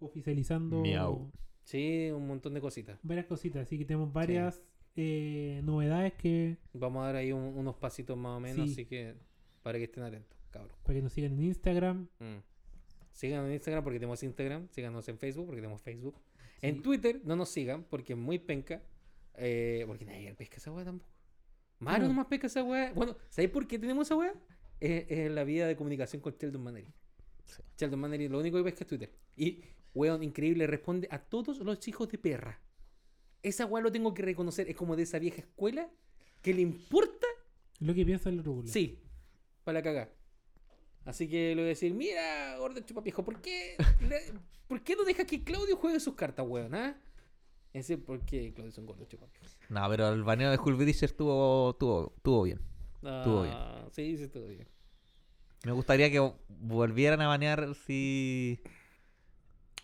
Speaker 3: oficializando
Speaker 1: Miau.
Speaker 2: Sí, un montón de cositas.
Speaker 3: varias cositas. Así que tenemos varias eh, novedades que
Speaker 2: Vamos a dar ahí un- unos pasitos más o menos,
Speaker 3: Sí.
Speaker 2: así que. Para que estén atentos, cabros.
Speaker 3: para que nos sigan en Instagram.
Speaker 2: Mm. Síganos en Instagram porque tenemos Instagram. Síganos en Facebook porque tenemos Facebook. En Twitter no nos sigan porque es muy penca. eh, porque nadie pesca esa weá tampoco. Maro
Speaker 3: No.
Speaker 2: nomás pesca esa weá. Bueno, ¿sabéis por qué tenemos esa weá? Es, es la vía de comunicación con Sheldon Maneri.
Speaker 1: Sí.
Speaker 2: Sheldon Maneri lo único que pesca es Twitter. Y, weón, increíble, responde a todos los hijos de perra. Esa weá lo tengo que reconocer. Es como de esa vieja escuela que le importa,
Speaker 3: Lo que piensa el otro culiao.
Speaker 2: sí, para la cagá. Así que le voy a decir, mira, gordo chupapijo, ¿por qué, le- ¿por qué no dejas que Claudio juegue sus cartas, weón? ah? Es decir, ¿por qué Claudio es un gordo chupapijo?
Speaker 1: No, pero el baneo de Hulbridger estuvo, estuvo, estuvo bien. Estuvo bien.
Speaker 2: Ah, Sí, sí, estuvo bien.
Speaker 1: Me gustaría que volvieran a banear si.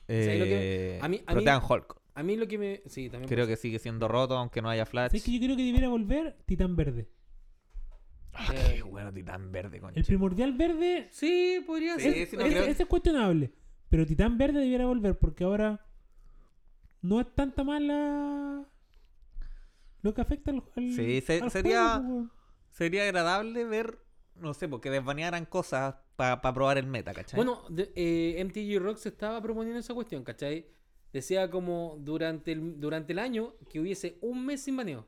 Speaker 2: ¿Sabes lo que-
Speaker 1: eh,
Speaker 2: a mí- a mí-
Speaker 1: Protean Hulk.
Speaker 2: A mí lo que me... Sí, también...
Speaker 1: Creo que sigue siendo roto, aunque no haya flash.
Speaker 3: ¿Sabes que yo creo que debiera volver Titán Verde?
Speaker 1: Ah, qué
Speaker 2: Eh,
Speaker 1: bueno, titán verde, concha.
Speaker 3: El primordial verde
Speaker 2: Sí, podría
Speaker 1: Sí,
Speaker 2: ser.
Speaker 1: sí, no
Speaker 3: ese,
Speaker 2: podría
Speaker 1: creo-
Speaker 2: ser.
Speaker 3: ese es cuestionable. Pero Titán Verde debiera volver porque ahora no es tanta mala lo que afecta al, al-
Speaker 1: Sí, se-
Speaker 3: al
Speaker 1: sería-
Speaker 3: juego, pues,
Speaker 1: Sería agradable ver, no sé, porque desbanearan cosas para probar el meta, ¿cachai?
Speaker 2: Bueno, de- eh, MTG Rock se estaba proponiendo esa cuestión, ¿cachai? Decía como durante el, durante el año que hubiese un mes sin baneo.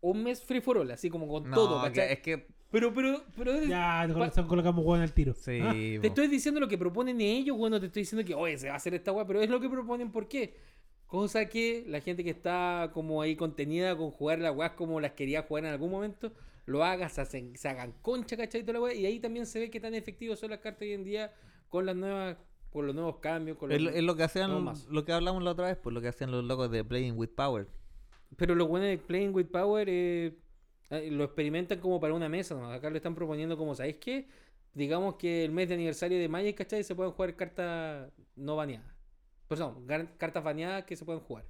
Speaker 2: Un mes free for all, así como con
Speaker 1: No,
Speaker 2: todo,
Speaker 1: que-
Speaker 2: ¿cachai?
Speaker 1: es que.
Speaker 2: Pero, pero, pero...
Speaker 3: weón. Ya,
Speaker 2: pa-
Speaker 3: con razón colocamos weón al tiro.
Speaker 1: Sí.
Speaker 3: Ah,
Speaker 1: po.
Speaker 2: Te estoy diciendo lo que proponen ellos, bueno, te estoy diciendo que, oye, se va a hacer esta weá, pero es lo que proponen, ¿por qué? Cosa que la gente que está como ahí contenida con jugar las weas como las quería jugar en algún momento, lo haga, se, hacen- se hagan concha, ¿cachai? Toda la weá, y ahí también se ve qué tan efectivos son las cartas hoy en día con las nuevas, con los nuevos cambios, con los-
Speaker 1: Es, lo- es lo que
Speaker 2: No
Speaker 1: hacían,
Speaker 2: más.
Speaker 1: lo que hablamos la otra vez, pues lo que hacían los locos de Playing with Power.
Speaker 2: Pero los buenos de Playing with Power eh, eh, lo experimentan como para una mesa. nomás. Acá lo están proponiendo como, ¿sabéis qué? Digamos que el mes de aniversario de Magic, ¿cachai? Se pueden jugar cartas no baneadas. Perdón, gar- cartas baneadas que se pueden jugar.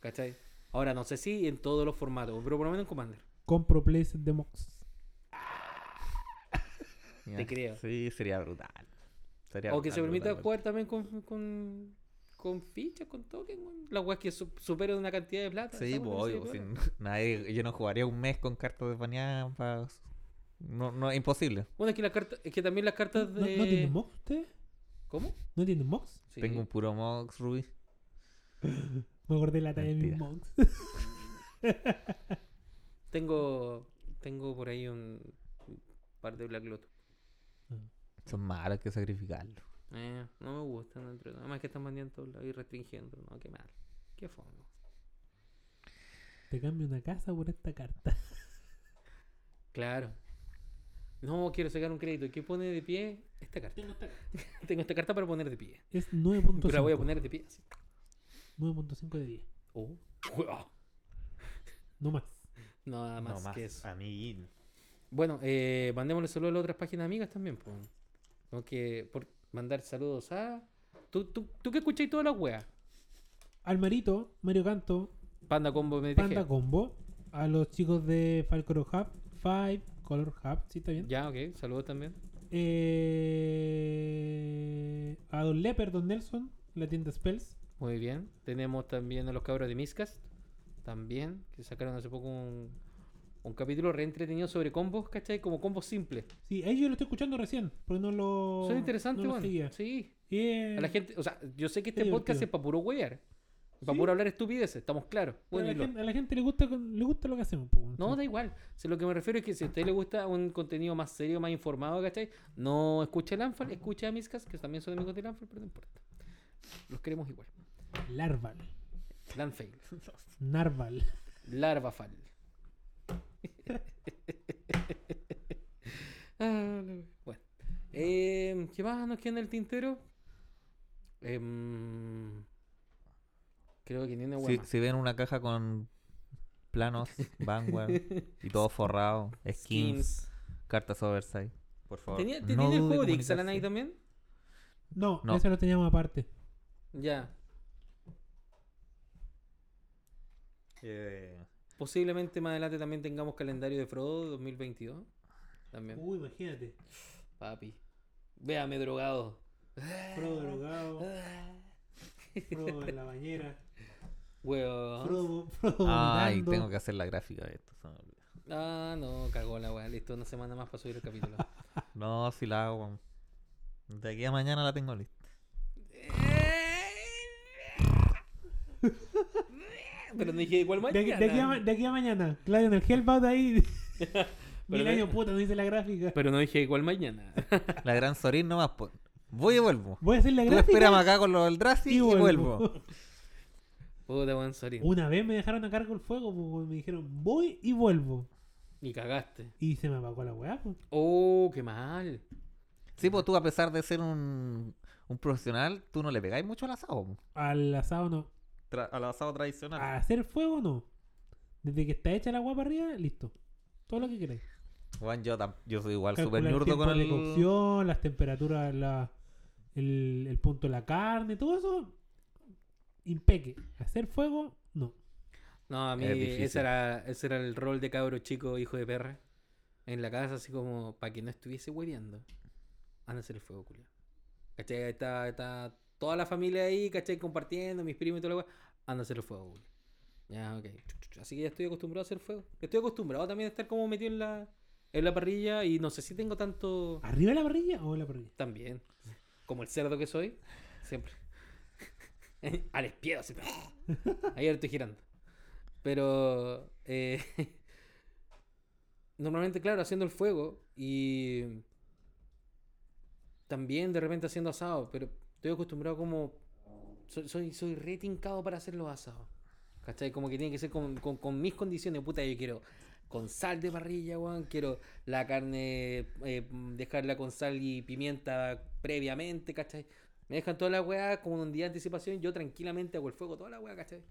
Speaker 2: ¿Cachai? Ahora, no sé si en todos los formatos, pero por lo menos en Commander.
Speaker 3: Compro Place de Mox.
Speaker 1: Ya.
Speaker 2: Te creo.
Speaker 1: Sí, sería brutal. Sería
Speaker 2: o que
Speaker 1: brutal,
Speaker 2: se permita
Speaker 1: brutal, brutal.
Speaker 2: jugar también con, con, con fichas, con tokens, weón. las weas que su- superan una cantidad de plata.
Speaker 1: Sí,
Speaker 2: esa
Speaker 1: pues
Speaker 2: wea no sé
Speaker 1: obvio.
Speaker 2: de plata.
Speaker 1: sin- nadie- yo no jugaría un mes con cartas desbaneadas. pa- No, no, es imposible.
Speaker 2: Bueno, es que, las cartas, es que también las cartas
Speaker 3: ¿No,
Speaker 2: de...
Speaker 3: no tiene Mox usted?
Speaker 2: ¿Cómo?
Speaker 3: ¿No tiene Mox?
Speaker 2: Sí.
Speaker 1: Tengo un puro Mox, Ruby.
Speaker 3: Me acordé de la talla de mi
Speaker 1: Mentira.
Speaker 3: Mox.
Speaker 2: Tengo. Tengo por ahí un par de Black Lotus.
Speaker 1: Son malos hay que sacrificarlo.
Speaker 2: Eh, no me gustan dentro. Nada más que están bandeando todos lados y restringiendo. No, qué mal. Qué fondo.
Speaker 3: Te cambio una casa por esta carta.
Speaker 2: Claro. No quiero sacar un crédito. ¿Qué pone de pie esta carta? Tengo esta carta, para poner de pie.
Speaker 3: Es
Speaker 2: Pero
Speaker 3: 9.5.
Speaker 2: la voy a poner de pie así.
Speaker 3: 9.5 de 10.
Speaker 2: Oh. Wow.
Speaker 3: No más.
Speaker 2: No, nada más,
Speaker 1: no más.
Speaker 2: que eso.
Speaker 1: Amiguín.
Speaker 2: Bueno, eh, mandémosle saludos a las otras páginas amigas también. po. No que por mandar saludos a. ¿Tú, tú, tú que escucháis todas las weas?
Speaker 3: Almarito, Mario Canto,
Speaker 2: Panda Combo MTG.
Speaker 3: Panda Combo, a los chicos de Falcoro Hub, Five, Color Hub, ¿sí está bien?
Speaker 2: Ya, ok. Saludos también.
Speaker 3: Eh, a Don Leper, Don Nelson, la tienda Spells.
Speaker 2: Muy bien. Tenemos también a los cabros de Miscast. También. Que sacaron hace poco un, un capítulo re entretenido sobre combos, ¿cachai? Como combos simples.
Speaker 3: Sí, ahí yo lo estoy escuchando recién, porque no lo.
Speaker 2: Son interesantes,
Speaker 3: Oh, no lo
Speaker 2: weón.
Speaker 3: seguía.
Speaker 2: Sí.
Speaker 3: Eh,
Speaker 2: A la gente. O sea, yo sé que
Speaker 3: Qué
Speaker 2: este podcast
Speaker 3: divertido.
Speaker 2: es para puro wear. Para
Speaker 3: Sí.
Speaker 2: puro hablar estupideces. Estamos claros.
Speaker 3: pero a
Speaker 2: Bueno,
Speaker 3: la
Speaker 2: y lo-
Speaker 3: gente- a la gente le gusta, le gusta lo que hacemos. po, weón.
Speaker 2: No, da igual. Si lo que me refiero es que si a usted le gusta un contenido más serio, más informado, ¿cachai? No escuche el Anfal, escuche a Miscast, que también son amigos del Anfal, pero no importa. Los queremos igual.
Speaker 3: Larval,
Speaker 2: Lanfail.
Speaker 3: Narval.
Speaker 2: Larvafal. Ah, la wea. bueno. Em, ¿Qué más nos queda en el tintero? Em, creo que ni una wea
Speaker 1: Si,
Speaker 2: más.
Speaker 1: si ven una caja con planos, Vanguard y todo forrado, skins, cartas oversight, por favor.
Speaker 2: ¿Tenía,
Speaker 1: no
Speaker 2: te- ¿tiene el
Speaker 1: duden
Speaker 2: juego
Speaker 1: en
Speaker 2: de Ixalan ahí
Speaker 1: comunicarse.
Speaker 2: también?
Speaker 3: No,
Speaker 1: No.
Speaker 3: eso lo teníamos aparte.
Speaker 2: Ya.
Speaker 1: Eh,
Speaker 2: Posiblemente más adelante también tengamos calendario de Frodo 2022. También.
Speaker 3: Uy, imagínate.
Speaker 2: Papi. Véame drogado.
Speaker 3: Frodo drogado,
Speaker 1: Oh.
Speaker 3: Frodo en la bañera,
Speaker 2: Weón.
Speaker 3: Frodo, Frodo
Speaker 1: ¿Ah? Ay,
Speaker 3: vomitando.
Speaker 1: tengo que hacer la gráfica de esto. se me olvidó.
Speaker 2: Ah, no, cagó la wea. Listo, una semana más para subir el capítulo.
Speaker 1: No, si la hago. De aquí a mañana la tengo lista.
Speaker 2: Pero no dije igual
Speaker 3: De, aquí-
Speaker 2: mañana.
Speaker 3: de aquí a, ma- de aquí a mañana, Claudio en el Hellbound ahí. Mil
Speaker 2: Pero-
Speaker 3: años puta, no dice la gráfica.
Speaker 2: Pero no dije igual mañana.
Speaker 1: La gran Sorin nomás. po. Voy y vuelvo.
Speaker 3: Voy a hacer la
Speaker 1: Tú
Speaker 3: gráfica.
Speaker 1: espérame acá con los Eldrazi y, vuelvo.
Speaker 2: Puta, weón, sorry.
Speaker 3: Una vez me dejaron a cargo el fuego, pues, weón, me dijeron voy y vuelvo.
Speaker 2: Y cagaste.
Speaker 3: Y se me apagó la weá, pues.
Speaker 2: Oh, qué mal.
Speaker 1: Sí, pues tú, a pesar de ser un, un profesional, tú no le pegáis mucho al asado. po.
Speaker 3: Al asado no.
Speaker 1: Tra- al asado tradicional.
Speaker 3: A hacer fuego no. Desde que está hecha la agua para arriba, listo. Todo lo que queráis.
Speaker 1: Juan, yo, tam- yo soy igual
Speaker 3: Calcular
Speaker 1: súper
Speaker 3: el
Speaker 1: ñurdo
Speaker 3: tiempo
Speaker 1: con el.
Speaker 3: de cocción, las temperaturas, la- el, el punto de la carne, todo eso. Impeque. Hacer fuego, no.
Speaker 2: No, a mí
Speaker 1: Es difícil.
Speaker 2: ese era, ese era el rol de cabro chico, hijo de perra. En la casa, así como para que no estuviese hueveando. Anda a hacer el fuego, culiao. ¿Cachai? Está, está toda la familia ahí, ¿cachai? Compartiendo, mis primos y todo lo que. Anda a hacer el fuego, culiao. Ya, ok. Chu, chu, chu. Así que ya estoy acostumbrado a hacer fuego. Estoy acostumbrado también a estar como metido en la, en la parrilla y no sé si tengo tanto.
Speaker 3: ¿Arriba de la parrilla o en la parrilla?
Speaker 2: También. Como el cerdo que soy, siempre. Al espiedo, siempre. Ayer estoy girando. Pero. eh, normalmente, claro, haciendo el fuego y. También de repente haciendo asado, pero estoy acostumbrado como. Soy, soy, soy re tincado para hacer los asados. ¿Cachai? Como que tiene que ser con, con- con mis condiciones. Puta, yo quiero con sal de parrilla, weón. Quiero la carne, eh, dejarla con sal y pimienta previamente, ¿cachai? Me dejan toda la weá como un día de anticipación. Yo tranquilamente hago el fuego, toda la weá, ¿cachai?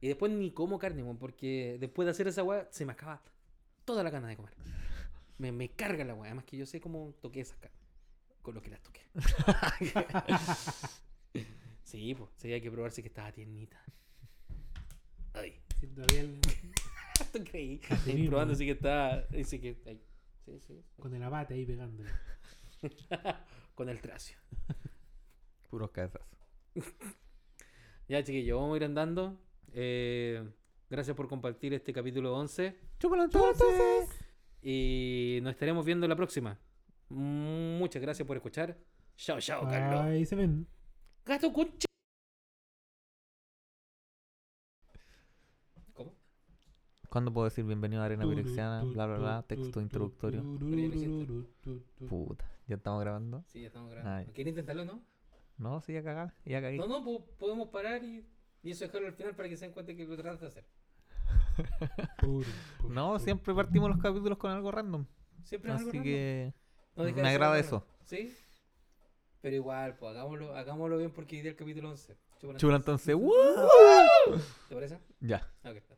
Speaker 2: Y después ni como carne, weón, porque después de hacer esa weá se me acaba toda la gana de comer. Me, me carga la weá, además que yo sé cómo toqué esas carnes. Con lo que las toqué. sí, pues, sí, hay que probarse que estaba tiernita. Ay.
Speaker 3: Sí, todavía el-
Speaker 2: ¿Tú creí?
Speaker 3: Así
Speaker 2: Ahí
Speaker 3: mismo,
Speaker 2: probando,
Speaker 3: ¿no?
Speaker 2: así que está. Dice que. ahí. Sí, sí.
Speaker 3: con el abate ahí pegando.
Speaker 2: Con el tracio.
Speaker 1: Puros cabezas.
Speaker 2: Ya, chiquillos, vamos a ir andando. Eh, gracias por compartir este capítulo 11.
Speaker 1: ¡Chúpalo entonces!
Speaker 2: Y nos estaremos viendo la próxima. Muchas gracias por escuchar. Chao, chao, Carlos.
Speaker 3: Ahí se ven.
Speaker 2: Gato concha. ¿Cómo?
Speaker 1: ¿Cuándo puedo decir bienvenido a Arena Pirexiana? Bla, bla, bla. Texto introductorio. Puta, ¿ya estamos grabando?
Speaker 2: Sí, ya estamos
Speaker 1: Ay.
Speaker 2: grabando. ¿Quieres intentarlo, no?
Speaker 1: No, sí, ya cagá. Ya cagué.
Speaker 2: No, no, po- podemos parar y, y eso dejarlo al final para que se den cuenta que lo tratas de hacer.
Speaker 1: No, siempre partimos los capítulos con algo random.
Speaker 2: Siempre es algo
Speaker 1: Así
Speaker 2: random.
Speaker 1: que.
Speaker 2: No deja de
Speaker 1: Me
Speaker 2: ser
Speaker 1: agrada
Speaker 2: algo
Speaker 1: eso.
Speaker 2: raro, ¿Sí? Pero igual, pues hagámoslo, hagámoslo bien porque hoy día el capítulo 11. Chúpala
Speaker 1: Chúpalo
Speaker 2: entonces.
Speaker 1: entonces. ¡Woo!
Speaker 2: ¿Te parece?
Speaker 1: Ya.
Speaker 2: Ah, ok.